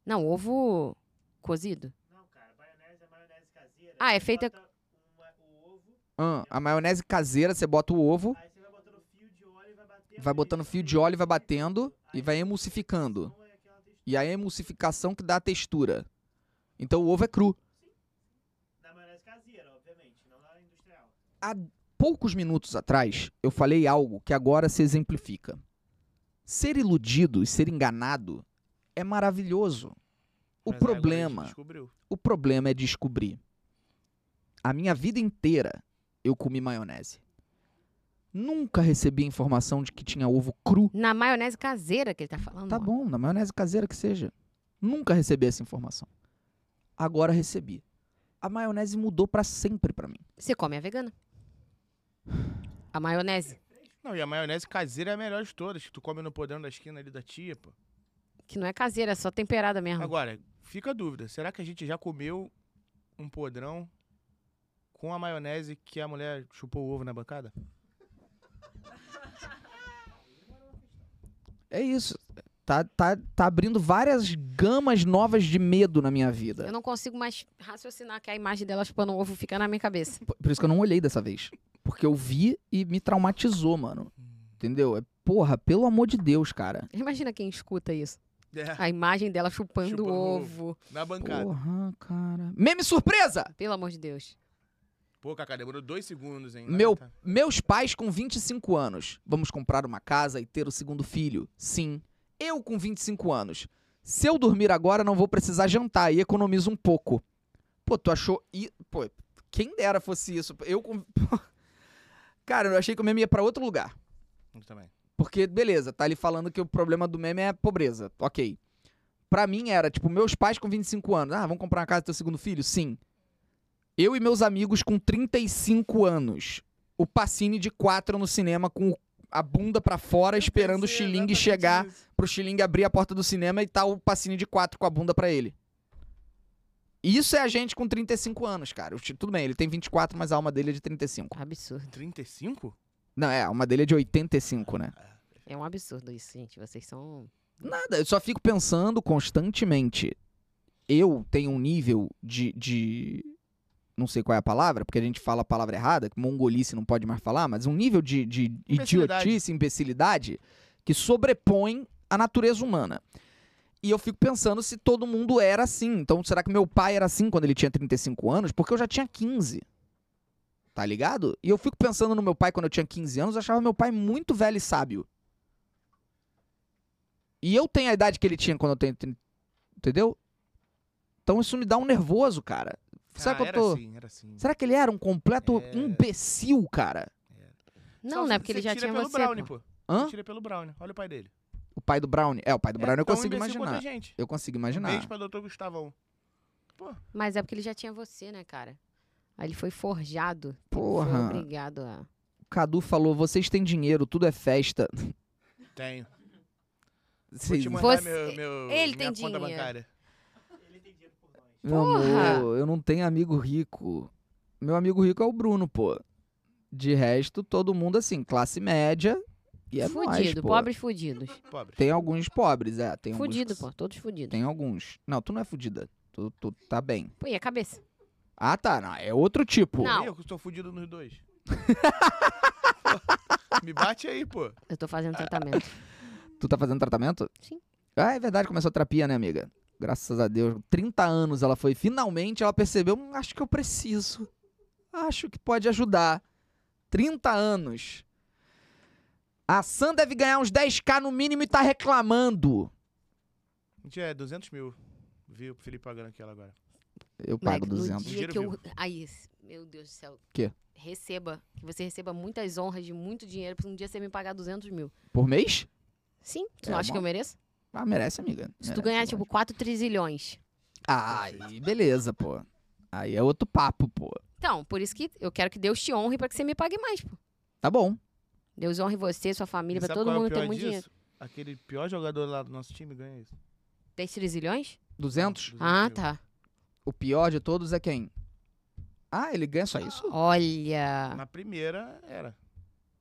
[SPEAKER 2] Não, ovo cozido.
[SPEAKER 6] Não, cara, maionese é maionese caseira.
[SPEAKER 2] Ah, é
[SPEAKER 6] Você
[SPEAKER 2] feita-
[SPEAKER 6] bota uma- o ovo,
[SPEAKER 1] Ah, a maionese caseira, você bota o ovo,
[SPEAKER 6] aí você vai botando fio de óleo e vai batendo.
[SPEAKER 1] vai botando fio de óleo e vai batendo e vai emulsificando.
[SPEAKER 6] é
[SPEAKER 1] E a emulsificação que dá a textura. Então o ovo é cru.
[SPEAKER 6] Na maionese caseira, obviamente, não na industrial.
[SPEAKER 1] Poucos minutos atrás, eu falei algo que agora se exemplifica. Ser iludido e ser enganado é maravilhoso. O
[SPEAKER 3] é
[SPEAKER 4] Mas aí agora a gente
[SPEAKER 3] né?
[SPEAKER 1] problema
[SPEAKER 4] Descobriu.
[SPEAKER 1] O problema é descobrir. A minha vida inteira eu comi maionese. Nunca recebi informação de que tinha ovo cru.
[SPEAKER 2] Na maionese caseira que ele tá falando.
[SPEAKER 1] Tá
[SPEAKER 2] ó.
[SPEAKER 1] bom, na maionese caseira que seja. Nunca recebi essa informação. Agora recebi. A maionese mudou pra sempre pra mim.
[SPEAKER 2] Você come a vegana? A maionese,
[SPEAKER 4] Não, e a maionese caseira é a melhor de todas. que Tu come no podrão da esquina ali da tia, pô.
[SPEAKER 2] que não é caseira, é só temperada mesmo.
[SPEAKER 4] Agora, fica a dúvida. Será que a gente já comeu um podrão com a maionese que a mulher chupou o ovo na bancada?
[SPEAKER 1] É isso. Tá, tá, tá abrindo várias gamas novas de medo na minha vida.
[SPEAKER 2] Eu não consigo mais raciocinar que a imagem dela chupando um ovo fica na minha cabeça.
[SPEAKER 1] P- Por isso que eu não olhei dessa vez. Porque eu vi e me traumatizou, mano. Entendeu? É, porra, pelo amor de Deus, cara.
[SPEAKER 2] Imagina quem escuta isso.
[SPEAKER 4] É.
[SPEAKER 2] A imagem dela chupando
[SPEAKER 4] Chupando
[SPEAKER 2] o
[SPEAKER 4] o
[SPEAKER 2] ovo.
[SPEAKER 4] Na bancada.
[SPEAKER 1] Porra, cara. Meme surpresa!
[SPEAKER 2] Pelo amor de Deus.
[SPEAKER 4] Pô, Cacá, demorou dois segundos, hein?
[SPEAKER 1] Meu-
[SPEAKER 4] Tá.
[SPEAKER 1] Meus pais com 25 anos. Vamos comprar uma casa e ter o segundo filho. Sim. Eu com 25 anos. Se eu dormir agora, não vou precisar jantar e economizo um pouco. Pô, tu achou. i- Pô, quem dera fosse isso. Eu com. Cara, eu achei que o meme ia pra outro lugar.
[SPEAKER 4] Eu também.
[SPEAKER 1] Porque, beleza, tá ali falando que o problema do meme é a pobreza. Ok. Pra mim era, tipo, meus pais com 25 anos. Ah, vamos comprar uma casa do teu segundo filho? Sim. Eu e meus amigos com 35 anos. O Pacini de 4 no cinema com o- a bunda pra fora, esperando o xilingue chegar, pro xilingue abrir a porta do cinema e tá o Pacini de 4 com a bunda pra ele. Isso é a gente com 35 anos, cara. O Chi- Tudo bem, ele tem 24, mas a alma dele é de 35.
[SPEAKER 2] Absurdo.
[SPEAKER 4] 35?
[SPEAKER 1] Não, é, a alma dele é de 85, né?
[SPEAKER 2] É um absurdo isso, gente. Vocês são.
[SPEAKER 1] Nada, eu só fico pensando constantemente. Eu tenho um nível de, de. Não sei qual é a palavra, porque a gente fala a palavra errada, que mongolice não pode mais falar, mas um nível de, de
[SPEAKER 4] Imbecilidade.
[SPEAKER 1] idiotice, imbecilidade, que sobrepõe a natureza humana. E eu fico pensando se todo mundo era assim. Então, será que meu pai era assim quando ele tinha 35 anos? Porque eu já tinha 15. Tá ligado? E eu fico pensando no meu pai quando eu tinha 15 anos, eu achava meu pai muito velho e sábio. E eu tenho a idade que ele tinha quando eu tenho. trin- Entendeu? Então isso me dá um nervoso, cara. Será
[SPEAKER 4] Ah,
[SPEAKER 1] que eu
[SPEAKER 4] era
[SPEAKER 1] tô.
[SPEAKER 4] assim, era assim.
[SPEAKER 1] Será que ele era um completo
[SPEAKER 4] É.
[SPEAKER 1] imbecil, cara?
[SPEAKER 2] Não,
[SPEAKER 4] Só
[SPEAKER 2] né? Porque ele já
[SPEAKER 4] tira
[SPEAKER 2] tinha
[SPEAKER 4] pelo
[SPEAKER 2] você.
[SPEAKER 4] Brownie,
[SPEAKER 2] pô.
[SPEAKER 4] pô.
[SPEAKER 1] Hã?
[SPEAKER 4] Você Tira pelo Brownie. Olha o pai dele.
[SPEAKER 1] O pai do Brown. É, o pai do Brown
[SPEAKER 4] É
[SPEAKER 1] eu
[SPEAKER 4] tão
[SPEAKER 1] consigo
[SPEAKER 4] imbecil quanto a
[SPEAKER 1] imaginar.
[SPEAKER 4] gente. Um
[SPEAKER 1] Eu consigo
[SPEAKER 4] Beijo
[SPEAKER 1] imaginar.
[SPEAKER 4] pra doutor Gustavão.
[SPEAKER 2] Mas é porque ele já tinha você, né, cara? Aí ele foi forjado. Ele
[SPEAKER 1] Porra.
[SPEAKER 2] Foi obrigado a.
[SPEAKER 1] O Cadu falou: vocês têm dinheiro, tudo é festa.
[SPEAKER 4] Tenho. Vou
[SPEAKER 1] Vocês-
[SPEAKER 4] te mandar
[SPEAKER 2] Você-
[SPEAKER 4] meu, meu,
[SPEAKER 2] ele
[SPEAKER 4] minha
[SPEAKER 2] tem
[SPEAKER 4] conta
[SPEAKER 2] dinheiro.
[SPEAKER 4] bancária.
[SPEAKER 1] Meu
[SPEAKER 2] Porra!
[SPEAKER 1] amor, eu não tenho amigo rico. Meu amigo rico é o Bruno, pô. De resto, todo mundo assim, classe média. E é nóis,
[SPEAKER 2] fudido,
[SPEAKER 1] pô.
[SPEAKER 2] pobres fudidos.
[SPEAKER 4] Pobre.
[SPEAKER 1] Tem alguns pobres, é. Tem alguns
[SPEAKER 2] Fudido,
[SPEAKER 1] que-
[SPEAKER 2] pô. Todos fudidos.
[SPEAKER 1] Tem alguns. Não, tu não é fudida. Tu, tu tá bem.
[SPEAKER 2] Pô, e a cabeça?
[SPEAKER 1] Ah, tá. Não, é outro tipo.
[SPEAKER 2] Não.
[SPEAKER 4] Eu que tô fudido nos dois. Me bate aí, pô.
[SPEAKER 2] Eu tô fazendo tratamento.
[SPEAKER 1] Tu tá fazendo tratamento?
[SPEAKER 2] Sim.
[SPEAKER 1] Ah, é verdade, começou a terapia, né, amiga? Graças a Deus. 30 anos ela foi. Finalmente ela percebeu, "Hum, acho que eu preciso. Acho que pode ajudar. 30 anos. A Sam deve ganhar uns 10k no mínimo e tá reclamando.
[SPEAKER 4] A gente é 200 mil. Viu o Felipe pagando aquilo agora.
[SPEAKER 1] Eu pago
[SPEAKER 2] Moleque,
[SPEAKER 1] 200.
[SPEAKER 2] No dia que eu...
[SPEAKER 4] Dinheiro
[SPEAKER 2] Aí, meu Deus do céu.
[SPEAKER 1] Quê?
[SPEAKER 2] Receba. Que você receba muitas honras de muito dinheiro pra um dia você me pagar 200 mil.
[SPEAKER 1] Por mês?
[SPEAKER 2] Sim? Tu
[SPEAKER 1] É
[SPEAKER 2] não acha
[SPEAKER 1] uma-
[SPEAKER 2] que eu mereço?
[SPEAKER 1] Ah, merece, amiga.
[SPEAKER 2] Se tu
[SPEAKER 1] Merece,
[SPEAKER 2] ganhar,
[SPEAKER 1] eu
[SPEAKER 2] tipo, 4 trilhões.
[SPEAKER 1] Ah, Aí, beleza, pô. Aí é outro papo, pô.
[SPEAKER 2] Então, por isso que eu quero que Deus te honre pra que você me pague mais, pô.
[SPEAKER 1] Tá bom.
[SPEAKER 2] Deus honre você, sua família,
[SPEAKER 4] E
[SPEAKER 2] pra
[SPEAKER 4] sabe
[SPEAKER 2] todo
[SPEAKER 4] qual é o
[SPEAKER 2] mundo ter
[SPEAKER 4] pior
[SPEAKER 2] muito dinheiro.
[SPEAKER 4] disso? Aquele pior jogador lá do nosso time ganha isso.
[SPEAKER 2] 10 trilhões?
[SPEAKER 1] 200?
[SPEAKER 2] Ah, tá.
[SPEAKER 1] O pior de todos é quem? Ah, ele ganha só isso?
[SPEAKER 2] Olha.
[SPEAKER 4] Na primeira era.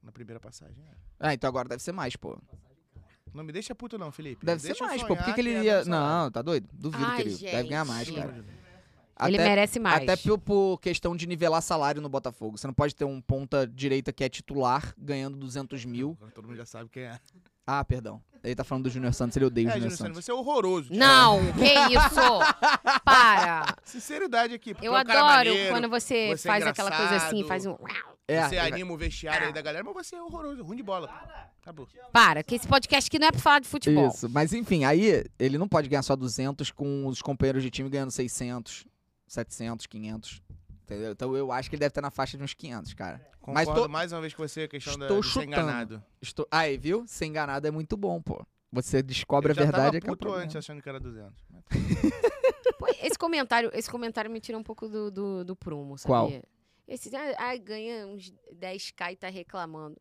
[SPEAKER 4] Na primeira passagem era.
[SPEAKER 1] Ah, então agora deve ser mais, pô.
[SPEAKER 4] Não me deixa puto não, Felipe.
[SPEAKER 1] Deve ser
[SPEAKER 4] Deixa eu
[SPEAKER 1] mais, pô. Por que,
[SPEAKER 4] sonhar
[SPEAKER 1] que ele
[SPEAKER 4] é
[SPEAKER 1] ia.
[SPEAKER 4] meu salário.
[SPEAKER 1] Não, tá doido? Duvido
[SPEAKER 2] Ai,
[SPEAKER 1] que ele deve ganhar mais,
[SPEAKER 2] gente.
[SPEAKER 1] cara.
[SPEAKER 2] Ele
[SPEAKER 1] Até-
[SPEAKER 2] merece mais.
[SPEAKER 1] Até por, por questão de nivelar salário no Botafogo. Você não pode ter um ponta direita que é titular ganhando 200 mil.
[SPEAKER 4] Agora todo mundo já sabe quem é.
[SPEAKER 1] Ah, perdão. Ele tá falando do Júnior Santos, ele odeia
[SPEAKER 4] É,
[SPEAKER 1] o Júnior
[SPEAKER 4] Júnior Santos,
[SPEAKER 1] Santos.
[SPEAKER 4] você é horroroso. tipo,
[SPEAKER 2] Não, que isso? Para.
[SPEAKER 4] Sinceridade aqui. porque
[SPEAKER 2] Eu
[SPEAKER 4] é um cara
[SPEAKER 2] adoro
[SPEAKER 4] maneiro,
[SPEAKER 2] quando você,
[SPEAKER 4] você é
[SPEAKER 2] faz aquela coisa assim,
[SPEAKER 4] engraçado.
[SPEAKER 2] faz um.
[SPEAKER 1] É,
[SPEAKER 4] Você
[SPEAKER 1] ele vai-
[SPEAKER 4] anima o vestiário aí da galera, mas você é horroroso, ruim de bola. pô. Acabou.
[SPEAKER 2] Para, que esse podcast aqui não é pra falar de futebol.
[SPEAKER 1] Isso, mas enfim, aí ele não pode ganhar só 200 com os companheiros de time ganhando 600, 700, 500. Entendeu? Então eu acho que ele deve estar na faixa de uns 500, cara. Mas
[SPEAKER 4] É. Concordo
[SPEAKER 1] tô-
[SPEAKER 4] mais uma vez com você, a questão da,
[SPEAKER 1] estou
[SPEAKER 4] de ser
[SPEAKER 1] chutando.
[SPEAKER 4] enganado.
[SPEAKER 1] Estou... Aí, viu? Ser enganado é muito bom, pô. Você descobre
[SPEAKER 4] eu
[SPEAKER 1] a verdade
[SPEAKER 4] já
[SPEAKER 1] é que é
[SPEAKER 4] tava
[SPEAKER 1] o
[SPEAKER 4] puto
[SPEAKER 1] problema.
[SPEAKER 4] antes achando que era 200. Mas
[SPEAKER 2] Pô, Esse comentário, esse comentário me tira um pouco do, do, do prumo, sabe?
[SPEAKER 1] Qual?
[SPEAKER 2] Esse, ah, ah, ganha uns 10k e tá reclamando.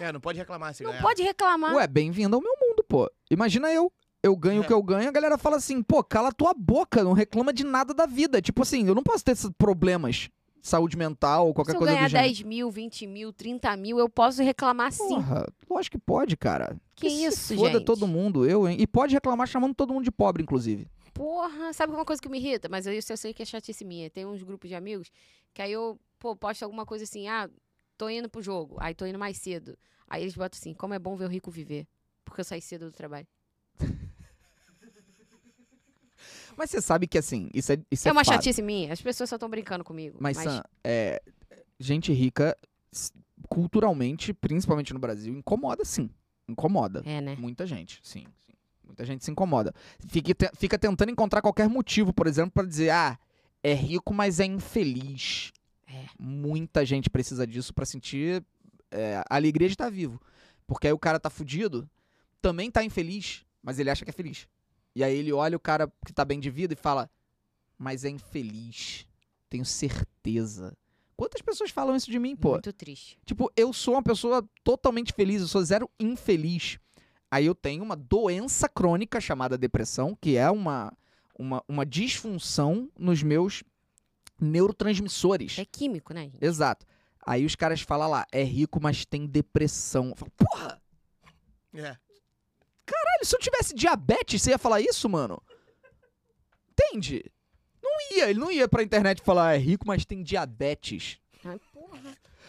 [SPEAKER 4] É, não pode reclamar se
[SPEAKER 2] Não
[SPEAKER 4] ganhar.
[SPEAKER 2] pode reclamar.
[SPEAKER 1] Ué, bem-vindo ao meu mundo, pô. Imagina eu. Eu
[SPEAKER 2] É.
[SPEAKER 1] ganho o que eu ganho, a galera fala assim, pô, cala tua boca, não reclama de nada da vida. Tipo assim, eu não posso ter esses problemas, saúde mental ou qualquer
[SPEAKER 2] Se eu
[SPEAKER 1] coisa do
[SPEAKER 2] ganhar
[SPEAKER 1] gênero.
[SPEAKER 2] 10 mil, 20 mil, 30 mil, eu posso reclamar sim.
[SPEAKER 1] Porra, lógico que pode, cara.
[SPEAKER 2] Que
[SPEAKER 1] se
[SPEAKER 2] isso,
[SPEAKER 1] foda
[SPEAKER 2] gente?
[SPEAKER 1] todo mundo, eu, hein? E pode reclamar chamando todo mundo de pobre, inclusive.
[SPEAKER 2] Porra, sabe uma coisa que me irrita? Mas eu- isso eu sei que é chatice minha. Tem uns grupos de amigos que aí eu, pô, posto alguma coisa assim, ah, tô indo pro jogo, aí tô indo mais cedo. Aí eles botam assim, como é bom ver o rico viver. Porque eu saí cedo do trabalho.
[SPEAKER 1] Mas você sabe que, assim, isso é isso
[SPEAKER 2] é uma
[SPEAKER 1] fato.
[SPEAKER 2] chatice minha. As pessoas só estão brincando comigo.
[SPEAKER 1] Mas, Sam, é, gente rica, s- culturalmente, principalmente no Brasil, incomoda sim. Incomoda.
[SPEAKER 2] É, né?
[SPEAKER 1] Muita gente, sim. sim. Muita gente se incomoda. Fica, te- fica tentando encontrar qualquer motivo, por exemplo, pra dizer, ah, é rico, mas é infeliz.
[SPEAKER 2] É.
[SPEAKER 1] Muita gente precisa disso pra sentir é, a alegria de estar vivo. Porque aí o cara tá fudido, também tá infeliz, mas ele acha que é feliz. E aí ele olha o cara que tá bem de vida e fala, mas é infeliz. Tenho certeza. Quantas pessoas falam isso de mim, pô?
[SPEAKER 2] Muito triste.
[SPEAKER 1] Tipo, eu sou uma pessoa totalmente feliz, eu sou zero infeliz. Aí eu tenho uma doença crônica chamada depressão, que é uma, uma, uma disfunção nos meus neurotransmissores.
[SPEAKER 2] É químico, né, gente?
[SPEAKER 1] Exato. Aí os caras falam lá, é rico, mas tem depressão. Eu falo, porra,
[SPEAKER 4] É.
[SPEAKER 1] velho, se eu tivesse diabetes, você ia falar isso, mano? Entende? Não ia, ele não ia pra internet e falar, é rico, mas tem diabetes.
[SPEAKER 2] Ai, porra.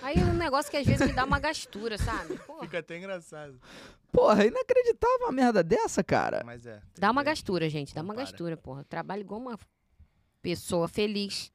[SPEAKER 2] Aí é um negócio que às vezes me dá uma gastura, sabe? Porra.
[SPEAKER 4] Fica até engraçado.
[SPEAKER 1] Porra, é inacreditável uma merda dessa, cara.
[SPEAKER 4] Mas é. tem
[SPEAKER 2] Dá uma
[SPEAKER 4] que-
[SPEAKER 2] gastura, gente. Dá uma
[SPEAKER 4] Compara.
[SPEAKER 2] gastura, porra. Trabalho igual uma pessoa feliz.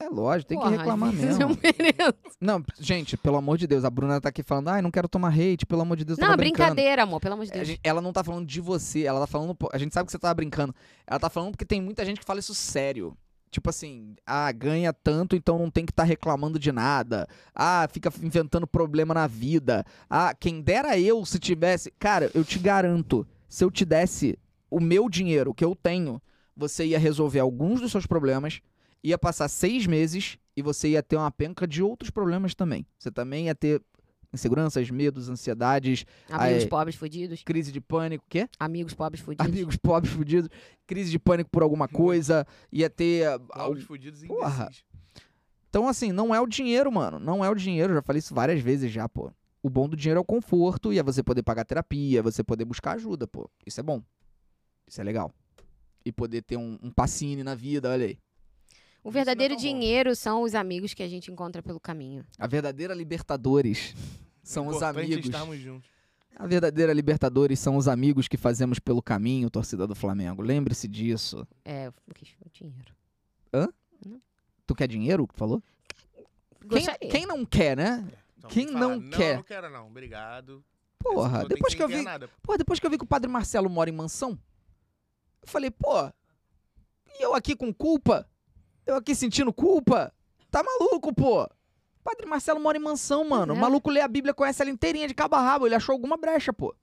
[SPEAKER 1] É lógico, tem
[SPEAKER 2] Porra,
[SPEAKER 1] que reclamar
[SPEAKER 2] às vezes é
[SPEAKER 1] mesmo.
[SPEAKER 2] eu mereço.
[SPEAKER 1] Não, gente, pelo amor de Deus, a Bruna tá aqui falando, ai, não quero tomar hate, pelo amor de Deus,
[SPEAKER 2] Não,
[SPEAKER 1] tava
[SPEAKER 2] é
[SPEAKER 1] tá brincando.
[SPEAKER 2] brincadeira, amor. Pelo amor de
[SPEAKER 1] A
[SPEAKER 2] Deus.
[SPEAKER 1] gente- ela não tá falando de você, ela tá falando. pô, A gente sabe que você tava brincando. Ela tá falando porque tem muita gente que fala isso sério. Tipo assim, ah, ganha tanto, então não tem que estar reclamando de nada. Ah, fica inventando problema na vida. Ah, quem dera eu se tivesse. Cara, eu te garanto, se eu te desse o meu dinheiro que eu tenho, você ia resolver alguns dos seus problemas, ia passar seis meses e você ia ter uma penca de outros problemas também. Você também ia ter inseguranças, medos, ansiedades,
[SPEAKER 2] Amigos
[SPEAKER 1] Aí.
[SPEAKER 2] pobres fudidos.
[SPEAKER 1] crise de pânico, o quê?
[SPEAKER 2] Amigos pobres fudidos.
[SPEAKER 1] amigos pobres fudidos, crise de pânico por
[SPEAKER 4] Uhum.
[SPEAKER 1] alguma coisa, ia ter. ah,
[SPEAKER 4] Pobres
[SPEAKER 1] al-
[SPEAKER 4] fudidos e
[SPEAKER 1] Porra.
[SPEAKER 4] imbecis.
[SPEAKER 1] Então, assim, não é o dinheiro, mano. Não é o dinheiro, já falei isso várias vezes já, pô. O bom do dinheiro é o conforto e é você poder pagar terapia, é você poder buscar ajuda, pô. Isso é bom. Isso é legal. E poder ter um, um passine na vida, olha aí.
[SPEAKER 2] O
[SPEAKER 4] Isso
[SPEAKER 2] verdadeiro
[SPEAKER 4] não é tão bom.
[SPEAKER 2] dinheiro são os amigos que a gente encontra pelo caminho.
[SPEAKER 1] A verdadeira Libertadores são os
[SPEAKER 4] Importante
[SPEAKER 1] amigos.
[SPEAKER 4] estarmos juntos.
[SPEAKER 1] A verdadeira Libertadores são os amigos que fazemos pelo caminho, torcida do Flamengo. Lembre-se disso.
[SPEAKER 2] É, eu quis o dinheiro.
[SPEAKER 1] Tu quer dinheiro? que Tu falou? Quem,
[SPEAKER 2] Gostaria.
[SPEAKER 1] quem não quer, né?
[SPEAKER 4] Só
[SPEAKER 1] Quem
[SPEAKER 4] tem que falar,
[SPEAKER 1] não quer?"
[SPEAKER 4] Então, Não, não quero não. Obrigado.
[SPEAKER 1] Porra,
[SPEAKER 4] Não tem
[SPEAKER 1] depois que eu
[SPEAKER 4] quem
[SPEAKER 1] vi.
[SPEAKER 4] quer nada.
[SPEAKER 1] Pô, depois que eu vi que o Padre Marcelo mora em mansão, eu falei, pô, e eu aqui com culpa? Eu aqui sentindo culpa? Tá maluco, pô? O Padre Marcelo mora em mansão, mano. O
[SPEAKER 2] é.
[SPEAKER 1] maluco lê a Bíblia, conhece ela inteirinha de cabo a rabo. Ele achou alguma brecha, pô.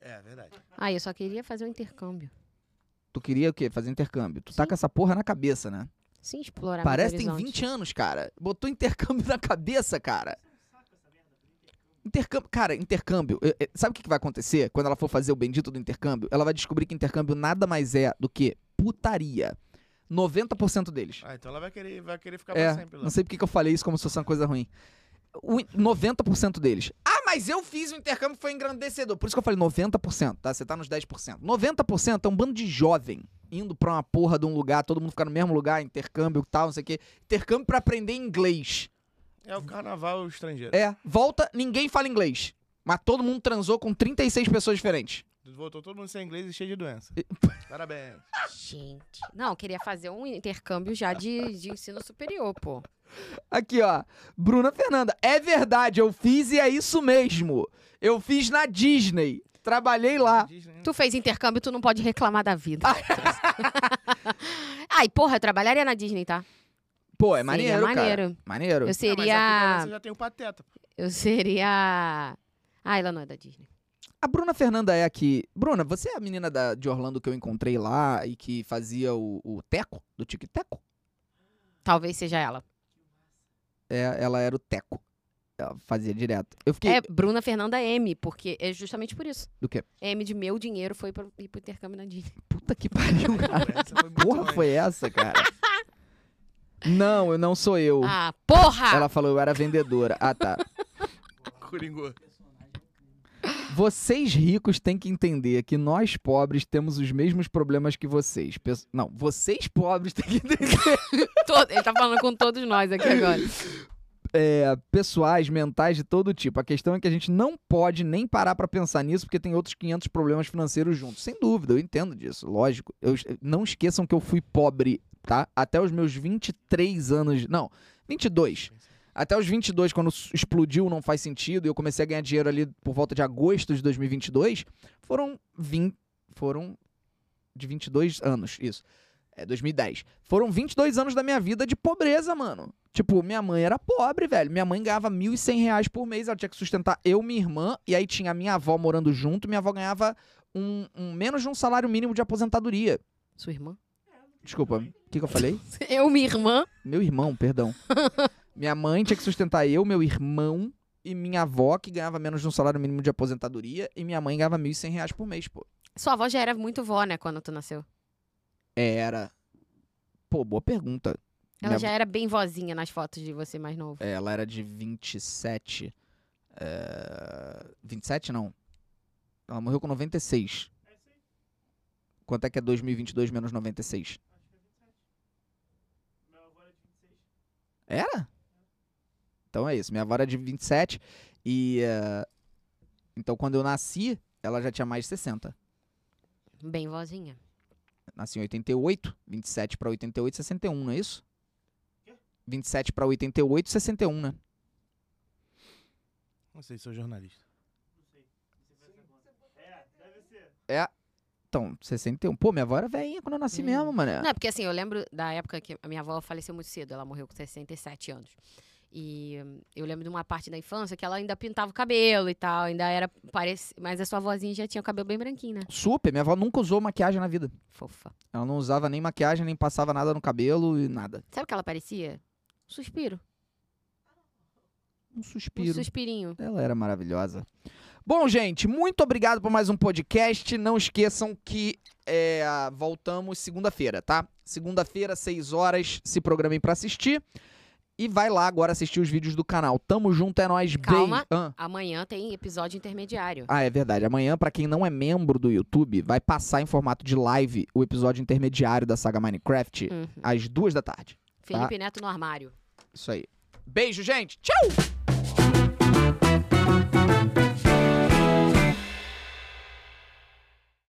[SPEAKER 4] É, verdade.
[SPEAKER 2] Ah, eu só queria fazer um intercâmbio.
[SPEAKER 1] Tu queria o quê? Fazer intercâmbio. Tu tá com essa porra na cabeça, né?
[SPEAKER 2] Sim, explorar
[SPEAKER 1] Parece que
[SPEAKER 2] meus
[SPEAKER 1] tem
[SPEAKER 2] horizontes.
[SPEAKER 1] 20 anos, cara. Botou intercâmbio na cabeça, cara. Intercâmbio, cara, intercâmbio. eh, eh, Sabe o que que vai acontecer quando ela for fazer o bendito do intercâmbio? Ela vai descobrir que intercâmbio nada mais é do que putaria. 90% deles.
[SPEAKER 4] Ah, então ela vai querer, vai querer ficar
[SPEAKER 1] É,
[SPEAKER 4] pra sempre lá.
[SPEAKER 1] não sei porque que eu falei isso como se fosse uma coisa ruim. O in- 90% deles. Ah, mas eu fiz o intercâmbio que foi engrandecedor. Por isso que eu falei 90%, tá? Você tá nos 10%. 90% é um bando de jovem indo pra uma porra de um lugar, todo mundo fica no mesmo lugar, intercâmbio e tal, não sei o quê. Intercâmbio pra aprender inglês.
[SPEAKER 4] É o carnaval estrangeiro.
[SPEAKER 1] É, volta, ninguém fala inglês. Mas todo mundo transou com 36 pessoas diferentes.
[SPEAKER 4] Voltou todo mundo sem inglês e cheio de doença. Parabéns.
[SPEAKER 2] Gente. Não, eu queria fazer um intercâmbio já de, de ensino superior, pô.
[SPEAKER 1] Aqui, ó. Bruna Fernanda. É verdade, eu fiz e é isso mesmo. Eu fiz na Disney. Trabalhei lá.
[SPEAKER 4] Disney,
[SPEAKER 2] Tu fez intercâmbio, tu não pode reclamar da vida. Ai, porra, eu trabalharia na Disney, tá?
[SPEAKER 1] Pô, é
[SPEAKER 2] Seria
[SPEAKER 1] maneiro, cara.
[SPEAKER 2] maneiro.
[SPEAKER 1] Maneiro.
[SPEAKER 2] Eu
[SPEAKER 4] Não, mas aqui na
[SPEAKER 2] seria.
[SPEAKER 4] Você já tem o pateta.
[SPEAKER 2] Eu seria. Ah, ela não é da Disney.
[SPEAKER 1] A Bruna Fernanda é aqui. Bruna, você é a menina da- de Orlando que eu encontrei lá e que fazia o, o Teco, do Tic Teco?
[SPEAKER 2] Talvez seja ela.
[SPEAKER 1] É, ela era o Teco. Ela fazia direto. Eu fiquei.
[SPEAKER 2] É Bruna Fernanda M, porque é justamente por isso.
[SPEAKER 1] Do quê?
[SPEAKER 2] M de meu dinheiro foi pra ir pro intercâmbio na Disney.
[SPEAKER 1] Puta que pariu, cara.
[SPEAKER 4] Essa foi muito
[SPEAKER 1] Porra,
[SPEAKER 4] longe.
[SPEAKER 1] foi essa, cara? Não, eu não sou eu.
[SPEAKER 2] Ah, porra!
[SPEAKER 1] Ela falou, eu era vendedora. Ah, tá.
[SPEAKER 4] Coringou.
[SPEAKER 1] Vocês ricos têm que entender que nós pobres temos os mesmos problemas que vocês. Pes- Não, vocês pobres têm que entender.
[SPEAKER 2] To- Ele tá falando com todos nós aqui agora.
[SPEAKER 1] É, pessoais, mentais de todo tipo. A questão é que a gente não pode nem parar pra pensar nisso porque tem outros 500 problemas financeiros juntos. Sem dúvida, eu entendo disso, lógico. Eu, es- não esqueçam que eu fui pobre, tá? Até os meus 23 anos. Não, 22. Até os 22, quando s- explodiu Não Faz Sentido e eu comecei a ganhar dinheiro ali por volta de agosto de 2022, foram 20, foram de 22 anos, isso. É 2010. Foram 22 anos da minha vida de pobreza, mano. Tipo, minha mãe era pobre, velho. Minha mãe ganhava 1.100 reais por mês, ela tinha que sustentar eu, minha irmã, e aí tinha minha avó morando junto, minha avó ganhava um, um- menos de um salário mínimo de aposentadoria.
[SPEAKER 2] Sua irmã?
[SPEAKER 1] Desculpa, o que que eu falei?
[SPEAKER 2] Eu, minha irmã.
[SPEAKER 1] Meu irmão, perdão. minha mãe tinha que sustentar eu, meu irmão e minha avó, que ganhava menos de um salário mínimo de aposentadoria, e minha mãe ganhava 1.100 reais por mês, pô.
[SPEAKER 2] Sua avó já era muito vó, né, quando tu nasceu.
[SPEAKER 1] Era. Pô, boa pergunta.
[SPEAKER 2] Ela
[SPEAKER 1] Minha
[SPEAKER 2] já era bem vozinha nas fotos de você mais novo.
[SPEAKER 1] É, Ela era de 27. É... 27 não. Ela morreu com 96. Quanto é que é 2022 menos 96? Era? Então é isso. Minha avó era de 27. E. é, Então quando eu nasci, ela já tinha mais de 60.
[SPEAKER 2] Bem vozinha.
[SPEAKER 1] Nasci em 88. 27 pra 88, 61, não é isso? 27 pra 88, 61, né?
[SPEAKER 4] Não sei, sou jornalista.
[SPEAKER 1] Então, 61. Pô, minha avó era velhinha quando eu nasci
[SPEAKER 2] Hum.
[SPEAKER 1] mesmo, mané.
[SPEAKER 2] Não, é porque assim, eu lembro da época que a minha avó faleceu muito cedo, ela morreu com 67 anos. E hum, eu lembro de uma parte da infância que ela ainda pintava o cabelo e tal, ainda era. Parece, mas a sua vozinha já tinha o cabelo bem branquinho, né?
[SPEAKER 1] Super, minha avó nunca usou maquiagem na vida.
[SPEAKER 2] Fofa.
[SPEAKER 1] Ela não usava nem maquiagem, nem passava nada no cabelo e nada.
[SPEAKER 2] Sabe o que ela parecia? Um suspiro.
[SPEAKER 1] Um
[SPEAKER 2] Um
[SPEAKER 1] suspiro.
[SPEAKER 2] suspirinho.
[SPEAKER 1] Ela era maravilhosa. Bom, gente, muito obrigado por mais um podcast. Não esqueçam que é, voltamos segunda-feira, tá? Segunda-feira, 6 horas, se programem pra assistir. E vai lá agora assistir os vídeos do canal. Tamo junto, é nóis.
[SPEAKER 2] Calma.
[SPEAKER 1] beijo. Ah.
[SPEAKER 2] Amanhã tem episódio intermediário.
[SPEAKER 1] Ah, é verdade. Amanhã, pra quem não é membro do YouTube, vai passar em formato de live o episódio intermediário da saga Minecraft
[SPEAKER 2] Uhum.
[SPEAKER 1] às duas da tarde.
[SPEAKER 2] Felipe Neto no armário.
[SPEAKER 1] Isso aí. Beijo, gente. Tchau!